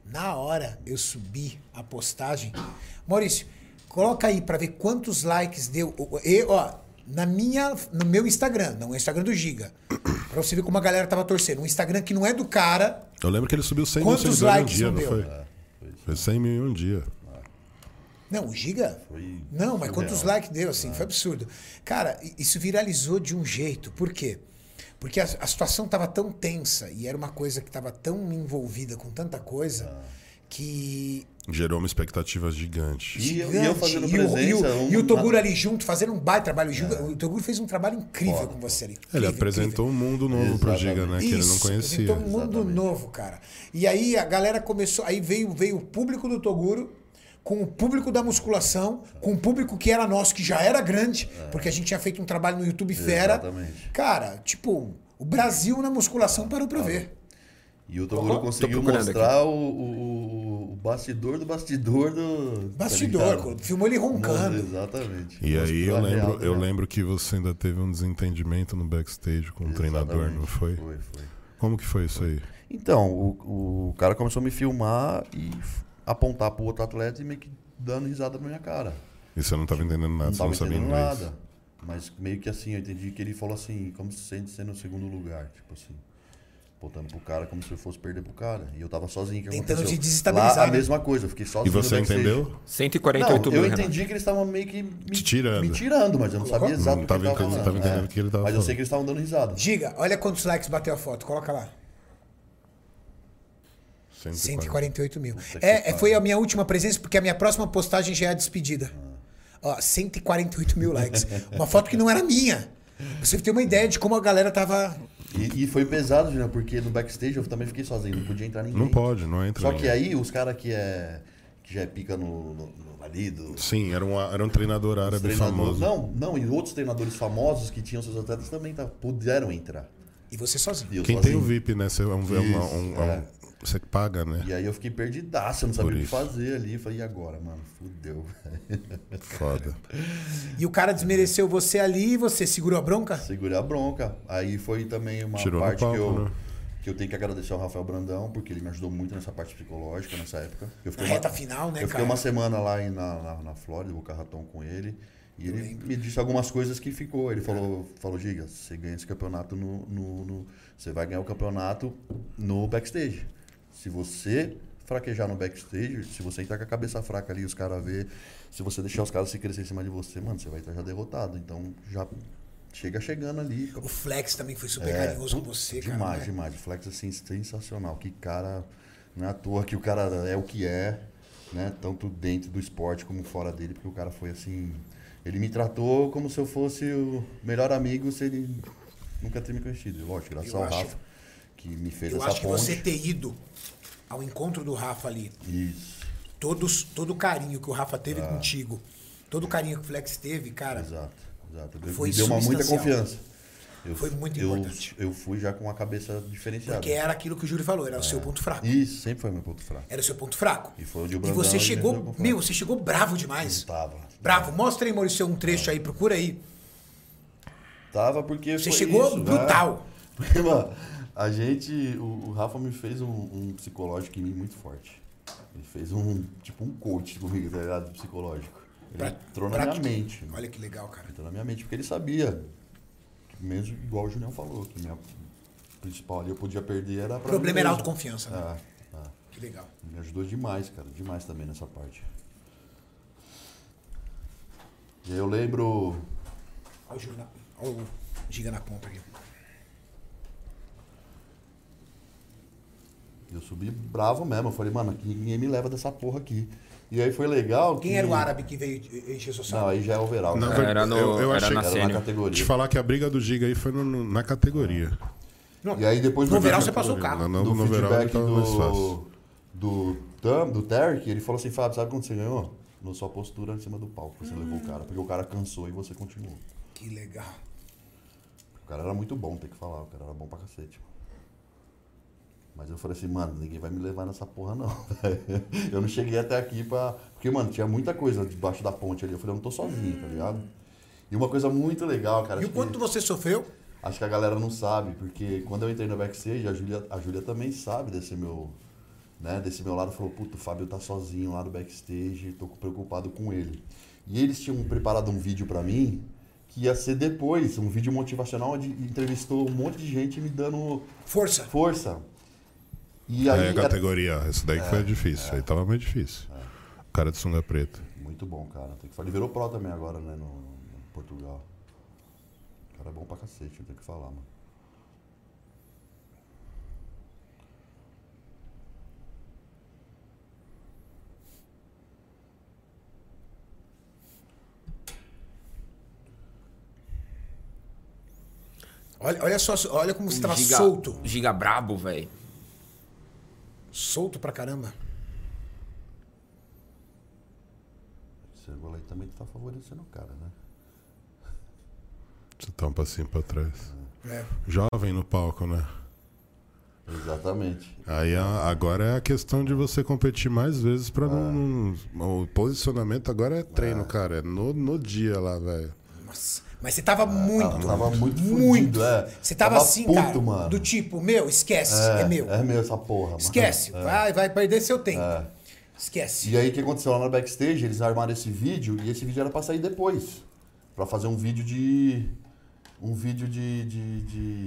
Na hora eu subi a postagem. Maurício, coloca aí pra ver quantos likes deu. O- o- E, ó, na minha, no meu Instagram, não é o Instagram (clears throat) do Giga. Pra você ver como a galera tava torcendo. Um Instagram que não é do cara. Eu lembro que ele subiu 100 mil Quantos seguidores em um likes dia, não não deu? foi? é. Foi 100 mil em um dia. Não, o Giga? Foi não, mas quantos surreal. likes deu, assim, foi absurdo. Cara, i- isso viralizou de um jeito. Por quê? Porque a, a situação estava tão tensa e era uma coisa que estava tão envolvida com tanta coisa Ah. que Gerou uma expectativa gigante. E eu- e eu gigante. fazendo E o- e o- presença, um- É. E o Toguro ali junto, fazendo um baita trabalho. O Giga- O Toguro fez um trabalho incrível Foda. com você ali. Ele Incrível, apresentou um mundo novo pro Giga, né? Que ele não conhecia. apresentou um mundo novo, cara. E aí a galera começou, aí veio, veio o público do Toguro, com o público da musculação, com o público que era nosso, que já era grande, porque a gente tinha feito um trabalho no YouTube fera. É. Exatamente. Cara, tipo, o Brasil na musculação parou pra ver. E o Toguro conseguiu procurando mostrar o, o, o- o bastidor do bastidor do. tá Bastidor, ligado? filmou ele roncando. Nossa, Exatamente. E aí Mostrou eu a lembro, real, eu né? lembro que você ainda teve um desentendimento no backstage com o treinador, não Exatamente. foi? Foi, foi. Como que foi isso aí? Então, o, o cara começou a me filmar e f- apontar pro outro atleta e meio que dando risada na minha cara. E você não tava entendendo nada, Não você tava não sabia entendendo inglês. nada. Mas meio que assim, eu entendi que ele falou assim, como se sente sendo o segundo lugar, tipo assim. Botando pro cara como se eu fosse perder pro cara. E eu tava sozinho, o que Tentando aconteceu? te desestabilizar, Lá, a né? Então, mesma coisa, eu fiquei E sozinho. no você backstage. entendeu? 148 Não, mil, eu Renato. entendi que eles estavam meio que me Te tirando. me tirando, mas eu não sabia exato o que tava ele tava entendendo- falando. É. tava entendendo o que ele tava Mas eu falando. sei que eles estavam dando risada. Giga, olha quantos likes bateu a foto, coloca lá. 148 mil. É, é, foi a minha última presença, porque a minha próxima postagem já é a despedida. Ó, 148 mil likes. Uma foto que não era minha. Pra Você ter uma ideia de como a galera tava. E, e foi pesado, Juliano, porque no backstage eu também fiquei sozinho, não podia entrar ninguém. Não pode, não entra. Só que ninguém. aí os caras que é que já é pica no, no, no valido, os Sim, era um, era um treinador árabe treinadores- famoso. não, não, e outros treinadores famosos que tinham seus atletas também tá, puderam entrar. E você sozinho. E eu assim. Quem tem sozinho. o VIP, né? Você, é um, é um- é um- é um- tipo Isso, você que paga, né? E aí eu fiquei perdidaço, eu não sabia Por o que isso. fazer ali. Eu Falei, e agora, mano? Fudeu. (laughs) Foda. E o cara desmereceu você ali e você segurou a bronca? Segurei a bronca. Aí foi também uma Tirou no parte palco, que, eu, né? que eu tenho que agradecer ao Rafael Brandão, porque ele me ajudou muito nessa parte psicológica nessa época. Eu Na reta final, né, Eu cara? fiquei uma semana lá em- na, na, na Flórida, Boca Raton com ele. E ele me disse algumas coisas que ficou. Ele falou, falou Giga, você ganha esse campeonato no, no, no- Você vai ganhar o campeonato no backstage. Se você fraquejar no backstage, se você entrar com a cabeça fraca ali, os caras vê, se você deixar os caras se crescer em cima de você, mano, você vai estar já derrotado. Então já chega chegando ali. O Flex também foi super É, carinhoso com putz, você, demais, cara. né? Demais, O Flex, assim, sensacional. Que cara, não é à toa que o cara é o que é, né? Tanto dentro do esporte como fora dele, porque o cara foi assim... Ele me tratou como se eu fosse o melhor amigo se ele nunca ter me conhecido. Lógico, graças Eu ao acho- Rafa, que me fez Eu essa acho que ponte. você ter ido ao encontro do Rafa ali, Isso, todos, todo o carinho que o Rafa teve contigo, todo o carinho que o Flex teve, cara. Ah. exato. exato. Me É. Foi deu uma muita substancial. confiança. Eu- Foi muito eu- importante. Eu fui já com a cabeça diferenciada. Porque é era aquilo que o Júlio falou, era o É. seu ponto fraco. Isso, sempre foi meu ponto fraco. Era o seu ponto fraco. E foi onde o Brandão você me ajudou chegou, com o meu, Flamengo. você chegou bravo demais. Tava. Bravo. Mostra aí, Maurício, um trecho aí, procura aí. Tava porque Você foi chegou isso, né? brutal. Porque, mano, a gente. O, o Rafa me fez um, um psicológico em mim muito forte. Ele fez um. Tipo um coach comigo, tá ligado? Psicológico. Ele Pra- entrou na pra minha que- mente. mano. Olha que legal, cara. Entrou na minha mente, porque ele sabia. que Mesmo igual o Julião falou, que minha principal ali eu podia perder era pra. O problema mim era a mesmo. autoconfiança. Né? É, é. Que legal. Me ajudou demais, cara. Demais também nessa parte. E aí eu lembro. Olha o Júlio. na- olha o- Giga na ponta aqui. Eu subi bravo mesmo. Eu falei, mano, aqui ninguém me leva dessa porra aqui. E aí foi legal. Quem que- era o árabe que veio e- encher seu Não, saco? aí já é overall. Na né? verdade, Era no- eu, eu era achei na que Era na sênior. te categoria. falar que a briga do Giga aí foi no- no- na categoria. Não. E aí depois No do, overall vídeo- você passou o Na- carro. na- do no overall feedback tava mais fácil. do, do Tam, do Tarek, ele falou assim, Fábio, sabe quando você ganhou? Na sua postura em cima do palco, você levou o cara. Porque o cara cansou e você continuou. Que legal. O cara era muito bom, tem que falar. O cara era bom pra cacete. Mas eu falei assim, mano, ninguém vai me levar nessa porra, não. (laughs) velho. eu não cheguei até aqui pra. Porque, mano, tinha muita coisa debaixo da ponte ali. Eu falei, eu não tô sozinho, tá ligado? E uma coisa muito legal, cara. E acho o quanto que... você sofreu? Acho que a galera não sabe, porque quando eu entrei no backstage, a Júlia, a Júlia também sabe desse meu, né, desse meu lado, falou, puto, o Fábio tá sozinho lá no backstage, tô preocupado com ele. E eles tinham preparado um vídeo pra mim, que ia ser depois, um vídeo motivacional onde entrevistou um monte de gente me dando Força. força. E Aí aí, é. a categoria, essa daí que foi difícil. Aí tava mais difícil. O cara de sunga preta. muito bom, cara, tem que falar, ele virou pro também agora, né, no, no Portugal. O cara é bom pra cacete, eu tenho que falar, mano. Olha, olha só, olha como você tava Giga- solto. Giga brabo, velho. Solto pra caramba. Esse ângulo aí também tá favorecendo o cara, né? Você tá um passinho pra trás. É. Jovem no palco, né? Exatamente. Aí a- agora é a questão de você competir mais vezes pra não, É. não- O posicionamento agora é treino, cara. É no, no dia lá, velho. Nossa. Mas você tava muito. É, Tava muito Muito. fudido, é. Você tava, assim, puto, cara. mano. Do tipo, meu, esquece. É, meu. É meu essa porra, mano. Esquece. Vai, vai perder seu tempo. Esquece. E aí o que aconteceu lá no backstage? Eles armaram esse vídeo e esse vídeo era pra sair depois. Pra fazer um vídeo de. Um vídeo de. de, de-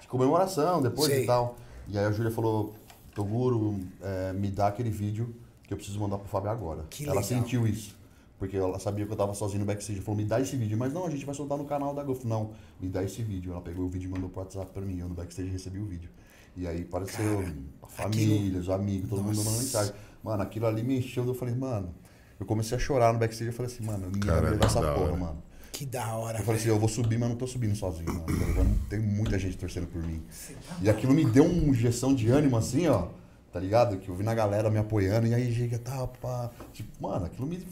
de comemoração depois Sei. e tal. E aí a Júlia falou: Toguro, é, me dá aquele vídeo que eu preciso mandar pro Fábio agora. Que ela legal. sentiu isso. Porque ela sabia que eu tava sozinho no backstage. Ela falou: me dá esse vídeo. Mas não, a gente vai soltar no canal da Golf. Não, me dá esse vídeo. Ela pegou o vídeo e mandou pro WhatsApp pra mim. Eu no backstage recebi o vídeo. E aí apareceu a família, os amigos, todo mundo mandando mensagem. Mano, aquilo ali me encheu. Eu falei, mano, eu comecei a chorar no backstage. Eu falei assim, mano, eu não quero Cara, é levar essa da porra, hora. mano. Que da hora. Eu falei assim, velho. eu vou subir, mas não tô subindo sozinho, mano. Eu tô levando- Tem muita gente torcendo por mim. E aquilo me deu uma injeção de ânimo assim, ó. Tá ligado? Que eu vi na galera me apoiando e aí chega, tá, pá. Tipo, mano, aquilo me.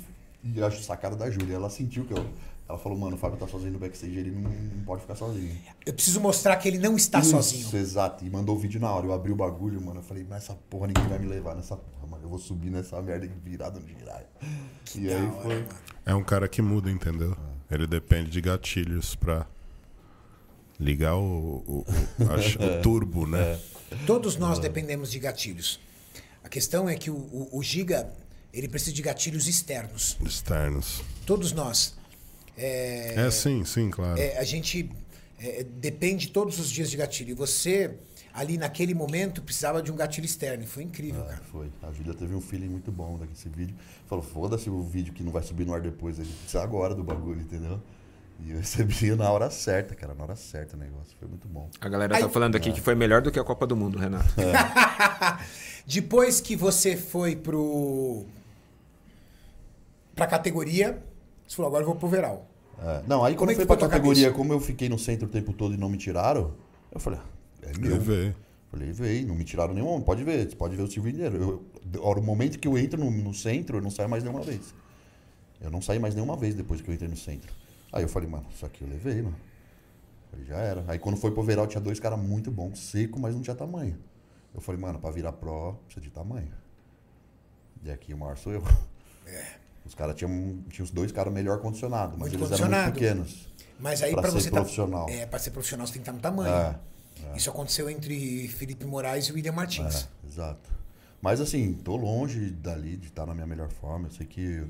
E eu acho sacada da Júlia. Ela sentiu que eu. Ela falou, mano, o Fábio tá sozinho no backstage, ele não- não pode ficar sozinho. Eu preciso mostrar que ele não está Isso, Tá sozinho. Exato. E mandou o vídeo na hora. Eu abri o bagulho, mano. Eu falei, mas essa porra ninguém vai me levar nessa porra, mano. Eu vou subir nessa merda e virado no girar. E aí foi. É um cara que muda, entendeu? É. Ele depende de gatilhos pra ligar o, o- o- a (laughs) ch- o turbo, É. né? Todos nós dependemos de gatilhos. A questão é que o, o- o Giga, ele precisa de gatilhos externos. Externos. Todos nós. É, sim, sim, claro. É, a gente é, depende todos os dias de gatilho. E você, ali naquele momento, precisava de um gatilho externo. E foi incrível, cara. É, Foi. A Júlia teve um feeling muito bom desse vídeo. Falou, foda-se o vídeo que não vai subir no ar depois. A gente precisa agora do bagulho, entendeu? E eu (laughs) recebi na hora certa, cara. Na hora certa o negócio. Foi muito bom. A galera tá Ai. falando É. aqui que foi melhor do que a Copa do Mundo, Renato. Depois que você foi pro. pra categoria, você falou, agora eu vou pro Veral. É, Não, aí Como quando é eu fui que foi pra tua categoria, cabeça? como eu fiquei no centro o tempo todo e não me tiraram, eu falei, ah, é meu. Eu ver. Falei, veio, não me tiraram nenhum, pode ver, você pode ver o Silvio inteiro. Eu- eu- hora- o momento que eu entro no, no centro, eu não saio mais nenhuma vez. Eu não saí mais nenhuma vez depois que eu entrei no centro. Aí eu falei, mano, isso aqui eu levei, mano. Falei, já era. Aí quando foi pro Veral, tinha dois caras muito bons, seco, mas não tinha tamanho. Eu falei, mano, pra virar pró, precisa de tamanho. E aqui o maior sou eu. Os caras tinham, tinham os dois caras melhor condicionados, mas É. Muito eles eram condicionado. muito pequenos. Mas aí É Pra pra ser você profissional. É, Tá, é, pra ser profissional você tem que estar no tamanho. Isso aconteceu entre Felipe Moraes e William É. Martins. tá Exato. Mas assim, tô longe dali de estar na minha melhor forma. Eu sei que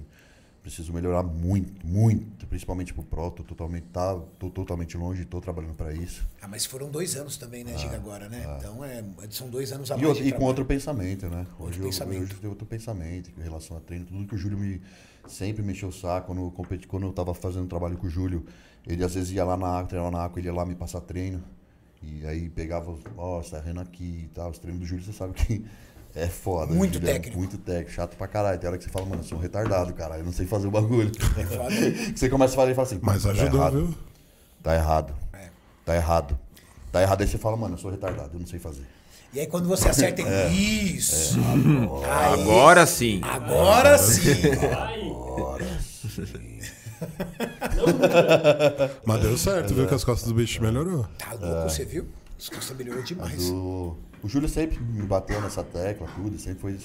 Preciso melhorar muito, muito, principalmente pro Pro. Tô totalmente, tá, tô totalmente longe, tô trabalhando para isso. Ah, mas foram dois anos também, né, Giga, agora, né? Então é, são dois anos E, a mais. outro- de e com trabalho. outro pensamento, né? Hoje eu, pensamento. hoje eu tenho outro pensamento em relação a treino. Tudo que o Júlio me, sempre mexeu o saco. Quando eu, competi, quando eu tava fazendo trabalho com o Júlio, ele às vezes ia lá na água, treinava na água, ele ia lá me passar treino. E aí pegava, ó, você tá errando aqui e tal. Os treinos do Júlio, você sabe que (laughs) é foda. né, Muito Júlio? É técnico. Muito técnico, chato pra caralho. Tem hora que você fala, mano, eu sou um retardado, cara. Eu não sei fazer o (laughs) bagulho. É foda. você começa a falar e fala assim, Mas tá ajudou, errado viu? tá errado. É. Tá errado. Tá errado. Aí você fala, mano, eu sou retardado, eu não sei fazer. E aí quando você acerta, (laughs) tem- É. isso. Aí, Agora sim. Agora sim. Mas deu certo, viu? Que as costas do bicho melhorou. Tá É. louco, você viu? Os caras melhorou demais. O, o Júlio sempre me bateu nessa tecla, tudo, sempre foi.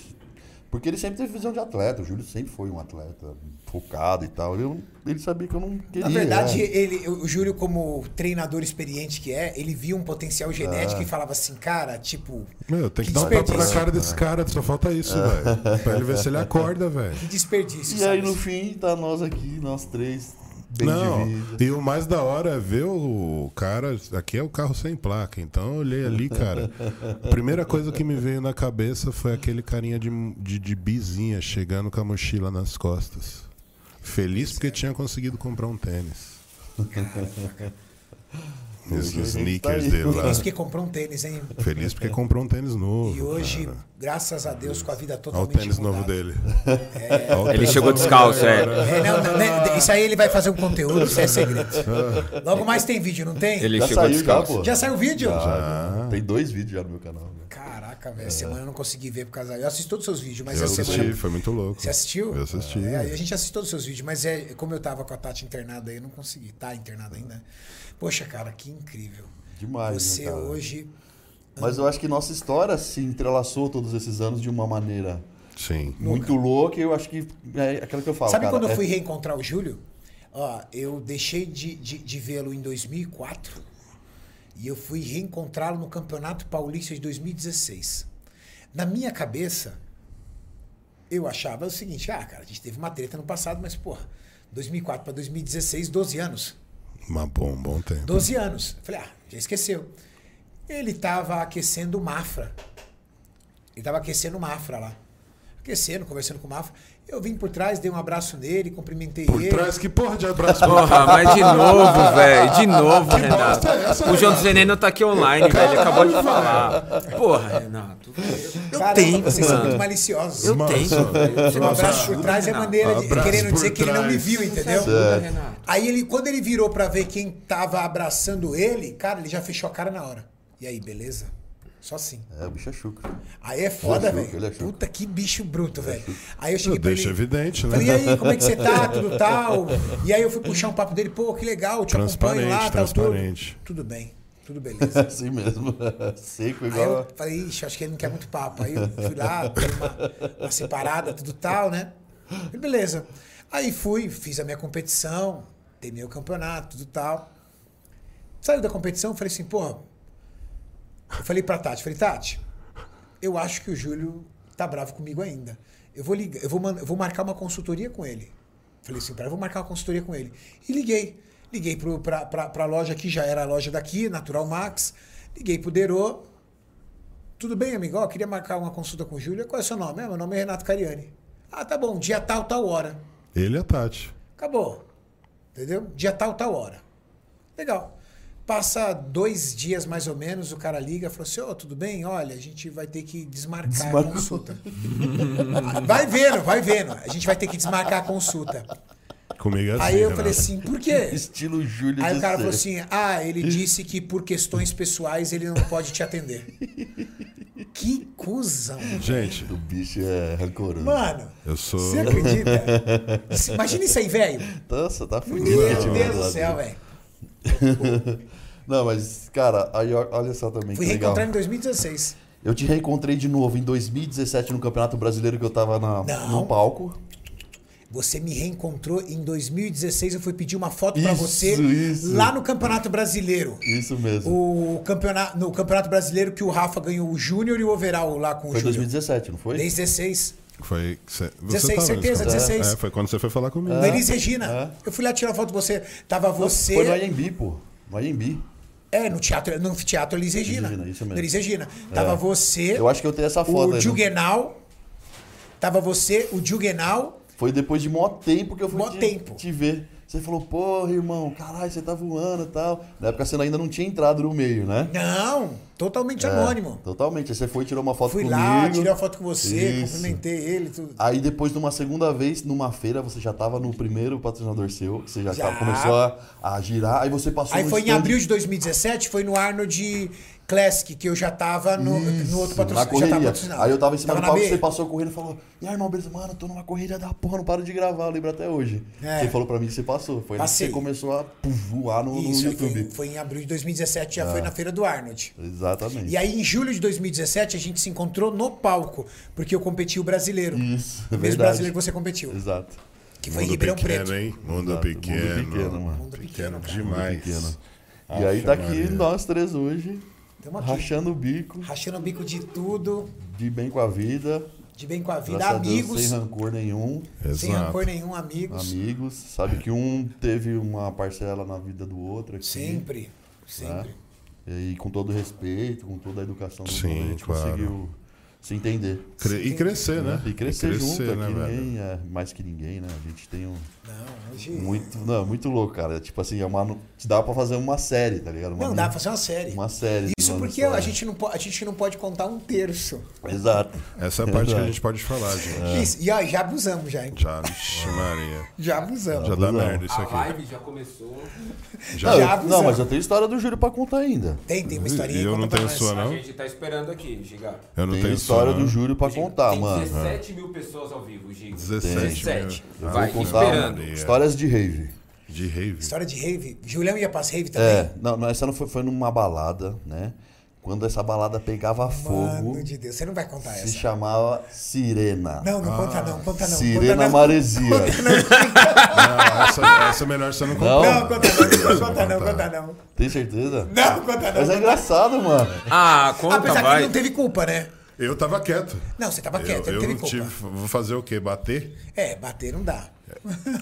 Porque ele sempre teve visão de atleta, o Júlio sempre foi um atleta focado e tal. Eu, ele sabia que eu não queria. Na verdade, né? ele, o Júlio, como treinador experiente que é, ele via um potencial É. genético e falava assim, cara, tipo, Meu, tem que, Que dar um tapa na desperdício. cara desse cara, só falta isso, velho. Pra ele ver se ele acorda, velho. que desperdício. E aí sabe? no fim, tá nós aqui, nós três, bem Não, de vida. e o mais da hora é ver o cara. Aqui é o carro sem placa, então eu olhei ali, cara. A primeira coisa que me veio na cabeça foi aquele carinha de, de, de bizinha chegando com a mochila nas costas. Feliz porque tinha conseguido comprar (laughs) um tênis. Os Hoje a gente tá sneakers aí. dele lá. Feliz porque comprou um tênis, hein? Feliz porque comprou um tênis novo. E hoje, cara. graças a Deus, com a vida Uhum. Olha o totalmente É. tênis mudada. novo dele. Olha o Ele tênis chegou novo descalço, dele, é. cara. É, não, não, né, isso aí ele vai fazer um conteúdo, isso é (laughs) segredo. Logo mais tem vídeo, não tem? Ele Já chegou saiu, já, descalço. Ah. pô. Já saiu o vídeo? Já. Tem dois vídeos já no meu canal. né? Caraca, velho, essa semana eu não consegui ver por causa... Eu assisti todos os seus vídeos, mas Eu essa assisti, semana... foi muito louco. Você assistiu? Eu assisti. É, a gente assiste todos os seus vídeos, mas é como eu tava com a Tati internada aí, eu não consegui. Tá internada ainda. né? Poxa, cara, que incrível. Demais, né, Você cara? hoje. Mas eu acho que nossa história se entrelaçou todos esses anos de uma maneira Sim. muito louca. E eu acho que é aquela que eu falo. Sabe cara, quando eu é fui reencontrar o Júlio? Ó, eu deixei de, de, de vê-lo em 2004 e eu fui reencontrá-lo no Campeonato Paulista de 2016. Na minha cabeça, eu achava o seguinte: ah, cara, a gente teve uma treta no passado, mas, porra, 2004 para 2016, 12 anos. Uma bom, um bom tempo. 12 anos. Falei, ah, já esqueceu. Ele tava aquecendo o Mafra. Ele tava aquecendo o Mafra lá. Aquecendo, conversando com o Mafra. Eu vim por trás, dei um abraço nele, cumprimentei Por ele. trás, que porra de abraço Porra, mas de novo, velho. De novo, Renato. bosta é essa, O João do Veneno tá aqui online, velho. Ele acabou de falar. Porra, Renato. Eu Caramba, tenho, vocês são muito mano. maliciosos. Eu Mano, tenho. só- velho. Um abraço por ajuda, trás é Renato. maneira de, Abraço querendo por dizer que ele não me trás. viu, entendeu? Você ajuda, Renato. Aí ele, quando ele virou pra ver quem tava abraçando ele, cara, ele já fechou a cara na hora. E aí, beleza? Só assim. É, o bicho é chucro. (laughs) Aí é foda, chucro, velho. ele é chucro. Puta que bicho bruto, velho. Aí eu cheguei Eu pra deixo ele. evidente, né? Falei, e aí, como é que você (laughs) tá? Tudo tal? E aí eu fui puxar um papo dele, pô, que legal, te acompanho lá, Transparente, tal, tudo. transparente. Tudo bem, tudo beleza. Assim mesmo. (laughs) Seco Aí eu igual. falei, ixi, acho que ele não quer muito papo. Aí eu fui lá, dei uma, uma separada, tudo tal, né? Falei, beleza. Aí fui, fiz a minha competição, terminei o campeonato, tudo tal. Saiu da competição, falei assim, pô. Eu falei pra Tati, falei, Tati, eu acho que o Júlio tá bravo comigo ainda. Eu vou ligar, eu vou, man- eu vou marcar uma consultoria com ele. Falei assim, pra ela, eu vou marcar uma consultoria com ele. E liguei. Liguei pro, pra, pra, pra loja que já era a loja daqui, Natural Max. Liguei pro Derô. Tudo bem, amigo? Ó, eu queria marcar uma consulta com o Júlio. Qual é o seu nome? Ah, meu nome é Renato Cariani. Ah, tá bom, dia tal, tal hora. Ele é Tati. Acabou. Entendeu? Dia tal, tal hora. Legal. Passa dois dias mais ou menos, o cara liga e falou assim: Ô, tudo bem? Olha, a gente vai ter que desmarcar a consulta. (laughs) vai vendo, vai vendo. A gente vai ter que desmarcar a consulta. Comigo é assim. Aí eu Renato. falei assim: por quê? Estilo Júlio Aí de o cara falou ser. assim: ah, ele disse que por questões pessoais ele não pode te atender. que cuzão. Gente, O bicho é rancoroso. assim, Mano, eu sou. você (laughs) é acredita? Isso- Imagina isso aí, velho. Nossa, tá fudido. Meu esse Deus mano lá do céu, dentro. velho. (laughs) Não, mas, cara, aí, ó- olha só também Fui que legal. reencontrar em 2016. Eu te reencontrei de novo em 2017 no Campeonato Brasileiro que eu tava na, Não. no palco. Você me reencontrou em 2016. Eu fui pedir uma foto pra Isso, você isso. lá no Campeonato Brasileiro. Isso mesmo. O campeonato, no Campeonato Brasileiro que o Rafa ganhou o Júnior e o Overall lá com o Foi Júnior. 2017, não foi? 2016. Foi. que cê- você 16, tava nesse certeza, canal. 16. É, foi quando você foi falar comigo. Denise Regina, eu fui lá tirar foto de você. Tava você. Ah, Foi no Anhembi, pô. No Anhembi. É, no teatro, no teatro Elis Regina. Regina, isso mesmo. É. No Elis Regina. Tava você, Eu acho que eu tenho essa foto. o aí, né? Jugenal. Tava você, o Jugenal. Foi depois de mó tempo que eu fui é- Mó te, tempo. te ver. Você falou, porra, irmão, caralho, você tá voando e tal. Na época você ainda não tinha entrado no meio, né? Não, totalmente É, anônimo. totalmente. Aí você foi e tirou uma foto Fui comigo. lá, tirei uma foto com você, Isso. Ah, cumprimentei ele, tudo. Aí depois, numa segunda vez, numa feira, você já tava no primeiro patrocinador seu, que você já, Já. tava- começou a, a girar, aí você passou Aí no foi em stand- abril de 2017, foi no Arnold Classic, que eu já tava no, no outro na patrocinador. Já tava correria. patrocinado. Aí eu tava em cima do na palco, B. você passou correndo e falou: E aí, irmão, beleza? Mano, eu tô numa corrida da porra, não paro de gravar, eu lembro até hoje. É. Você falou pra mim que você passou. Foi aí que Passei. você começou a puf, voar no, no Isso, aí YouTube. Ah. foi, foi em abril de 2017, já foi na feira do Arnold. Exatamente. (laughs) E aí, em julho de 2017, a gente se encontrou no palco, porque eu competi o brasileiro. Isso, é O mesmo verdade. brasileiro que você competiu, Exato. que foi em Ribeirão pequeno, Preto. hein? Mundo Exato, mundo pequeno. pequeno, mano. Mundo pequeno demais. pequeno. Aff, e aí tá aqui Maria. nós três hoje, Tamo aqui. rachando o bico, Rachando o bico de tudo, de bem com a vida. de bem com a vida, Graças a Deus, amigos, sem rancor nenhum. sem Exato. rancor nenhum, amigos. Amigos. Sabe que um teve uma parcela na vida do outro aqui. Sempre, sempre. Né? E com todo respeito, com toda a educação do Sim, mundo, a gente claro. conseguiu se entender. Cre- E crescer, né? E crescer, junto aqui, velho? ninguém é mais que ninguém, né? A gente tem um. Não, hoje... Muito. Não, muito louco, cara. Tipo assim, é uma. no- Dá pra fazer uma série, tá ligado? Uma Não, dá pra fazer uma série. Uma série. Isso uma porque história. a gente, não po- a gente não pode contar um terço. Exato. Essa é a parte que a Verdade. É. gente pode falar, gente. Isso. E ó, já abusamos, já, hein? Já, vixe, Maria. Já abusamos. Já dá merda isso Ah, A aqui. live já começou. Já. Não, eu- avisamos. não, mas eu tenho história do Júlio pra contar ainda. Tem, tem uma historinha E aí, eu conta não pra tenho nós. sua, A não? gente tá esperando aqui, Giga. Eu não Tem tenho né? história sua, não. do Júlio pra Giga, contar, tem mano. 17 mil pessoas ao vivo, Giga. 17. 17. mil. Vai, Ah, Vou contar esperando. Maria. histórias de rave. De rave. História de rave. Julião ia pras rave também? É, não, não, essa não foi, foi numa balada, né? Quando essa balada pegava fogo, Mano de Deus, você não vai contar se essa. chamava Sirena. Não, não conta não, conta não. Sirena conta Maresia. Não, essa, essa é melhor você não Não? contar. Não, conta não, conta não, conta não. Tem certeza? Não, conta não. Mas é engraçado, mano. Ah, conta, Apesar que vai. ele não teve culpa, né? Eu tava quieto. Não, você tava Eu, quieto, ele eu não teve não culpa. tive. Vou fazer o quê? Bater? É, bater não dá. Tá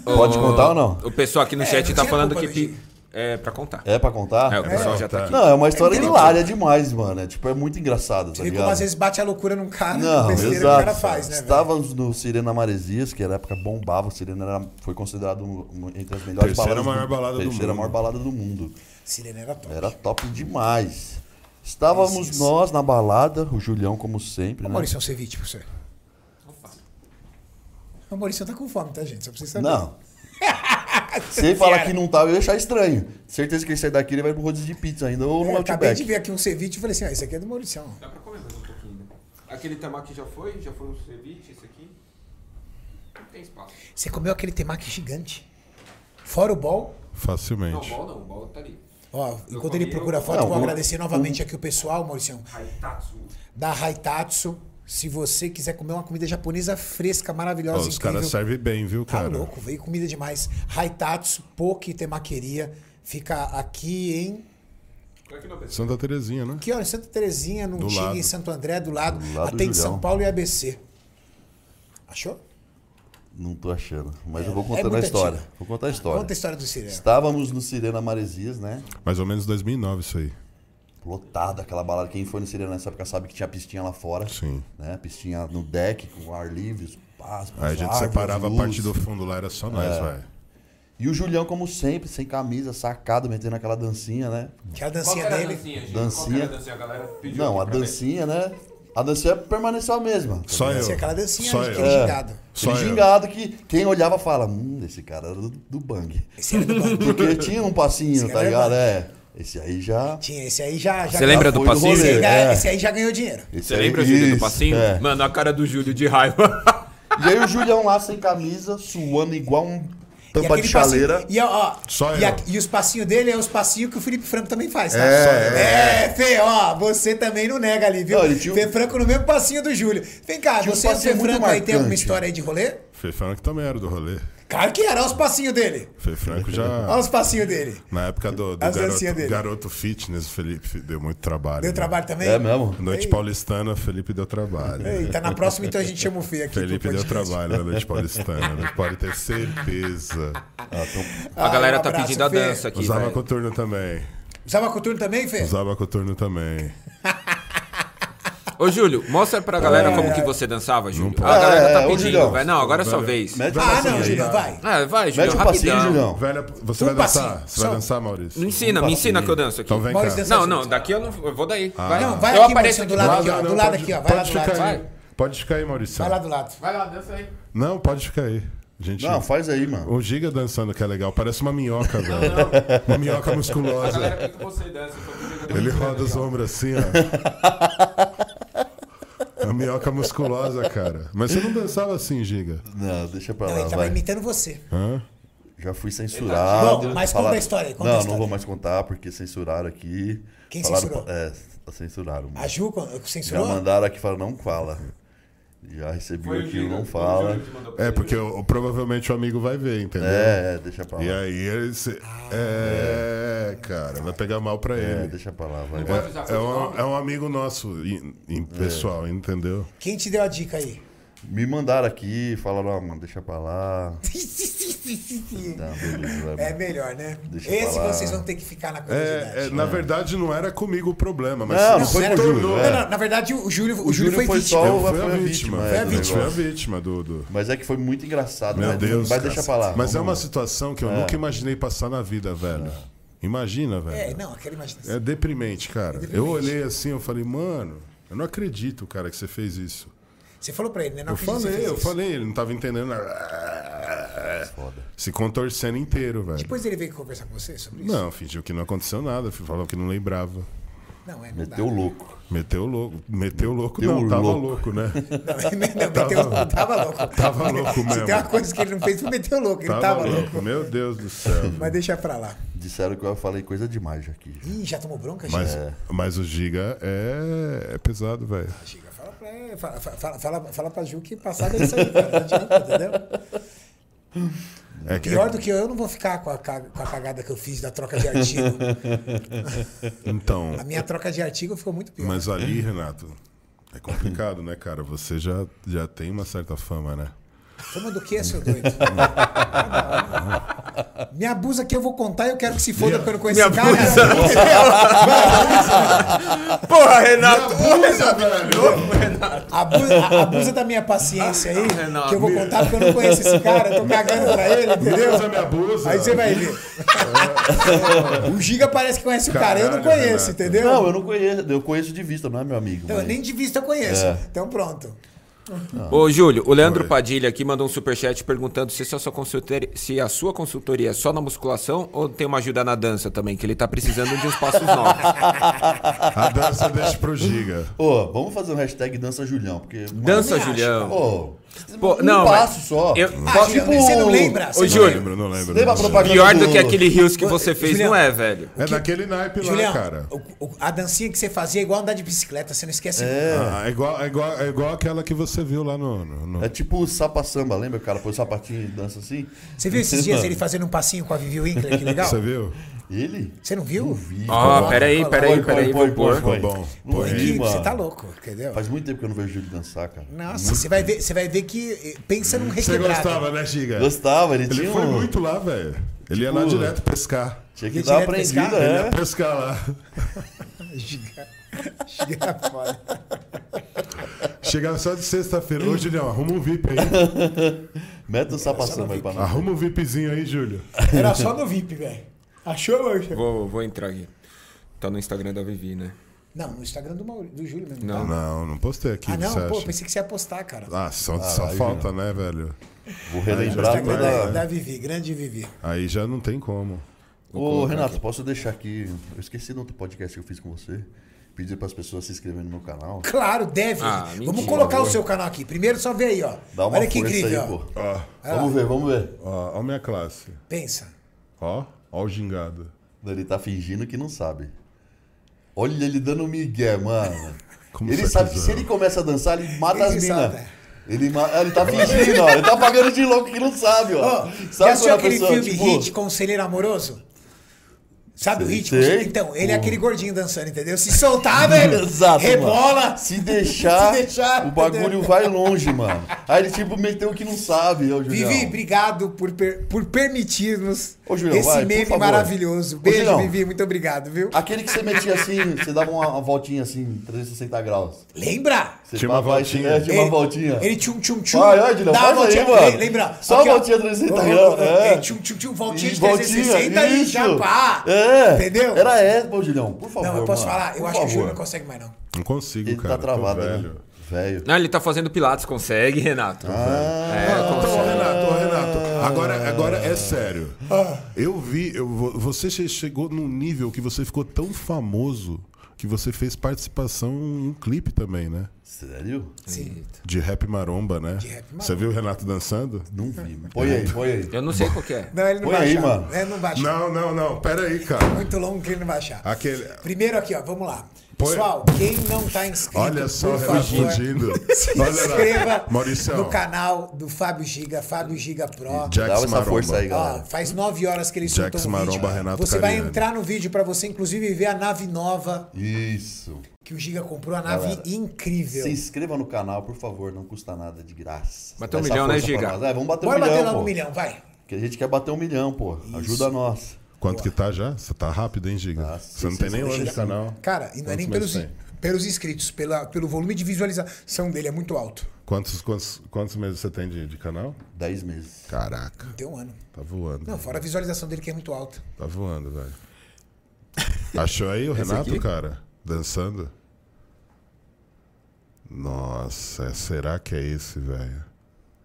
Pode contar Tá ou não? O pessoal aqui no É, chat não tá tinha falando culpa que... do pi- Giga. É, pra contar. É pra contar? É, o pessoal já tá aqui. Não, é uma história É muito hilária demais, mano. É, tipo, é muito engraçado, tá Você vê ligado? como às vezes bate a loucura num cara, Não, (laughs) besteira exato. que o cara faz, né? velho? Estávamos no Sirena Maresias, que era a época bombava. O Sirena era- foi considerado um- um- entre as melhores Terceira baladas. maior balada do terceira mundo. maior balada do mundo. Sirena era top. Era top demais. Estávamos nós na balada, o Julião, como sempre, Ô, né? Maurício, é um ceviche pra você. O Maurício tá com fome, tá, gente? Só pra vocês saberem. (laughs) Não. Se ele falar que não tá, eu ia achar estranho. Certeza que ele sair daqui, ele vai pro rodízio de pizza ainda, ou no Eu acabei Outback. de ver aqui um ceviche e falei assim, ah, isso aqui é do Maurício. ó. Dá pra comer mais um pouquinho. né? Aquele tamaki já foi? Já foi um ceviche, esse aqui? Não tem espaço. Você comeu aquele temaki gigante. Fora o bol. Não, Facilmente. bol não, bol tá ali. Ó, Eu enquanto ele comi procura a o- foto, Não, vou o- agradecer novamente aqui o pessoal, Maurício, Haitatsu. da Haitatsu. Se você quiser comer uma comida japonesa fresca, Ó, maravilhosa, os incrível. caras servem bem, viu, Tá cara? louco, veio comida demais. Haitatsu, Poke Temaqueria. Fica aqui em. Fica aqui na pessoa. Santa Terezinha, né? Que hora? Em Santa Terezinha, não Do tinha lado. em Santo André, do lado. Do lado do Atende Julião. São Paulo e ABC. Achou? Não tô achando, mas eu vou É contando a muito história. antiga. Vou contar a história. Conta a história do Sirena. Estávamos no Sirena Maresias, né? Mais ou menos 2009 isso aí. Lotada aquela balada. Quem foi no Sirena nessa época sabe que tinha pistinha lá fora. Sim. Né? Pistinha no deck, com ar livre, os pás, Aí a gente Ah, árvores, separava a luz. parte do fundo lá, era só É. nós, Tá velho. E o Julião, como sempre, sem camisa, sacado, metendo aquela dancinha, né? Que a Qual que dancinha era a dele. dancinha, gente? Qual que Dancinha. era a dancinha? A galera pediu Não, aqui a pra ver. dancinha, né? A dancinha permaneceu a mesma. Só eu. Assim, aquela dancinha Só de eu. É. aquele gingado. Só Aquele eu. gingado que quem olhava fala, hum, esse cara era do, do bang. Esse era do banco. (laughs) Porque tinha um passinho, Esse tá cara é ligado? É. Esse aí já. Tinha, esse aí já. já Você lembra já do foi passinho? rolê, Esse aí, já- é. esse aí já ganhou dinheiro. Esse Você aí- lembra, Júlio, do isso, passinho? é. Mano, a cara do Júlio de (laughs) raiva. E aí o Julião lá sem camisa, suando igual um E tampa aquele de chaleira. passinho- E, ó, ó, Só e, eu. a- e os passinhos dele é os passinhos que o Felipe Franco também faz, tá? É, Só é, é, Fê, ó, você também não nega ali, viu? Não, ele tinha um- Fê Franco no mesmo passinho do Júlio. Vem cá, Tinha um você e o Fê passinho muito Franco aí tem alguma marcante. história aí de rolê? Fê falando que também era do rolê. Claro que era, olha os passinhos dele. Fê Franco Olha (laughs) já. os passinhos dele. Na época do, do As dancinhas garoto, dele. garoto Fitness, Felipe deu muito trabalho. Deu né? trabalho também? É mesmo? Noite paulistana, Felipe deu trabalho. Eita, na próxima então a gente chama o Fê aqui. pro Felipe deu podcast. trabalho na noite paulistana, né? pode ter certeza. A Ah, galera um tá abraço, pedindo a Fê. dança aqui, Usava velho. coturno também. Usava coturno também, Fê? Usava coturno também. Ô, Júlio, mostra pra galera como que você dançava, Júlio. A É. pode. galera É, tá ô, pedindo, Julião. velho. Não, agora é sua Velho. vez. Mete o Ah, passinho não, aí. Julião, vai. Ah, vai, Julião, Mete o passinho, rapidão. Julião. Velha, você Um vai dançar? passinho, Você vai só. dançar, Maurício? Me ensina, me ensina que eu danço aqui. Então vem Maurício, cá. dança Não, não, daqui eu não eu vou daí. Vai, Ah. Não, vai eu aqui, apareço Maurício, do lado aqui, ó. Não, não, do lado pode- aqui, ó. Vai lá pode do lado. ficar aí. Vai. Pode ficar aí, Maurício. Vai lá do lado. Vai lá, dança aí. Não, pode ficar aí. Gente, Não, faz aí, mano. o Giga dançando que é legal. Parece uma minhoca, velho. Uma minhoca musculosa. Galera, que você dança? Eu tô pedindo é. Ele roda os ombros assim, ó. Uma minhoca musculosa, cara. Mas você não dançava assim, Giga? Não, deixa pra Não, lá, ele tava vai. imitando você. Hã? Já fui censurado. Bom, mas Fala- conta a história aí, conta a Não, história. não vou mais contar porque censuraram aqui. Quem Falaram censurou? pa- É, censuraram. mano. A Ju quando- Já censurou? mandaram aqui e falaram, não fala. Já recebi aqui, o não fala. É, porque o- provavelmente o amigo vai ver, entendeu? É, é, deixa pra lá. E aí ele. se- É, cara, vai pegar mal pra É, ele. deixa pra lá, vai. É, é um, é um amigo nosso, em- em É. pessoal, entendeu? Quem te deu a dica (laughs) aí? Me mandaram aqui, falaram, ah, mano, deixa pra lá. Tá, beleza, vai, É mano. melhor, né? Deixa eu Esse falar. vocês vão ter que ficar na curiosidade. É, é, na verdade, não era comigo o problema, mas né? Não, se não foi tornou- com o Júlio. Não, é. não, na verdade, o Júlio, o O Júlio foi, vítima. só Eu foi fui a vítima. é, Foi do a vítima, negócio. do. do- Mas é que foi muito engraçado, Meu né? Deus. Vai cara. deixar pra lá. É. Mas é vamos- uma situação que eu nunca imaginei passar na vida, velho. Imagina, velho. É, não, aquela imaginação. É deprimente, cara. Eu olhei assim, eu falei, mano, eu não acredito, cara, que você fez isso. Você falou pra ele, né? Não Eu acredito que você falei, fez eu isso. falei, ele não tava entendendo. Se contorcendo inteiro, velho. Depois ele veio conversar com você sobre Tipo isso? Não, fingiu que não aconteceu nada, falou que não lembrava. Não, é, não dá. Meteu o louco. Meteu o louco. Meteu o louco, Meteu não, o tava louco. louco, (laughs) né? Não, (laughs) ele não meteu, tava, louco. Tava louco Se mesmo. tem uma coisa que ele não fez, foi meter o louco. Ele tava, louco. Meu Deus do (laughs) céu. Mas deixa pra lá. Disseram que eu falei coisa demais aqui. Ih, já tomou bronca, Mas, Giga? É. mas o Giga é, é pesado, velho. Giga, fala pra, fala, fala, fala, fala pra Ju que passada é isso aí, cara. Não adianta, entendeu? É que- Pior do que eu, eu não vou ficar com a, ca- com a cagada que eu fiz da troca de artigo. Então, A minha troca de artigo ficou muito pior. mas ali, Renato, é complicado, né, cara? Você já, já tem uma certa fama, né? Fama do que, seu doido? (laughs) Me abusa que eu vou contar e eu quero que se foda porque eu não conheço esse cara. (laughs) Porra, Renato! Abusa, a- abusa da minha paciência aí, Ah, Renato, que eu vou contar porque eu não conheço esse cara, eu tô cagando pra (laughs) ele, entendeu? me abusa. Aí você vai (laughs) ver. O Giga parece que conhece o cara, eu não Caralho, conheço, Renato. entendeu? Não, eu não conheço. Eu conheço de vista, não é meu amigo. Então, mas- nem de vista eu É. conheço. Então pronto. Ô, Júlio, o Leandro Padilha aqui mandou um superchat perguntando se, essa sua consultoria, se a sua consultoria é só na musculação ou tem uma ajuda na dança também, que ele tá precisando de uns passos novos. A dança deixa pro Giga. Ô, vamos fazer um hashtag dança Julião, porque... mano, Dança, Eu também acho, Julião. Ô, Pô, um não, passo mas- só. um Eu- Ah, Posso- tipo Giga, você não lembra? Você Ô, não Não Júlio, lembra? lembro, não lembro. Lembra a não lembro. propaganda Pior do que aquele rios que você fez, Julião, não é, velho. É daquele naipe lá, Julião, cara. o- o- a dancinha que você fazia é igual andar de bicicleta, você não esquece. Ah, é, igual, é, igual, é igual aquela que você viu lá no. no- no- É tipo o sapa samba, lembra? O cara põe o sapatinho e dança assim. Você viu esses dias ele fazendo um passinho com a Vivi Winkler, que legal? Você viu? Ele? Você não viu? Vi. Ó, Coloca, Ah, peraí, coloca. peraí, peraí, Põe, vou põe, põe, pôr. põe. Ficou bom. Não Põe É é, que mano. Você tá louco, entendeu? Faz muito tempo que eu não vejo ele dançar, cara. Nossa, você vai ver, você vai ver que eh, pensa num Você requebrado. (laughs) gostava, né, Giga? Gostava, ele, Ele tinha foi um... muito lá, velho. Ele ia lá Tipo- direto pescar. Tinha que Ia dar uma direto pescar? aprendida, Ele ia é. pescar lá. Giga- Giga é foda. Chegava só de sexta-feira. Ô, Julião, arruma um VIP aí. Meta o sapa samba aí pra nós. Arruma um VIPzinho aí, Júlio. Era só no VIP, velho. Achou, Marcelo? Vou, vou entrar aqui. Tá no Instagram da Vivi, né? Não, no Instagram do, Mauri, do Júlio mesmo. Não. tá? Não, não postei aqui. Ah, o que não, você pô, acha? pensei que você ia postar, cara. Ah, só, só falta, né, velho? Vou Ah, relembrar Instagram toda... da, da Vivi, grande Vivi. Aí já não tem como. Ô, Renato, posso deixar aqui? Eu esqueci do outro podcast que eu fiz com você. Pedir para as pessoas se inscreverem no meu canal. Claro, deve. Ah, Vamos mentira, colocar o seu canal aqui. Primeiro só vê aí, ó. Dá uma Olha que força incrível. aí, ó. pô. Ah. Vamos ver, vamos ver. Ó, ó minha classe. Pensa. Ó, ó o gingado. Ele tá fingindo que não sabe. Olha ele dando um migué, mano. Como ele você sabe é que cuzão. tá se ele começa a dançar, ele mata Ele as sabe, minas. né? Ele, ma- ele tá fingindo, ó. Ele tá pagando de louco que não sabe, ó. Ó, já sabe assistiu quando a aquele pessoa, filme tipo, Hit, Conselheiro Amoroso? Sabe o Hit? Sei. Conselheiro- Então, ele é aquele gordinho dançando, entendeu? Se soltar, (laughs) velho, Exato, rebola. mano. Se deixar, (laughs) Se deixar, o bagulho entendeu? vai longe, mano. Aí ele, tipo, meteu o que não sabe, ó, Julião. Vivi, obrigado por, per- por permitir-nos Ô, Julião, esse vai, por meme favor. maravilhoso. Ô, Beijo, Julião. Ah. Vivi, muito obrigado, viu? Aquele que você metia assim, você dava uma, uma voltinha assim, 360 graus. Lembra? Você Tinha uma vai- voltinha. é, tinha uma voltinha. Ele tchum tchum tchum. Vai, vai, Julião, dá faz aí, voltinha, mano. Lembra? Só ó. voltinha 360 Ô, ô, graus, ô, é. é, Tchum tchum tchum, voltinha de E voltinha, 360 e isso. já pá. É. Entendeu? Era é, pô, Julião, por favor. Não, eu posso mano. falar? Eu Por acho que o Júlio não favor. consegue mais, não. Não consigo, Ele cara. tá tô travado, né? velho. velho. Velho. Não, ele tá fazendo pilates, consegue, Renato. Ah, Então, Renato, ô, Renato, agora, agora é sério. Ah. Eu vi, eu vo- você che- chegou num nível que você ficou tão famoso que você fez participação em um clipe também, né? sério? Sim. De rap maromba, né? rap maromba. Você viu o Renato dançando? Não vi, mano. Põe aí, põe aí. Eu não sei qual que é. Não, ele não Põe vai aí, achar. mano. É, não vai achar. Não, não, não. Pera aí, cara. Muito longo que ele não vai achar. Aquele. Primeiro aqui, ó, vamos lá. Põe- Pessoal, quem não tá inscrito, Olha só o por Renato favor, fugindo. se Olha inscreva lá. Maurício. no canal do Fábio Giga, Fábio Giga Pro. Jax Dá essa Maromba. força aí, Ó, galera. faz nove horas que ele soltou Jax um Maromba, vídeo. Renato você vai Cariani. entrar no vídeo pra você, inclusive, ver a nave nova Isso. que o Giga comprou, a nave Galera, incrível. Se inscreva no canal, por favor, não custa nada, de graça. Bateu Dá um essa milhão, né, força pra Giga? nós. É, vamos bater Bora um milhão, bater logo pô. um milhão, vai. Porque a gente quer bater um milhão, pô. Ajuda nós. Quanto que tá já? Você tá rápido, hein, Giga? Ah, Nossa, você não tem nem deixa olho eu- no canal. Cara, e não é Quantos nem mais pelos, tem? pelos inscritos, pela, pelo volume de visualização dele, é muito alto. Quantos, quantos, quantos meses você tem de, de canal? Dez meses. Caraca, Tem um ano. tá voando. Não, fora a visualização dele que é muito alta. Tá (laughs) voando, velho. Achou aí o Renato, aqui? cara? Dançando? Nossa, será que é esse, velho?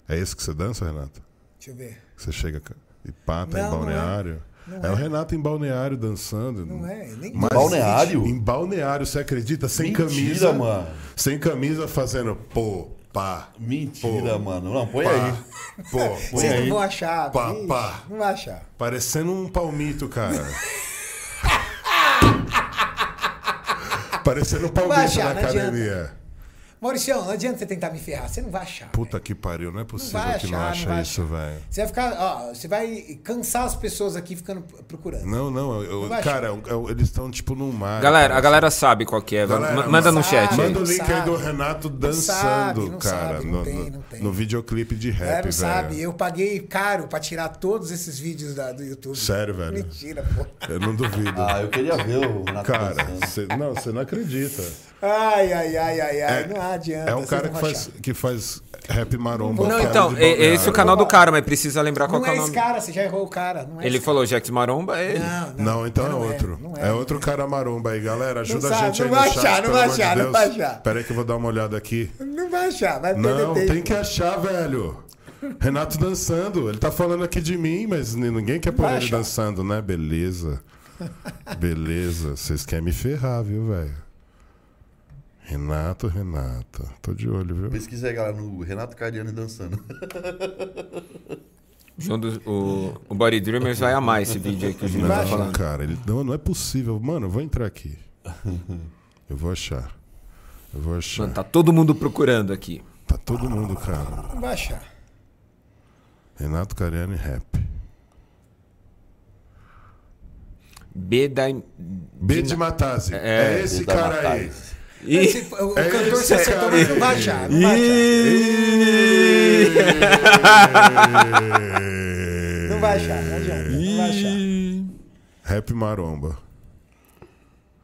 É esse que você dança, Renato? Deixa eu ver. Que Você chega ca- e Não, pata em não é. balneário? é. o Renato em balneário dançando. Não é, nem Mas- Balneário? Em balneário, você acredita? Sem Mentira, camisa. mano. Sem camisa fazendo pô, pá. Mentira, pô, mano. Não, põe Pá, aí. pô, Põe Vocês aí. não vão achar. Pá, Ih, pá. Não vai achar. Parecendo um (laughs) palmito, cara. Parecendo um palmito Vai achar, na não adianta. academia. Mauricião, não adianta você tentar me ferrar. Você não vai achar. Puta que pariu, não é possível vai que não achar, não acha vai isso, velho. Você vai ficar. Ó, você vai cansar as pessoas aqui ficando procurando. Não, não, eu- eu- Não vai cara, eu- eu- eles estão tipo num mar. Galera, cara. a galera sabe qual que é. vai- Galera, ma- manda no mas- chat aí. Manda o Não link aí sabe. do Renato dançando, sabe, não cara. sabe, não no, no- tem, não tem. no videoclipe de rap, Claro, velho. Né? sabe? Eu... Eu paguei caro pra tirar todos esses vídeos da- do YouTube. Sério, velho? Mentira, pô. não duvido. Ah, eu queria ver o tá Renato cara, dançando. cê- não, você não acredita. Ai, ai, ai, ai, ai. não adianta. É um vocês cara não que vão faz, achar. que faz rap maromba. Não, cara, então, de é, é esse balneário. o canal do cara, mas precisa lembrar qual Não que é é o esse nome. cara, você já errou o cara. Não é Ele esse falou Jax Maromba, é ele. cara. Não, Não, então é não outro. não É, outro cara maromba aí, galera. Ajuda sabe, a gente não aí no vai chat, achar, não pelo vai amor de achar, não Deus. vai achar. Pera aí que eu vou dar uma (laughs) olhada aqui. Não vai achar, vai perder Não, tempo. tem que achar, velho. Renato dançando. Ele tá falando aqui de mim, mas ni- ninguém quer pôr Vai ele achar. dançando, né? Beleza. Beleza. Vocês querem me ferrar, viu, velho? Renato, Renato. Tô de olho, viu? Pesquisa aí, galera, no Renato Cariani dançando. Junto, um o, o Body Dreamers vai amar esse vídeo aí que o Júlio tá Não, falando. cara. Ele, não, não é possível. Mano, eu vou (laughs) entrar aqui. Eu vou achar. Eu vou achar. Mano, tá todo mundo procurando aqui. Tá todo mundo, cara. Não vai achar. Renato Cariani Rap. B da. B de Matazzi. É, esse Da cara aí. Matais. Ih, Esse- o o É cantor esse se acertou, mas não vai achar. Não vai achar. Não vai achar, não adianta. Não vai achar. (laughs) Rap Maromba.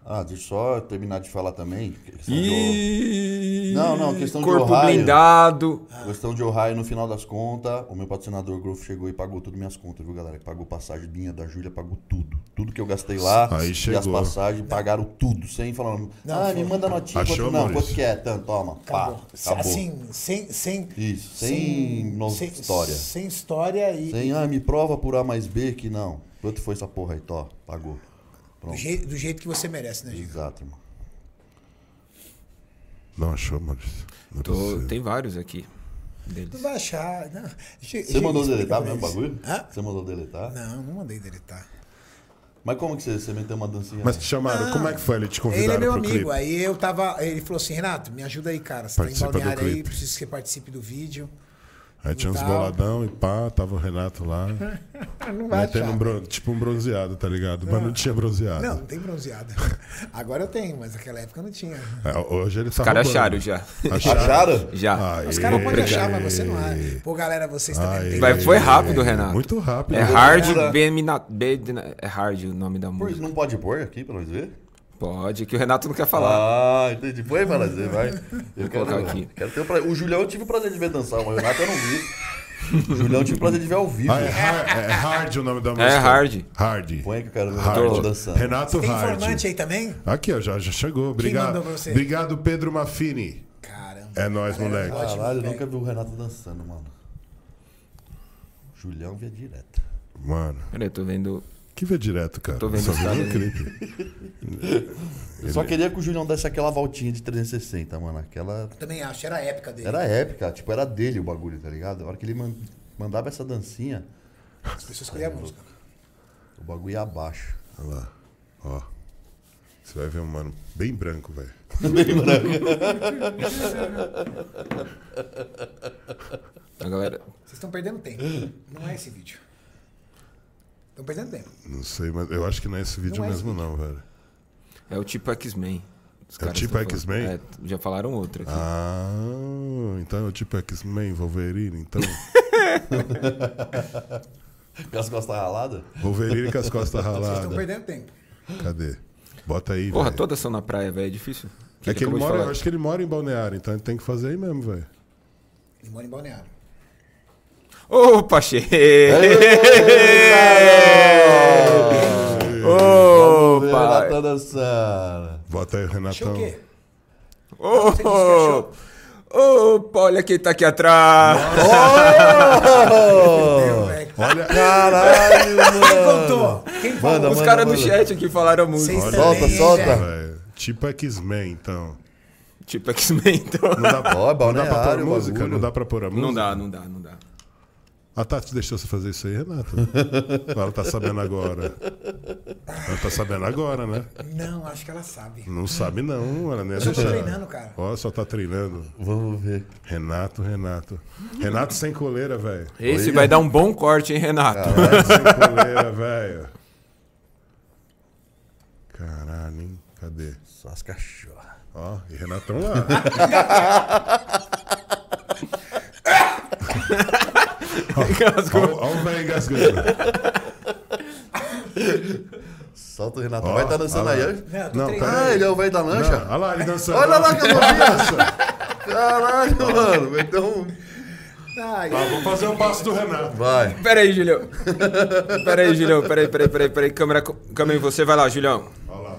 Ah, deixa eu só terminar de falar também. Questão de o- Ih, Não, não, questão de Corpo Ohio. blindado. Questão de Ohio, no final das contas, o meu patrocinador Growth chegou e pagou tudo minhas contas, viu, galera? Pagou passagem minha, da Júlia, pagou tudo. Tudo que eu gastei lá Aí e as chegou. passagens, pagaram tudo, sem falando. ah, me manda notinha. Achou, quanto, não, Maurício? quanto que é? Tanto, toma. Pá, acabou. Tá Assim, sem. sem Isso, sem no- história. Sem história e. Sem, ah, me prova por A mais B que não. Quanto foi essa porra aí? Tó, pagou. Do, jei- do jeito que você merece, né, Giga? Exato, irmão. Não achou, Maurício? Não é Tô- possível. Tá tem vários aqui. Não Deles. vai achar. Não. Gi- Você Giga, mandou explica deletar pra mesmo o eles. bagulho? Hã? Você mandou deletar? Não, não mandei deletar. Mas como que você, você meteu uma dancinha? Mas te chamaram, Não. como é que foi? Ele te Ele convidaram é meu pro amigo. clipe? Aí eu tava. Ele falou assim, Renato, me ajuda aí, cara. Você Participa do tá em balneário aí, clipe. preciso que você participe do (laughs) vídeo. Aí tinha uns Tal. boladão e pá, tava o Renato lá. Não (laughs) vai Metendo achar. um bron- tipo um bronzeado, tá ligado? Mas não tinha bronzeado. Não, não tem bronzeado. (laughs) Agora eu tenho, mas naquela época eu não tinha. É, hoje ele tá Cara, roubando. acharam já. (laughs) Acharam? Já. Aê. Os caras podem achar, mas você não acha. Pô, galera, vocês também não Aê. têm. Vai- foi rápido, Renato. Muito rápido. É hard Loucura. Bemina- Bedina- É hard o nome da Por- música. Não pode pôr aqui pra nós ver? Pode, que o Renato não quer falar. Ah, entendi. Põe pra nós ver, (laughs) vai. Eu quero, colocar aqui. quero ter o pra... O Julião eu tive o prazer de ver dançar, mas o Renato eu não vi. (laughs) O Julião eu tive o prazer de ver ao vivo. Ah, é, hard, é Hard o nome da música. Hard. Hard. Põe que eu quero ver o Hard. Renato dançando. Renato Tem Hard. informante aí também? Aqui, ó, já, já chegou. Obrigado. mandou pra você? Obrigado, Pedro Maffini. Caramba. É nóis, moleque. Caralho, eu velho. nunca vi o Renato dançando, mano. Julião via direto. Mano, Peraí, tô vendo. que vê direto, cara. é tô vendo Só os vi caras no ali. clipe. Eu só queria que o Julião desse aquela voltinha de 360, mano. Aquela. Também acho, era a época dele. Era épica, tipo, era dele o bagulho, tá ligado? A hora que ele man- mandava essa dancinha, As pessoas escolhiam a música. o bagulho ia abaixo. (laughs) Olha lá. Ó. Você vai ver um mano bem branco, velho. A galera. Vocês estão perdendo (gasps) tempo. Não é esse vídeo. Estão perdendo tempo. Não sei, mas eu acho que não é esse vídeo Não é mesmo, não, velho. É o tipo X-Men. Os É o caras tipo tão falando. X-Men? É, já falaram outra aqui. Ah, então é o tipo X-Men, Wolverine, então. (laughs) Com as costas raladas. Wolverine com as costas Vocês estão raladas. perdendo tempo. Cadê? Bota aí, Porra, velho. todas são na praia, velho. É difícil. É que ele acabou de mora, eu falar. acho que ele mora em Balneário, então ele tem que fazer aí mesmo, velho. Ele mora em Balneário. Ô, Pache! Ô, Ô, pai! Renato dançando. Bota aí o Achou Renatão. o quê? Ô, ô, ô, pá, olha quem tá aqui atrás! Meu, velho. (laughs) Olha, Caralho, Quem mano. contou? Quem falou? Manda, Os manda, caras do manda. chat aqui falaram muito. Vocês Olha, também, solta, solta. velho. velho. Tipo X-Men, então. Tipo X-Men, então. Não dá, Ó, é não dá pra pôr balneário, música? bagulho. Não dá pra pôr a música? Não dá, não dá, não dá. A Tati deixou você fazer isso aí, (laughs) Renato. Ela tá sabendo agora. Ela tá sabendo agora, né? Não, acho que ela sabe. Não sabe não, ela nem Só tô assistiu. treinando, cara. Ó, só tá treinando. Vamos ver. Renato, Renato. Renato sem coleira, velho. Esse vai dar um bom corte, hein, Renato? Renato sem coleira, velho. Caralho, hein? Cadê? Só as cachorras. Ó, e Renatão lá. Olha o velho engasgando. Solta o Renato. Ó, Vai tá dançando ó lá. aí, Não, hein? eu tô Não, treinando. Ah, ele é o velho da Não, lancha? Olha lá, ele dançando. Olha lá que eu (laughs) Nossa. Caralho, mano. Vai ter um. Ai, Tá, vou fazer o passo do Renato. Vai. Pera aí, Julião. Pera aí, Julião. Pera aí, pera aí, pera aí. Pera aí. Câmera, co- câmera em você. Vai lá, Julião. Olha lá.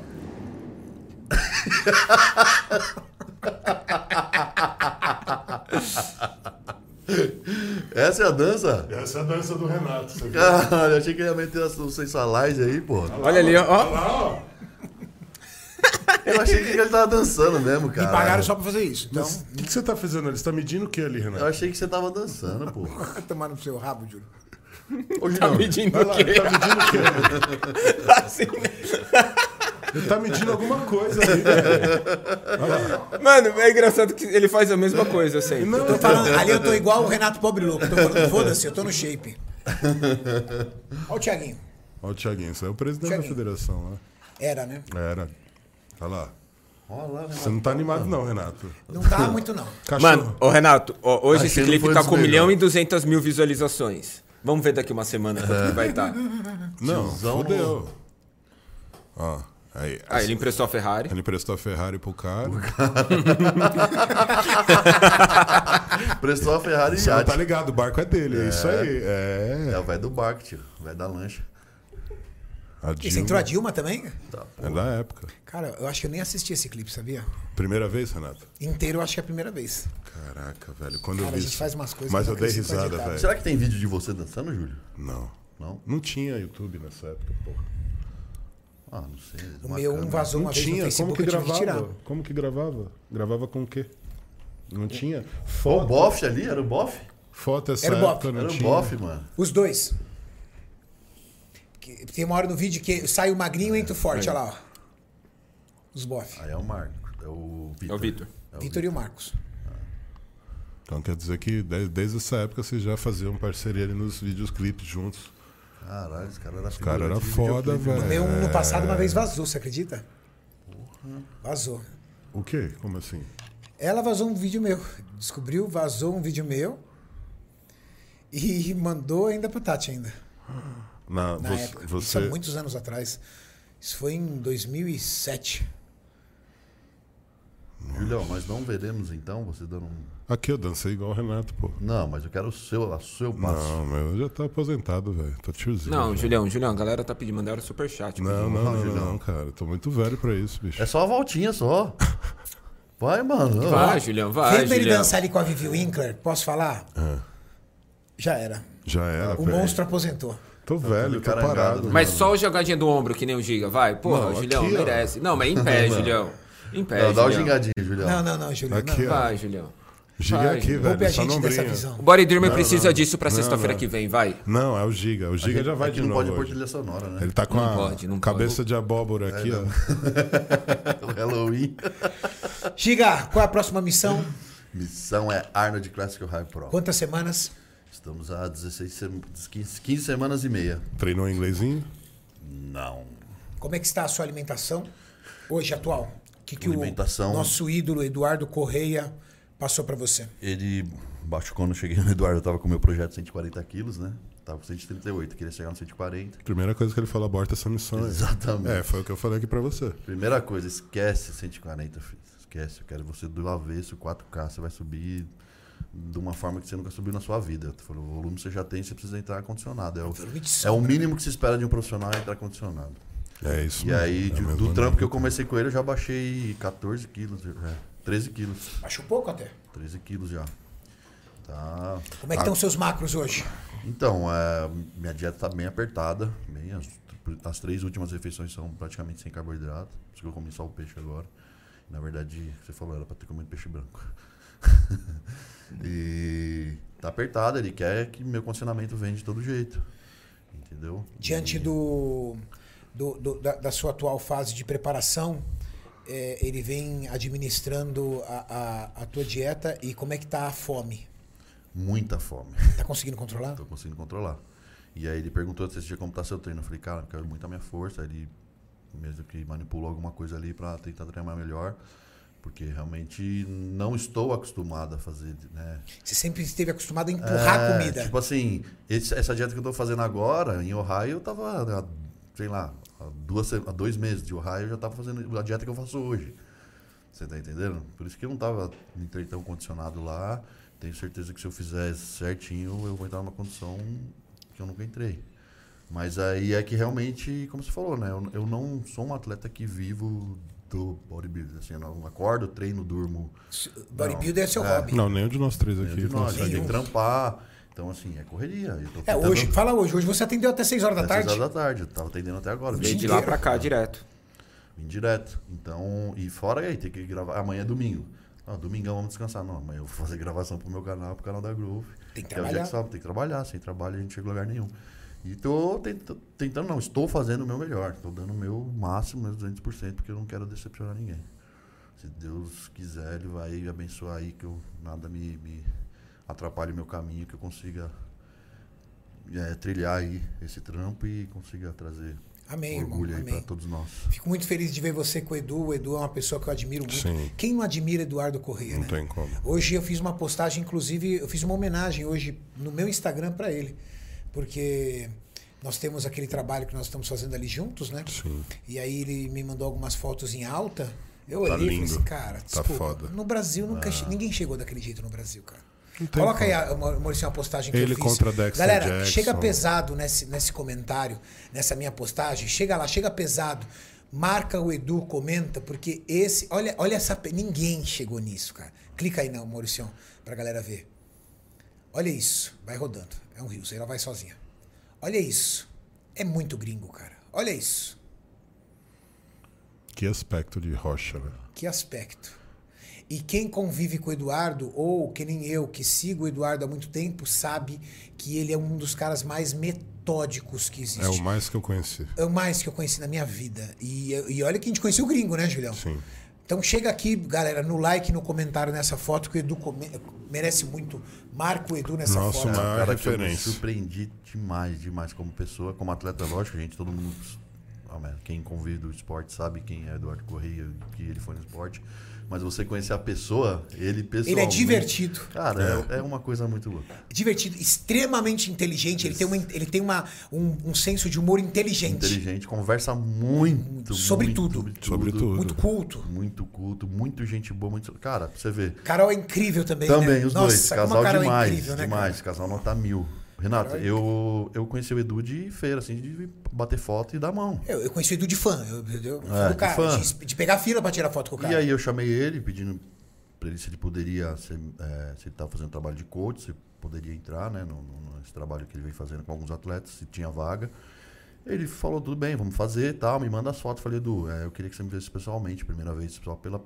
Essa é a dança? Essa é a dança do Renato. Você viu? Caralho, achei que ele ia meter as- os sensualize aí, pô. Olha ali, ó. Olha lá, ó. Eu achei que ele tava dançando mesmo, cara. Me pagaram só pra fazer isso. Então, O que, que você tá fazendo ali? Você tá medindo o que ali, Eu Renato? achei que você tava dançando, pô. vai tomar no seu rabo, Júlio. Ô, Tá Julião, medindo Olha o lá, ele quê? tá medindo o quê? (laughs) Assim, né? Ele tá medindo alguma coisa ali, velho. Olha lá. Mano, é engraçado que ele faz a mesma coisa assim. sempre. Não, Tô falando, ali eu tô igual o Renato Pobre Louco. Tô falando, foda-se, eu tô no (laughs) shape. Olha o Thiaguinho. Olha o Thiaguinho, você é o presidente da Thiaguinho. federação, né? Era, né? Era. Olha lá. Olha lá, né? Você não tá animado não, Renato. (laughs) Não dá muito, não. Cachorro. Mano, ô Renato, ó, hoje Achei esse que não clipe foi tá dos com 1 milhão e melhores. 200 mil visualizações. Vamos ver daqui uma semana quanto que vai tá. estar. não, tiozão- fodeu. Ó, aí. Ah, ele emprestou a Ferrari. Ele emprestou a Ferrari pro cara. prestou a Ferrari e Você não tá iate. ligado, o barco é dele, é, isso aí. É. É o velho do barco, tio. Vai da lancha. A E você Dilma entrou a Dilma também? é da época. Cara, eu acho que eu nem assisti esse clipe, sabia? Primeira vez, Renato? Inteiro, eu acho que é a primeira vez. Caraca, velho. Quando Cara, eu vi a gente isso- faz umas coisas Mas que eu eu dei não acredito risada, acreditar. velho. É. Será que tem vídeo de você dançando, Júlio? Não. Não? Não tinha YouTube nessa época, porra. Ah, não sei. O meu um vazou Não uma vez no tinha. Como Facebook, que eu tive que tirar. gravava? Como que gravava? Gravava com o quê? Não tinha. O Foto, bofe ali? Era o bofe? foto essa Era o bofe. época não Era o tinha. bofe, mano. Os dois. Porque que- tem uma hora no vídeo que sai o magrinho e entra o É. forte, olha lá, ó. Os Ah, bofe. Aí é o Marco. É o Vitor. É o Vitor. É o Vitor e o Marcos. Então quer dizer que de- desde essa época vocês já faziam parceria ali nos videoclipes juntos. Caralho, esse cara era Os cara era foda, velho. Meu, um no passado, uma vez vazou, você acredita? Vazou. O quê? Como assim? Ela vazou um vídeo meu. Descobriu, vazou um vídeo meu. E (laughs) mandou ainda pro Tati ainda. Na, Na você, época. Isso você- há muitos anos atrás. Isso foi em 2007. Julião, mas não veremos então você dando um. Aqui eu dancei igual o Renato, pô. Não, mas eu quero o seu, a seu passo. Não, meu, eu já tá aposentado, velho. Tô tiozinho. Não, já. Julião, Julião, a galera tá pedindo, mandaram superchat. Não, não, Não, não, Julião. não, cara. Eu tô muito velho pra isso, bicho. É só uma voltinha só. Vai, mano. Vai, Julião, vai, Vem pra ele Julião. dançar ali com a Vivi Winkler, posso falar? Ah. Já era. Já era, O velho. monstro aposentou. Tô velho, tô encarangado, parado. né? Mas... Mas só o jogadinha do ombro, que nem o Giga, vai. Porra, Não, Julião, aqui, ó. merece. Não, mas em (laughs) pé, Julião. Em pé, Não, dá Julião. uma gingadinha, Julião. É Não, não, não, Júlio. Tá. Aqui, não. ó. Vai, Julião. Giga Vai, aqui, gente. velho. Poupe a Só não gente dessa brinha. O visão. Body Dreamer precisa disso pra sexta-feira não. que vem, vai. Não, é o Giga. O Giga já vai Aqui de É não novo pode pôr hoje. trilha sonora, né? Ele tá com Não a pode, não cabeça pode. de abóbora É, aqui, ó. O (laughs) Halloween. Giga, qual é a próxima missão? Missão é Arnold Classic High Pro. Quantas semanas? Estamos há 16 sem- 15, 15 semanas e meia. Treinou inglesinho? Não. Como é que está a sua alimentação hoje, atual? O que, que Alimentação. o nosso ídolo Eduardo Correia passou pra você? Ele baixou quando eu cheguei no Eduardo, eu tava com o meu projeto de 140 quilos, né? Tava com 138, queria chegar no 140. Primeira coisa que ele falou, aborta essa missão aí. Exatamente. É, foi o que eu falei aqui pra você. Primeira coisa, esquece 140, filho. Esquece. Eu quero você do avesso, 4K. Você vai subir de uma forma que você nunca subiu na sua vida. Tu falou, O volume você já tem, você precisa entrar condicionado. É o, Volume de é o sombra. mínimo que se espera de um profissional é entrar condicionado. É isso E mesmo. aí, de- É o mesmo do nível. trampo que eu comecei com ele, eu já baixei 14 quilos. é, 13 quilos. Baixou um pouco até. 13 quilos já. Tá. Como é Ah. que estão seus macros hoje? Então, é, minha dieta tá bem apertada. Bem, as, as três últimas refeições são praticamente sem carboidrato. Por isso que eu comi só o peixe agora. Na verdade, você falou, era pra ter comido peixe branco. (laughs) e tá apertado, ele quer que meu condicionamento venha de todo jeito. Entendeu? Diante do, do- do- da, da sua atual fase de preparação, é, ele vem administrando a, a, a tua dieta e como é que tá a fome? Muita fome. Tá conseguindo controlar? Tô conseguindo controlar. E aí ele perguntou esse dia como tá seu treino. Eu falei, cara, eu quero muito a minha força. Aí Ele mesmo que manipulou alguma coisa ali pra tentar treinar melhor. Porque realmente não estou acostumado a fazer, né? Você sempre esteve acostumado a empurrar É, comida. Tipo assim, esse- essa dieta que eu tô fazendo agora, em Ohio, eu tava, né, há, sei lá, há, duas, se- há dois meses de Ohio, eu já tava fazendo a dieta que eu faço hoje. Você tá entendendo? Por isso que eu não tava entrei tão condicionado lá. Tenho certeza que se eu fizer certinho, eu vou entrar numa condição que eu nunca entrei. Mas aí é que realmente, como você falou, né? Eu, eu não sou um atleta que vivo do bodybuilding. Assim, eu não acordo, treino, durmo. Bodybuilder é seu hobby. Não, nenhum Né, de nós três Eu aqui de nós, tem consegue. que trampar. Então, assim, é correria. Eu tô É, tentando- hoje, fala hoje. Hoje você atendeu até 6 horas da até seis tarde? horas da tarde. Eu tava atendendo até agora. Vem Vim, de lá pra cá direto. vim direto. Então, e fora aí, tem que gravar. Amanhã é domingo. Ah, domingão vamos descansar. Não, amanhã eu vou fazer gravação pro meu canal, pro canal da Groove. Tem que é o dia trabalhar. sábado, tem que trabalhar. Sem trabalho a gente chega em lugar nenhum. E tô tenta- tentando, não, estou fazendo o meu melhor. Estou dando o meu máximo, meus 200%, porque eu não quero decepcionar ninguém. Se Deus quiser, Ele vai abençoar aí que eu, nada me, me atrapalhe o meu caminho, que eu consiga é, trilhar aí esse trampo e consiga trazer Amém, irmão. orgulho aí para Amém. todos nós. Fico muito feliz de ver você com o Edu. O Edu é uma pessoa que eu admiro muito. Sim. Quem não admira Eduardo Corrêa, Não né? tem como. Hoje eu fiz uma postagem, inclusive, eu fiz uma homenagem hoje no meu Instagram para ele, porque nós temos aquele trabalho que nós estamos fazendo ali juntos, né? Sim. E aí ele me mandou algumas fotos em alta. Eu Tá olhei e falei lindo. assim, cara, Tá desculpa, foda. Ah. no Brasil nunca che- ninguém chegou daquele jeito no Brasil, cara. tem Coloca aí, como. a- Maur- Maurício, uma postagem que Ele eu fiz. contra Dexter Galera, Jackson. chega pesado nesse, nesse comentário, nessa minha postagem. Chega lá, chega pesado. Marca o Edu, comenta, porque esse. Olha, olha essa. pe- Ninguém chegou nisso, cara. Clica aí, não, Maurício, pra galera ver. Olha isso. Vai rodando. É um rio, ela vai sozinha. Olha isso. É muito gringo, cara. Olha isso. Que aspecto de rocha, né? Que aspecto. E quem convive com o Eduardo, ou que nem eu, que sigo o Eduardo há muito tempo, sabe que ele é um dos caras mais metódicos que existe. É o mais que eu conheci. É o mais que eu conheci na minha vida. E, e olha que a gente conheceu o gringo, né, Julião? Sim. Então chega aqui, galera, no like, no comentário nessa foto, que o Edu come- merece muito. Marca o Edu nessa Nosso foto. maior- Cara, que eu me Ah, é referência. surpreendi demais, demais como pessoa, como atleta, lógico, gente, todo mundo. Ah, mano, Quem convive do esporte sabe quem é Eduardo Corrêa, que ele foi no esporte. Mas você conhecer a pessoa, ele pessoalmente... Ele é divertido. Cara, é, é uma coisa muito louca. Divertido, extremamente inteligente. Ele tem, uma, ele tem uma, um, um senso de humor inteligente. Inteligente, conversa muito. Sobre muito, tudo. Sobre tudo. Muito culto. Muito culto, muito gente boa, muito. Cara, pra você ver. Carol é incrível também. Também, né? os Nossa, dois. como a Casal Carol demais. é incrível, né? cara? demais. Casal nota mil. Renato, eu, eu conheci o Edu de feira, assim, de bater foto e dar mão. Eu, eu conheci o Edu de fã. Eu, eu, eu fui É, do de cara, fã. De, de pegar fila pra tirar foto com o cara. E aí eu chamei ele, pedindo pra ele se ele poderia, ser, é, se ele tava fazendo trabalho de coach, se poderia entrar, né, no, no- nesse trabalho que ele vem fazendo com alguns atletas, se tinha vaga. Ele falou, tudo bem, vamos fazer e tal, me manda as fotos. Falei, Edu, é, eu queria que você me visse pessoalmente, primeira vez, só pela,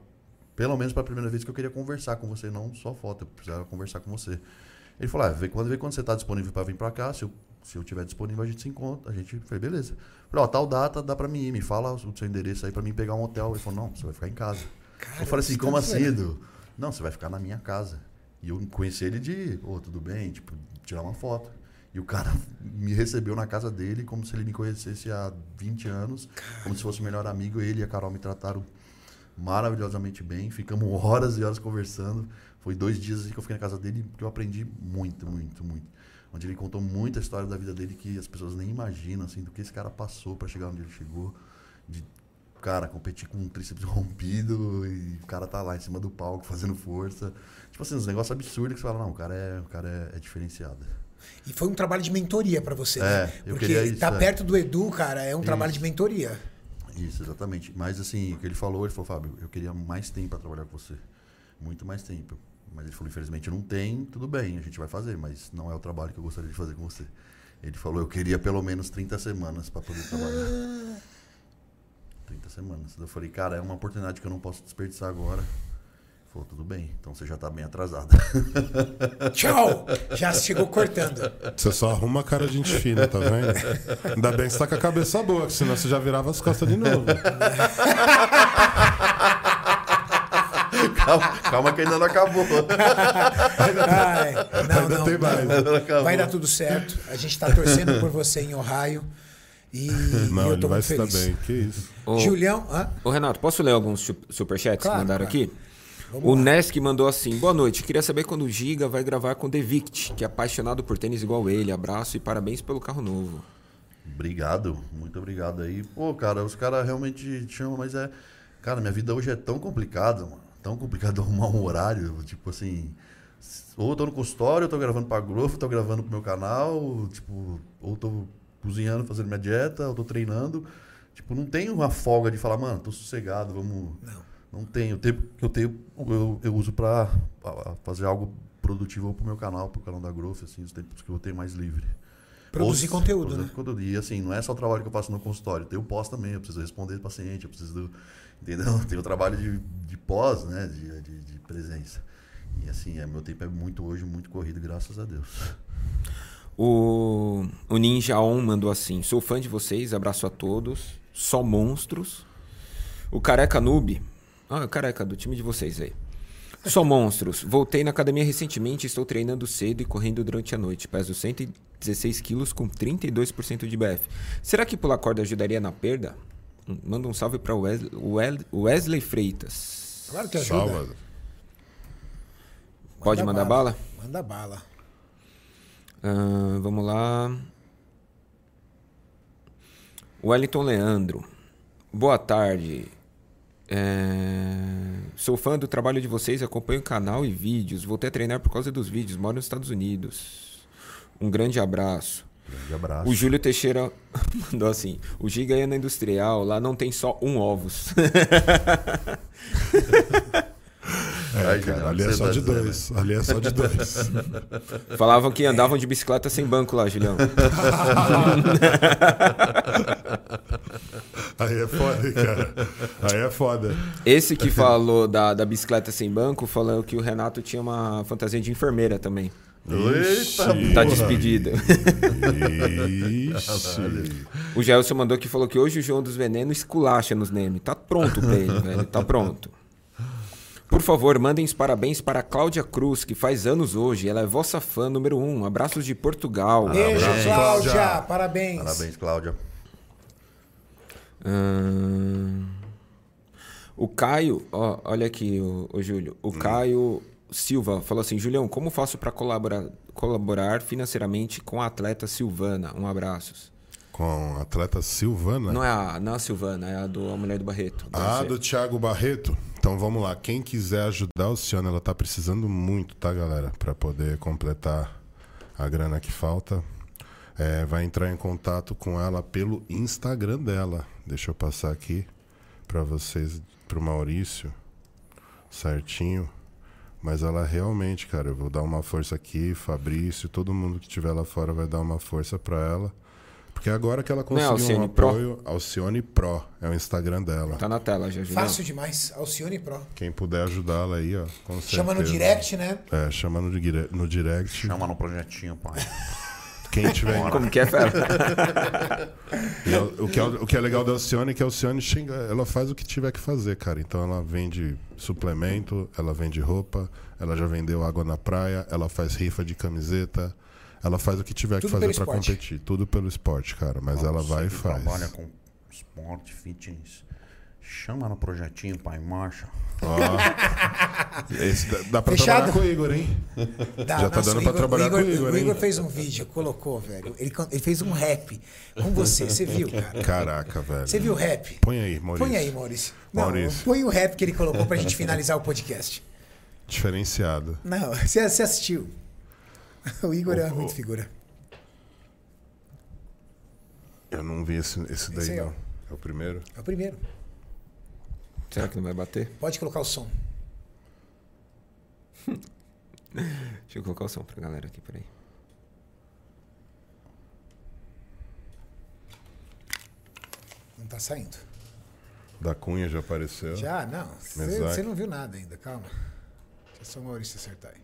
pelo menos pela primeira vez que eu queria conversar com você, não só foto, eu precisava conversar com você. Ele falou, ah, vê quando, vê quando você tá disponível pra vir pra cá, se eu, se eu tiver disponível a gente se encontra. A gente, falei, beleza. Falei, ó, tal data dá pra mim ir, me fala o seu endereço aí pra mim pegar um hotel. Ele falou, não, você vai ficar em casa. eu falei assim, você tá como assim, zoando." Edu? Não, você vai ficar na minha casa. E eu conheci ele de, ô, tudo bem, tipo, tirar uma foto. E o cara (laughs) me recebeu na casa dele como se ele me conhecesse há 20 anos, como se fosse o melhor amigo. Ele e a Carol me trataram maravilhosamente bem. Ficamos (laughs) horas e horas conversando. Foi dois dias assim, que eu fiquei na casa dele que eu aprendi muito, muito, muito. Onde ele contou muita história da vida dele que as pessoas nem imaginam, assim, do que esse cara passou para chegar onde ele chegou. De, cara, competir com um tríceps (laughs) rompido e o cara tá lá em cima do palco fazendo força. Tipo assim, uns negócios absurdos que você fala, não, o cara é, o cara é, é diferenciado. E foi um trabalho de mentoria pra você, É, né? eu Porque queria isso, tá é. perto do Edu, cara, é um trabalho de mentoria. Isso, exatamente. Mas assim, o que ele falou, ele falou, Fábio, eu queria mais tempo para trabalhar com você. Muito mais tempo. Mas ele falou, infelizmente não tem, tudo bem, a gente vai fazer, mas não é o trabalho que eu gostaria de fazer com você. Ele falou, eu queria pelo menos 30 semanas para poder trabalhar. 30 semanas. Eu falei, cara, é uma oportunidade que eu não posso desperdiçar agora. Ele falou, tudo bem, então você já tá bem atrasada. (laughs) Tchau! Já chegou (laughs) cortando. Você só arruma a cara de gente fina, tá vendo? Ainda bem que você tá com a cabeça boa, que senão você já virava as costas de novo. calma, calma que ainda não acabou. Ai, Ah, é. não, Ainda não, tem não. mais. Ainda não acabou. Vai dar tudo certo. A gente tá torcendo por você em Ohio. E, (laughs) e (laughs) Não, eu ele tô vai muito se dar feliz. bem. Que isso. Ô, Julião, hã? Ô, Renato, posso ler alguns su- superchats Claro, que mandaram claro. aqui? o Nesk mandou assim: Boa noite, queria saber quando o Giga vai gravar com o The Vict, que é apaixonado por tênis igual ele. Abraço e parabéns pelo carro novo. Obrigado, muito obrigado aí. Pô, cara, os caras realmente te chamam, mas é. Cara, minha vida hoje é tão complicada, mano. Tão complicado (laughs) arrumar um horário. Tipo assim. Ou eu tô no consultório, eu tô gravando pra Grofo, tô gravando pro meu canal, tipo, ou tô cozinhando, fazendo minha dieta, ou tô treinando. Tipo, não tenho uma folga de falar, mano, tô sossegado, vamos. Não. Não tenho. O tempo que eu tenho, eu, eu uso pra pra fazer algo produtivo pro meu canal, pro canal da Growth, assim, os tempos que eu tenho mais livre. Produzir Ou- conteúdo, né? quando eu li, assim, não é só o trabalho que eu faço no consultório, tem o pós também, eu preciso responder paciente, eu preciso (laughs) do, entendeu? Tem o trabalho de, de pós, né, de, de, de presença. E assim, é, meu tempo é muito hoje, muito corrido, graças a Deus. (laughs) O, o Ninja On mandou assim: Sou fã de vocês, abraço a todos. Só monstros. O Careca Noob. Ah, o Careca, do time de vocês aí. (laughs) Só monstros. Voltei na academia recentemente, estou treinando cedo e correndo durante a noite. Peso 116 quilos com 32% de BF. Será que pular corda ajudaria na perda? Hum, Manda um salve para Wesley, Wesley Freitas. Claro que ajuda. Salva. Pode mandar bala? Manda bala. Ah, vamos lá. Wellington Leandro. Boa tarde. É, Sou fã do trabalho de vocês, acompanho o canal e vídeos. Voltei a treinar por causa dos vídeos, moro nos Estados Unidos. Um grande abraço. Grande abraço. O Júlio Teixeira (laughs) mandou assim: o Giga ia na industrial, lá não tem só um ovos. (laughs) Ai, É, Julião, cara, ali é você só tá de dizendo, dois. Ali é só de dois. Falavam que andavam de bicicleta sem banco lá, Julião. Aí é foda, hein, cara. Aí é foda. Esse que falou da, da bicicleta sem banco falou que o Renato tinha uma fantasia de enfermeira também. Eita, Tá porra. despedida. Ixi. (laughs) O Gelson mandou que falou que hoje o João dos Venenos esculacha nos Neme. Tá pronto pra ele, (laughs) velho. Tá pronto. Por favor, mandem os parabéns para a Cláudia Cruz, que faz anos hoje. Ela é vossa fã número um. Abraços de Portugal. Ah, é. Beijo, Parabéns, Cláudia. Cláudia. Parabéns. né? Parabéns, Cláudia. Ahn, O Caio, ó, olha aqui, o, Júlio. Hum. O Caio Silva falou assim: Julião, como faço para colaborar, colaborar financeiramente com a atleta Silvana? Um abraço. Com a atleta Silvana. Não é a, não é a Silvana, é a, do, a mulher do Barreto. deve Ah, ser. do Thiago Barreto. Então vamos lá. Quem quiser ajudar o Ciano, ela tá precisando muito, tá, galera? Pra poder completar a grana que falta. É, vai entrar em contato com ela pelo Instagram dela. Deixa eu passar aqui pra vocês, pro Maurício, certinho. Mas ela realmente, cara, eu vou dar uma força aqui, Fabrício, todo mundo que estiver lá fora vai dar uma força pra ela. Porque agora que ela é conseguiu um Alcione Pro? apoio, Alcione Pro é o Instagram dela. Tá na tela já, Julião. Fácil demais. Alcione Pro. Quem puder ajudá-la aí, ó. Com Chama no certeza. direct, né? É, chama no, dire- no direct. Chama no projetinho, pai. Quem tiver. Como que é, (laughs) fera? E ela- o, que é, o que é legal da Alcione é que a Alcione xinga, ela faz o que tiver que fazer, cara. Então ela vende suplemento, ela vende roupa, ela já vendeu água na praia, ela faz rifa de camiseta. Ela faz o que tiver Tudo que pelo fazer pra esporte. competir. Tudo pelo esporte, cara. Mas ela vai e Você que faz. Trabalha com esporte, fitness. Chama no projetinho, pai, marcha. Esse dá, dá pra Fechado? trabalhar com o Igor, hein? Dá- Já tá nossa, dando o pra trabalhar o com o Igor, O hein? Igor fez um vídeo, colocou, velho. Ele, can- ele fez um rap com você. Você viu, cara? (laughs) Caraca, velho. Você viu o rap? Põe aí, Maurício. Põe aí, Maurício. Não, Maurício. põe o rap que ele colocou pra gente finalizar o podcast. Diferenciado. Não, você, você assistiu. (laughs) O Igor é muito figura. Eu não vi esse, esse daí, aí, ó. não. É o primeiro? É o primeiro. Será que não vai bater? Pode colocar o som. Deixa eu colocar o som pra galera aqui, peraí. Não tá saindo. Da Cunha já apareceu. Já? Não. Você Mesaque. você não viu nada ainda, calma. Deixa só o Maurício acertar aí.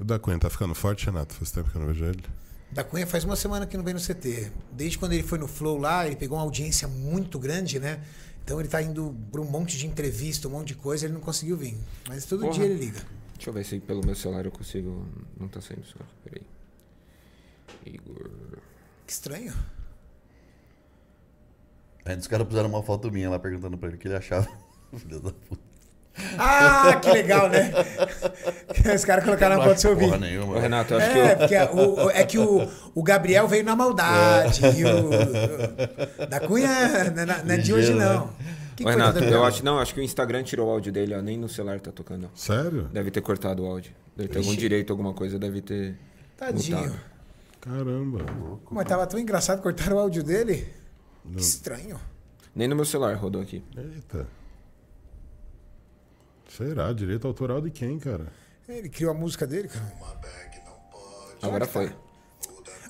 O da Cunha tá ficando forte, Renato? Faz tempo que eu não vejo ele. Da Cunha faz uma semana que não vem no CT. Desde quando ele foi no Flow lá, ele pegou uma audiência muito grande, né? Então ele tá indo pra um monte de entrevista, um monte de coisa, ele não conseguiu vir. Mas todo Porra. dia ele liga. Deixa eu ver se pelo meu celular eu consigo. Não tá saindo o som, peraí. Igor. Que estranho. Aí os caras puseram uma foto minha lá perguntando pra ele o que ele achava. (laughs) Filho da puta. Ah, que legal, né? (laughs) Os caras colocaram na foto do seu Porra vídeo. nenhuma. Ô, Renato, eu acho É, que eu. porque o- o- é que o, o Gabriel veio na maldade. É. E o, o- da Cunha não é, na- não é de hoje, Ligeiro, não. Que né? Ô, coisa Renato, da- eu acho. Não, acho que o Instagram tirou o áudio dele, ó. Nem no celular tá tocando. ó. Sério? Deve ter cortado o áudio. Deve ter algum Ixi. direito, alguma coisa, deve ter. Tadinho. tá mutado. Caramba. Mas tava tão engraçado cortar o áudio dele. Que estranho. Nem no meu celular rodou aqui. Eita. Será? Direito autoral de quem, cara? Ele criou a música dele, cara. Agora foi.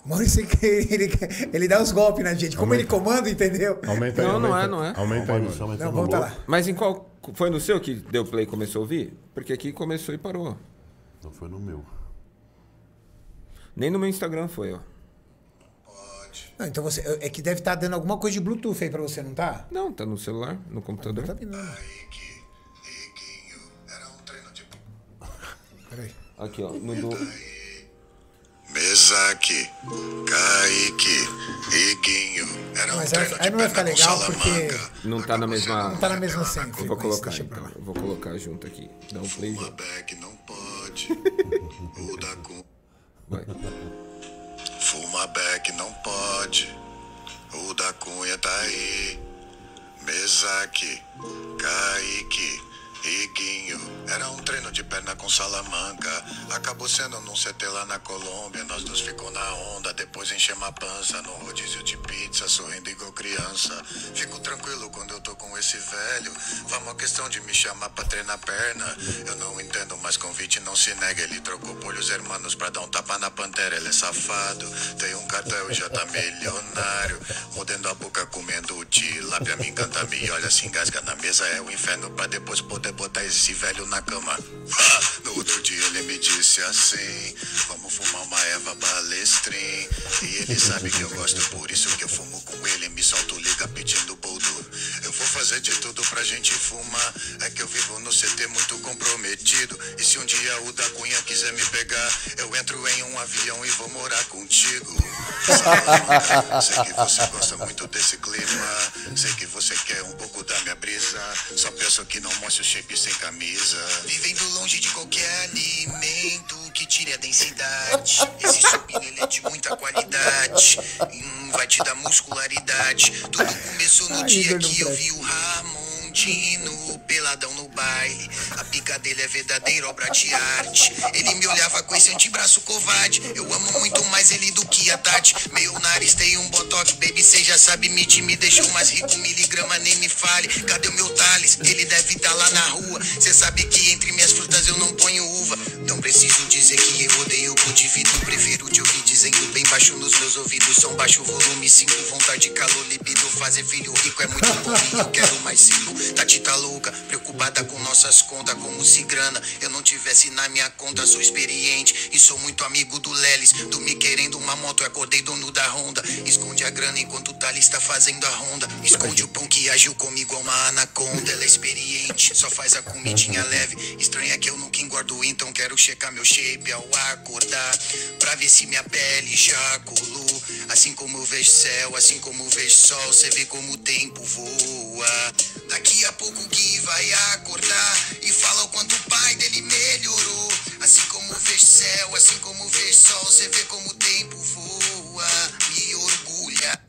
Maurício, ele, ele, ele dá os golpes na gente. Como ele comanda, entendeu? Aumenta aí, Não, não aumenta. é, não é. Aumenta aí, mano. Não, volta lá. Mas em qual. Foi no seu que deu play e começou a ouvir? Porque aqui começou e parou. Não foi no meu. Nem no meu Instagram foi, ó. Não, então você. É que deve estar dando alguma coisa de Bluetooth aí pra você, não tá? Não, tá no celular, no computador. Não tá vindo, não. um Peraí. Aqui, ó. No do. Mesaque, Kaique, Iguinho. Era um Mas treino aí de não vai perna ficar com legal, porque- Salamanca. Não tá na mesma. Não tá na mesma senha. Eu frequência, vou colocar, deixa pra então. lá. Eu vou colocar junto aqui. Dá um play Uma junto. bag não (laughs) pode. O da Cunha. Vai. Fuma Beck não pode. O da Cunha tá aí. Mesaque, Kaique, Iguinho. Era um treino de perna com salamanca. Acabou sendo num CT lá na Colômbia. Nós dois ficou na onda. Depois enchemos a pança. No rodízio de pizza, sorrindo igual criança. Fico tranquilo quando eu tô com esse velho. Vamos a questão de me chamar pra treinar perna. Eu não entendo, mas convite não se nega. Ele trocou por os hermanos pra dar um tapa na pantera. Ele é safado. Tem um cartel e já tá milionário. Mordendo a boca, comendo tilápia. Me encanta, me olha, se engasga na mesa. É o inferno pra depois poder botar esse velho na cama. Ah, No outro dia ele me disse assim: Vamos fumar uma erva balestrim. E ele sabe que eu gosto, por isso que eu fumo com ele. Me solto, liga pedindo boldo. Eu vou fazer de tudo pra gente fumar. É que eu vivo no CT muito comprometido. E se um dia o da Cunha quiser me pegar, eu entro em um avião e vou morar contigo. Salamanca, Sei que você gosta muito desse clima. Sei que você quer um pouco da minha brisa. Só peço que não mostre o shape sem camisa. Vivendo longe de qualquer alimento que tire a densidade. Esse supino ele é de muita qualidade. Hum, vai te dar muscularidade. Tudo começou no dia que eu vi o Ramondino peladão no baile. A pica dele é verdadeira obra de arte. Ele me olhava com esse antebraço covarde. Eu amo muito mais ele do que a Tati. Meu nariz tem um botox, baby, cê já sabe, me te me deixou mais rico. Miligrama nem me fale. Cadê o meu Thales? Ele deve estar lá na rua. Cê sabe que entre minhas frutas eu não ponho uva. Não preciso dizer que eu odeio o indivíduo. Prefiro te ouvir dizendo bem baixo nos meus ouvidos. São baixo volume, sinto vontade, calor, libido. Fazer filho rico é muito bom e eu quero mais cinco. Tati tá louca, preocupada com nossas contas, como se grana eu não tivesse na minha conta. Sou experiente e sou muito amigo do Lelis. Tu me querendo uma moto, eu acordei dono da Honda. Esconde a grana enquanto o Thales tá fazendo a ronda. Esconde o pão que agiu comigo, é uma anaconda. Ela é experiente, só faz a comidinha leve. Estranha que eu nunca engordo, então quero checar meu shape ao acordar. Pra ver se minha pele já colou. Assim como eu vejo céu, assim como eu vejo sol, cê vê como o tempo voa. Daqui a pouco o Gui vai acordar e fala o quanto o pai dele melhorou. Assim como vejo céu, assim como vejo sol, cê vê como o tempo voa. Me orgulha.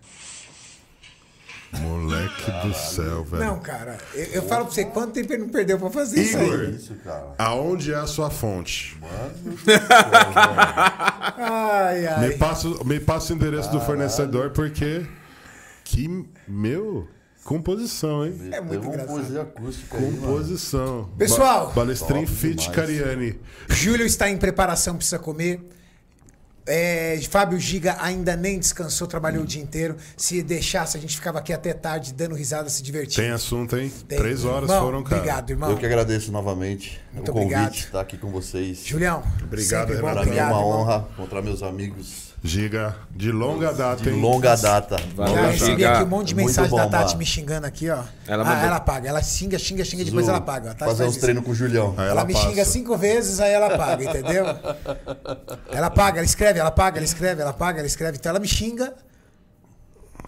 Moleque do céu, velho. Não, cara, eu, eu falo pra você, quanto tempo ele não perdeu pra fazer isso aí? Que isso, cara. Aonde é a sua fonte? Ai, ai. Me passa, o- me passa o endereço do fornecedor, porque. Que. Meu. Composição, hein? É muito Teve um engraçado. poesia acústica aí, mano. Composição. Pessoal! Ba Balestrin Top Fit demais. Cariani. Júlio está em preparação, precisa comer. É, Fábio Giga ainda nem descansou, trabalhou o dia inteiro. Se deixasse, a gente ficava aqui até tarde, dando risada, se divertindo. Tem assunto, hein? Tem. Três horas Irmão, foram, cara. Obrigado, irmão. Eu que agradeço novamente Muito o convite obrigado. estar aqui com vocês. Julião, Obrigado, sempre bom, Pra Renato. mim é obrigado, uma irmão. honra encontrar meus amigos Giga, de longa data, de hein? longa data. Valeu, Já Longa Giga. recebi aqui um monte de Muito mensagem bom, da Tati mano. me xingando aqui, ó. Ela Ah, mandou. ela paga. Ela xinga, xinga, xinga, depois ela paga. A Tati Fazer faz uns isso. treinos com o Julião. Aí Ela, me passa. xinga cinco vezes, aí ela paga, entendeu? ela paga, ela escreve, ela paga, ela escreve, ela paga, ela escreve. Então ela me xinga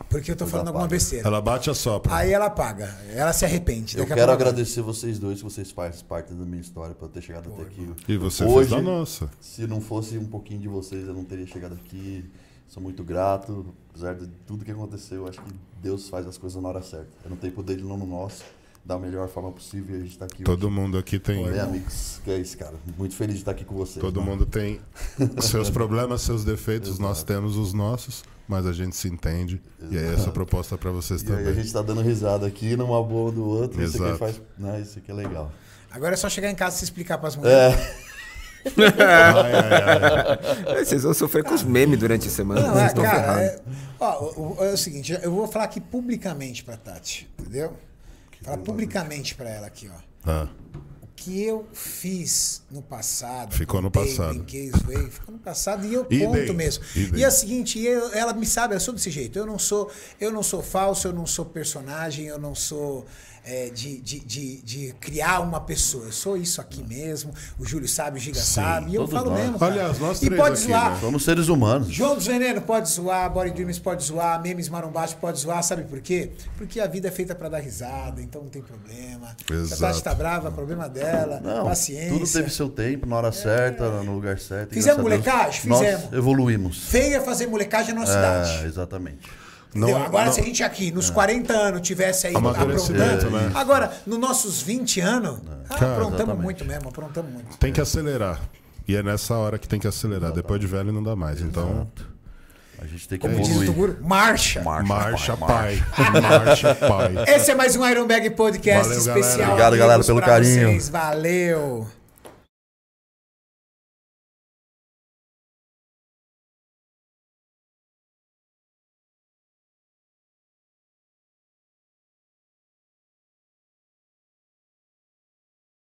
porque eu tô falando alguma paga. besteira. Ela bate a sopra. Aí ela paga. Ela se arrepende. Eu Daqui a quero pouco- agradecer vocês dois, que vocês fazem parte da minha história, por eu ter chegado até aqui. E você Hoje, fez a nossa. Se não fosse um pouquinho de vocês, eu não teria chegado aqui. Sou muito grato. Apesar de tudo que aconteceu, acho que Deus faz as coisas na hora certa. É no tempo dele, não no nosso. Da melhor forma possível, e a gente tá aqui. Todo mundo aqui tem. hoje. Bem, amigos, que é isso, cara. Muito feliz de estar aqui com vocês. Todo mano. mundo tem seus problemas, seus defeitos, nós temos os nossos, mas a gente se entende. E é essa a proposta pra vocês E aí a também. gente tá dando risada aqui, numa boa um do outro. Isso Exato. aqui faz. Não, isso aqui é legal. Agora é só chegar em casa e se explicar É. pras mulheres. Ai, ai, ai. É, Vocês vão sofrer com os memes durante a semana. Não, vocês é, estão cara. ferrados. É, ó, o- o- é o seguinte, eu vou falar aqui publicamente pra Tati, entendeu? Falar publicamente pra ela aqui, ó. Ah, O que eu fiz no passado. Ficou no contei, passado. Brinquei, zoei, ficou no passado e eu E conto bem, mesmo. e E, bem. é o seguinte, eu- ela me sabe, eu sou desse jeito. Eu não sou, eu não sou falso, eu não sou personagem, eu não sou é, de, de, de, de criar uma pessoa. Eu sou isso aqui mesmo. O Júlio sabe, o Giga sabe. E eu todos falo nós. mesmo. cara. Aliás, nós E três pode aqui, zoar. né? Somos seres humanos. João dos Veneno pode zoar, Body Dreams pode zoar, Memes Marombaixo pode zoar, sabe por quê? Porque a vida é feita pra dar risada, então não tem problema. Se a Exato. Tati tá brava, problema dela, Não, paciência. É. tudo teve seu tempo, na hora certa, no lugar certo. e Fizemos graças a Deus, molecagem? Nós Fizemos. evoluímos. Feio é fazer molecagem na nossa cidade. É, exatamente. Entendeu? Não- agora, não- se a gente aqui, nos 40 anos, tivesse aí Amadurecimento, aprontando. né? Agora, nos nossos 20 anos, ah, Cara, aprontamos exatamente. muito mesmo, aprontamos muito. Tem que acelerar. E é nessa hora que tem que acelerar. Depois de velho não dá mais. Então, A gente tem que Como diz o evoluir. Toguro, marcha. marcha, pai. Marcha, pai. Esse é mais um Iron Bag Podcast Valeu, galera. especial. Obrigado, amigos, galera, pelo pra carinho. Vocês. Valeu.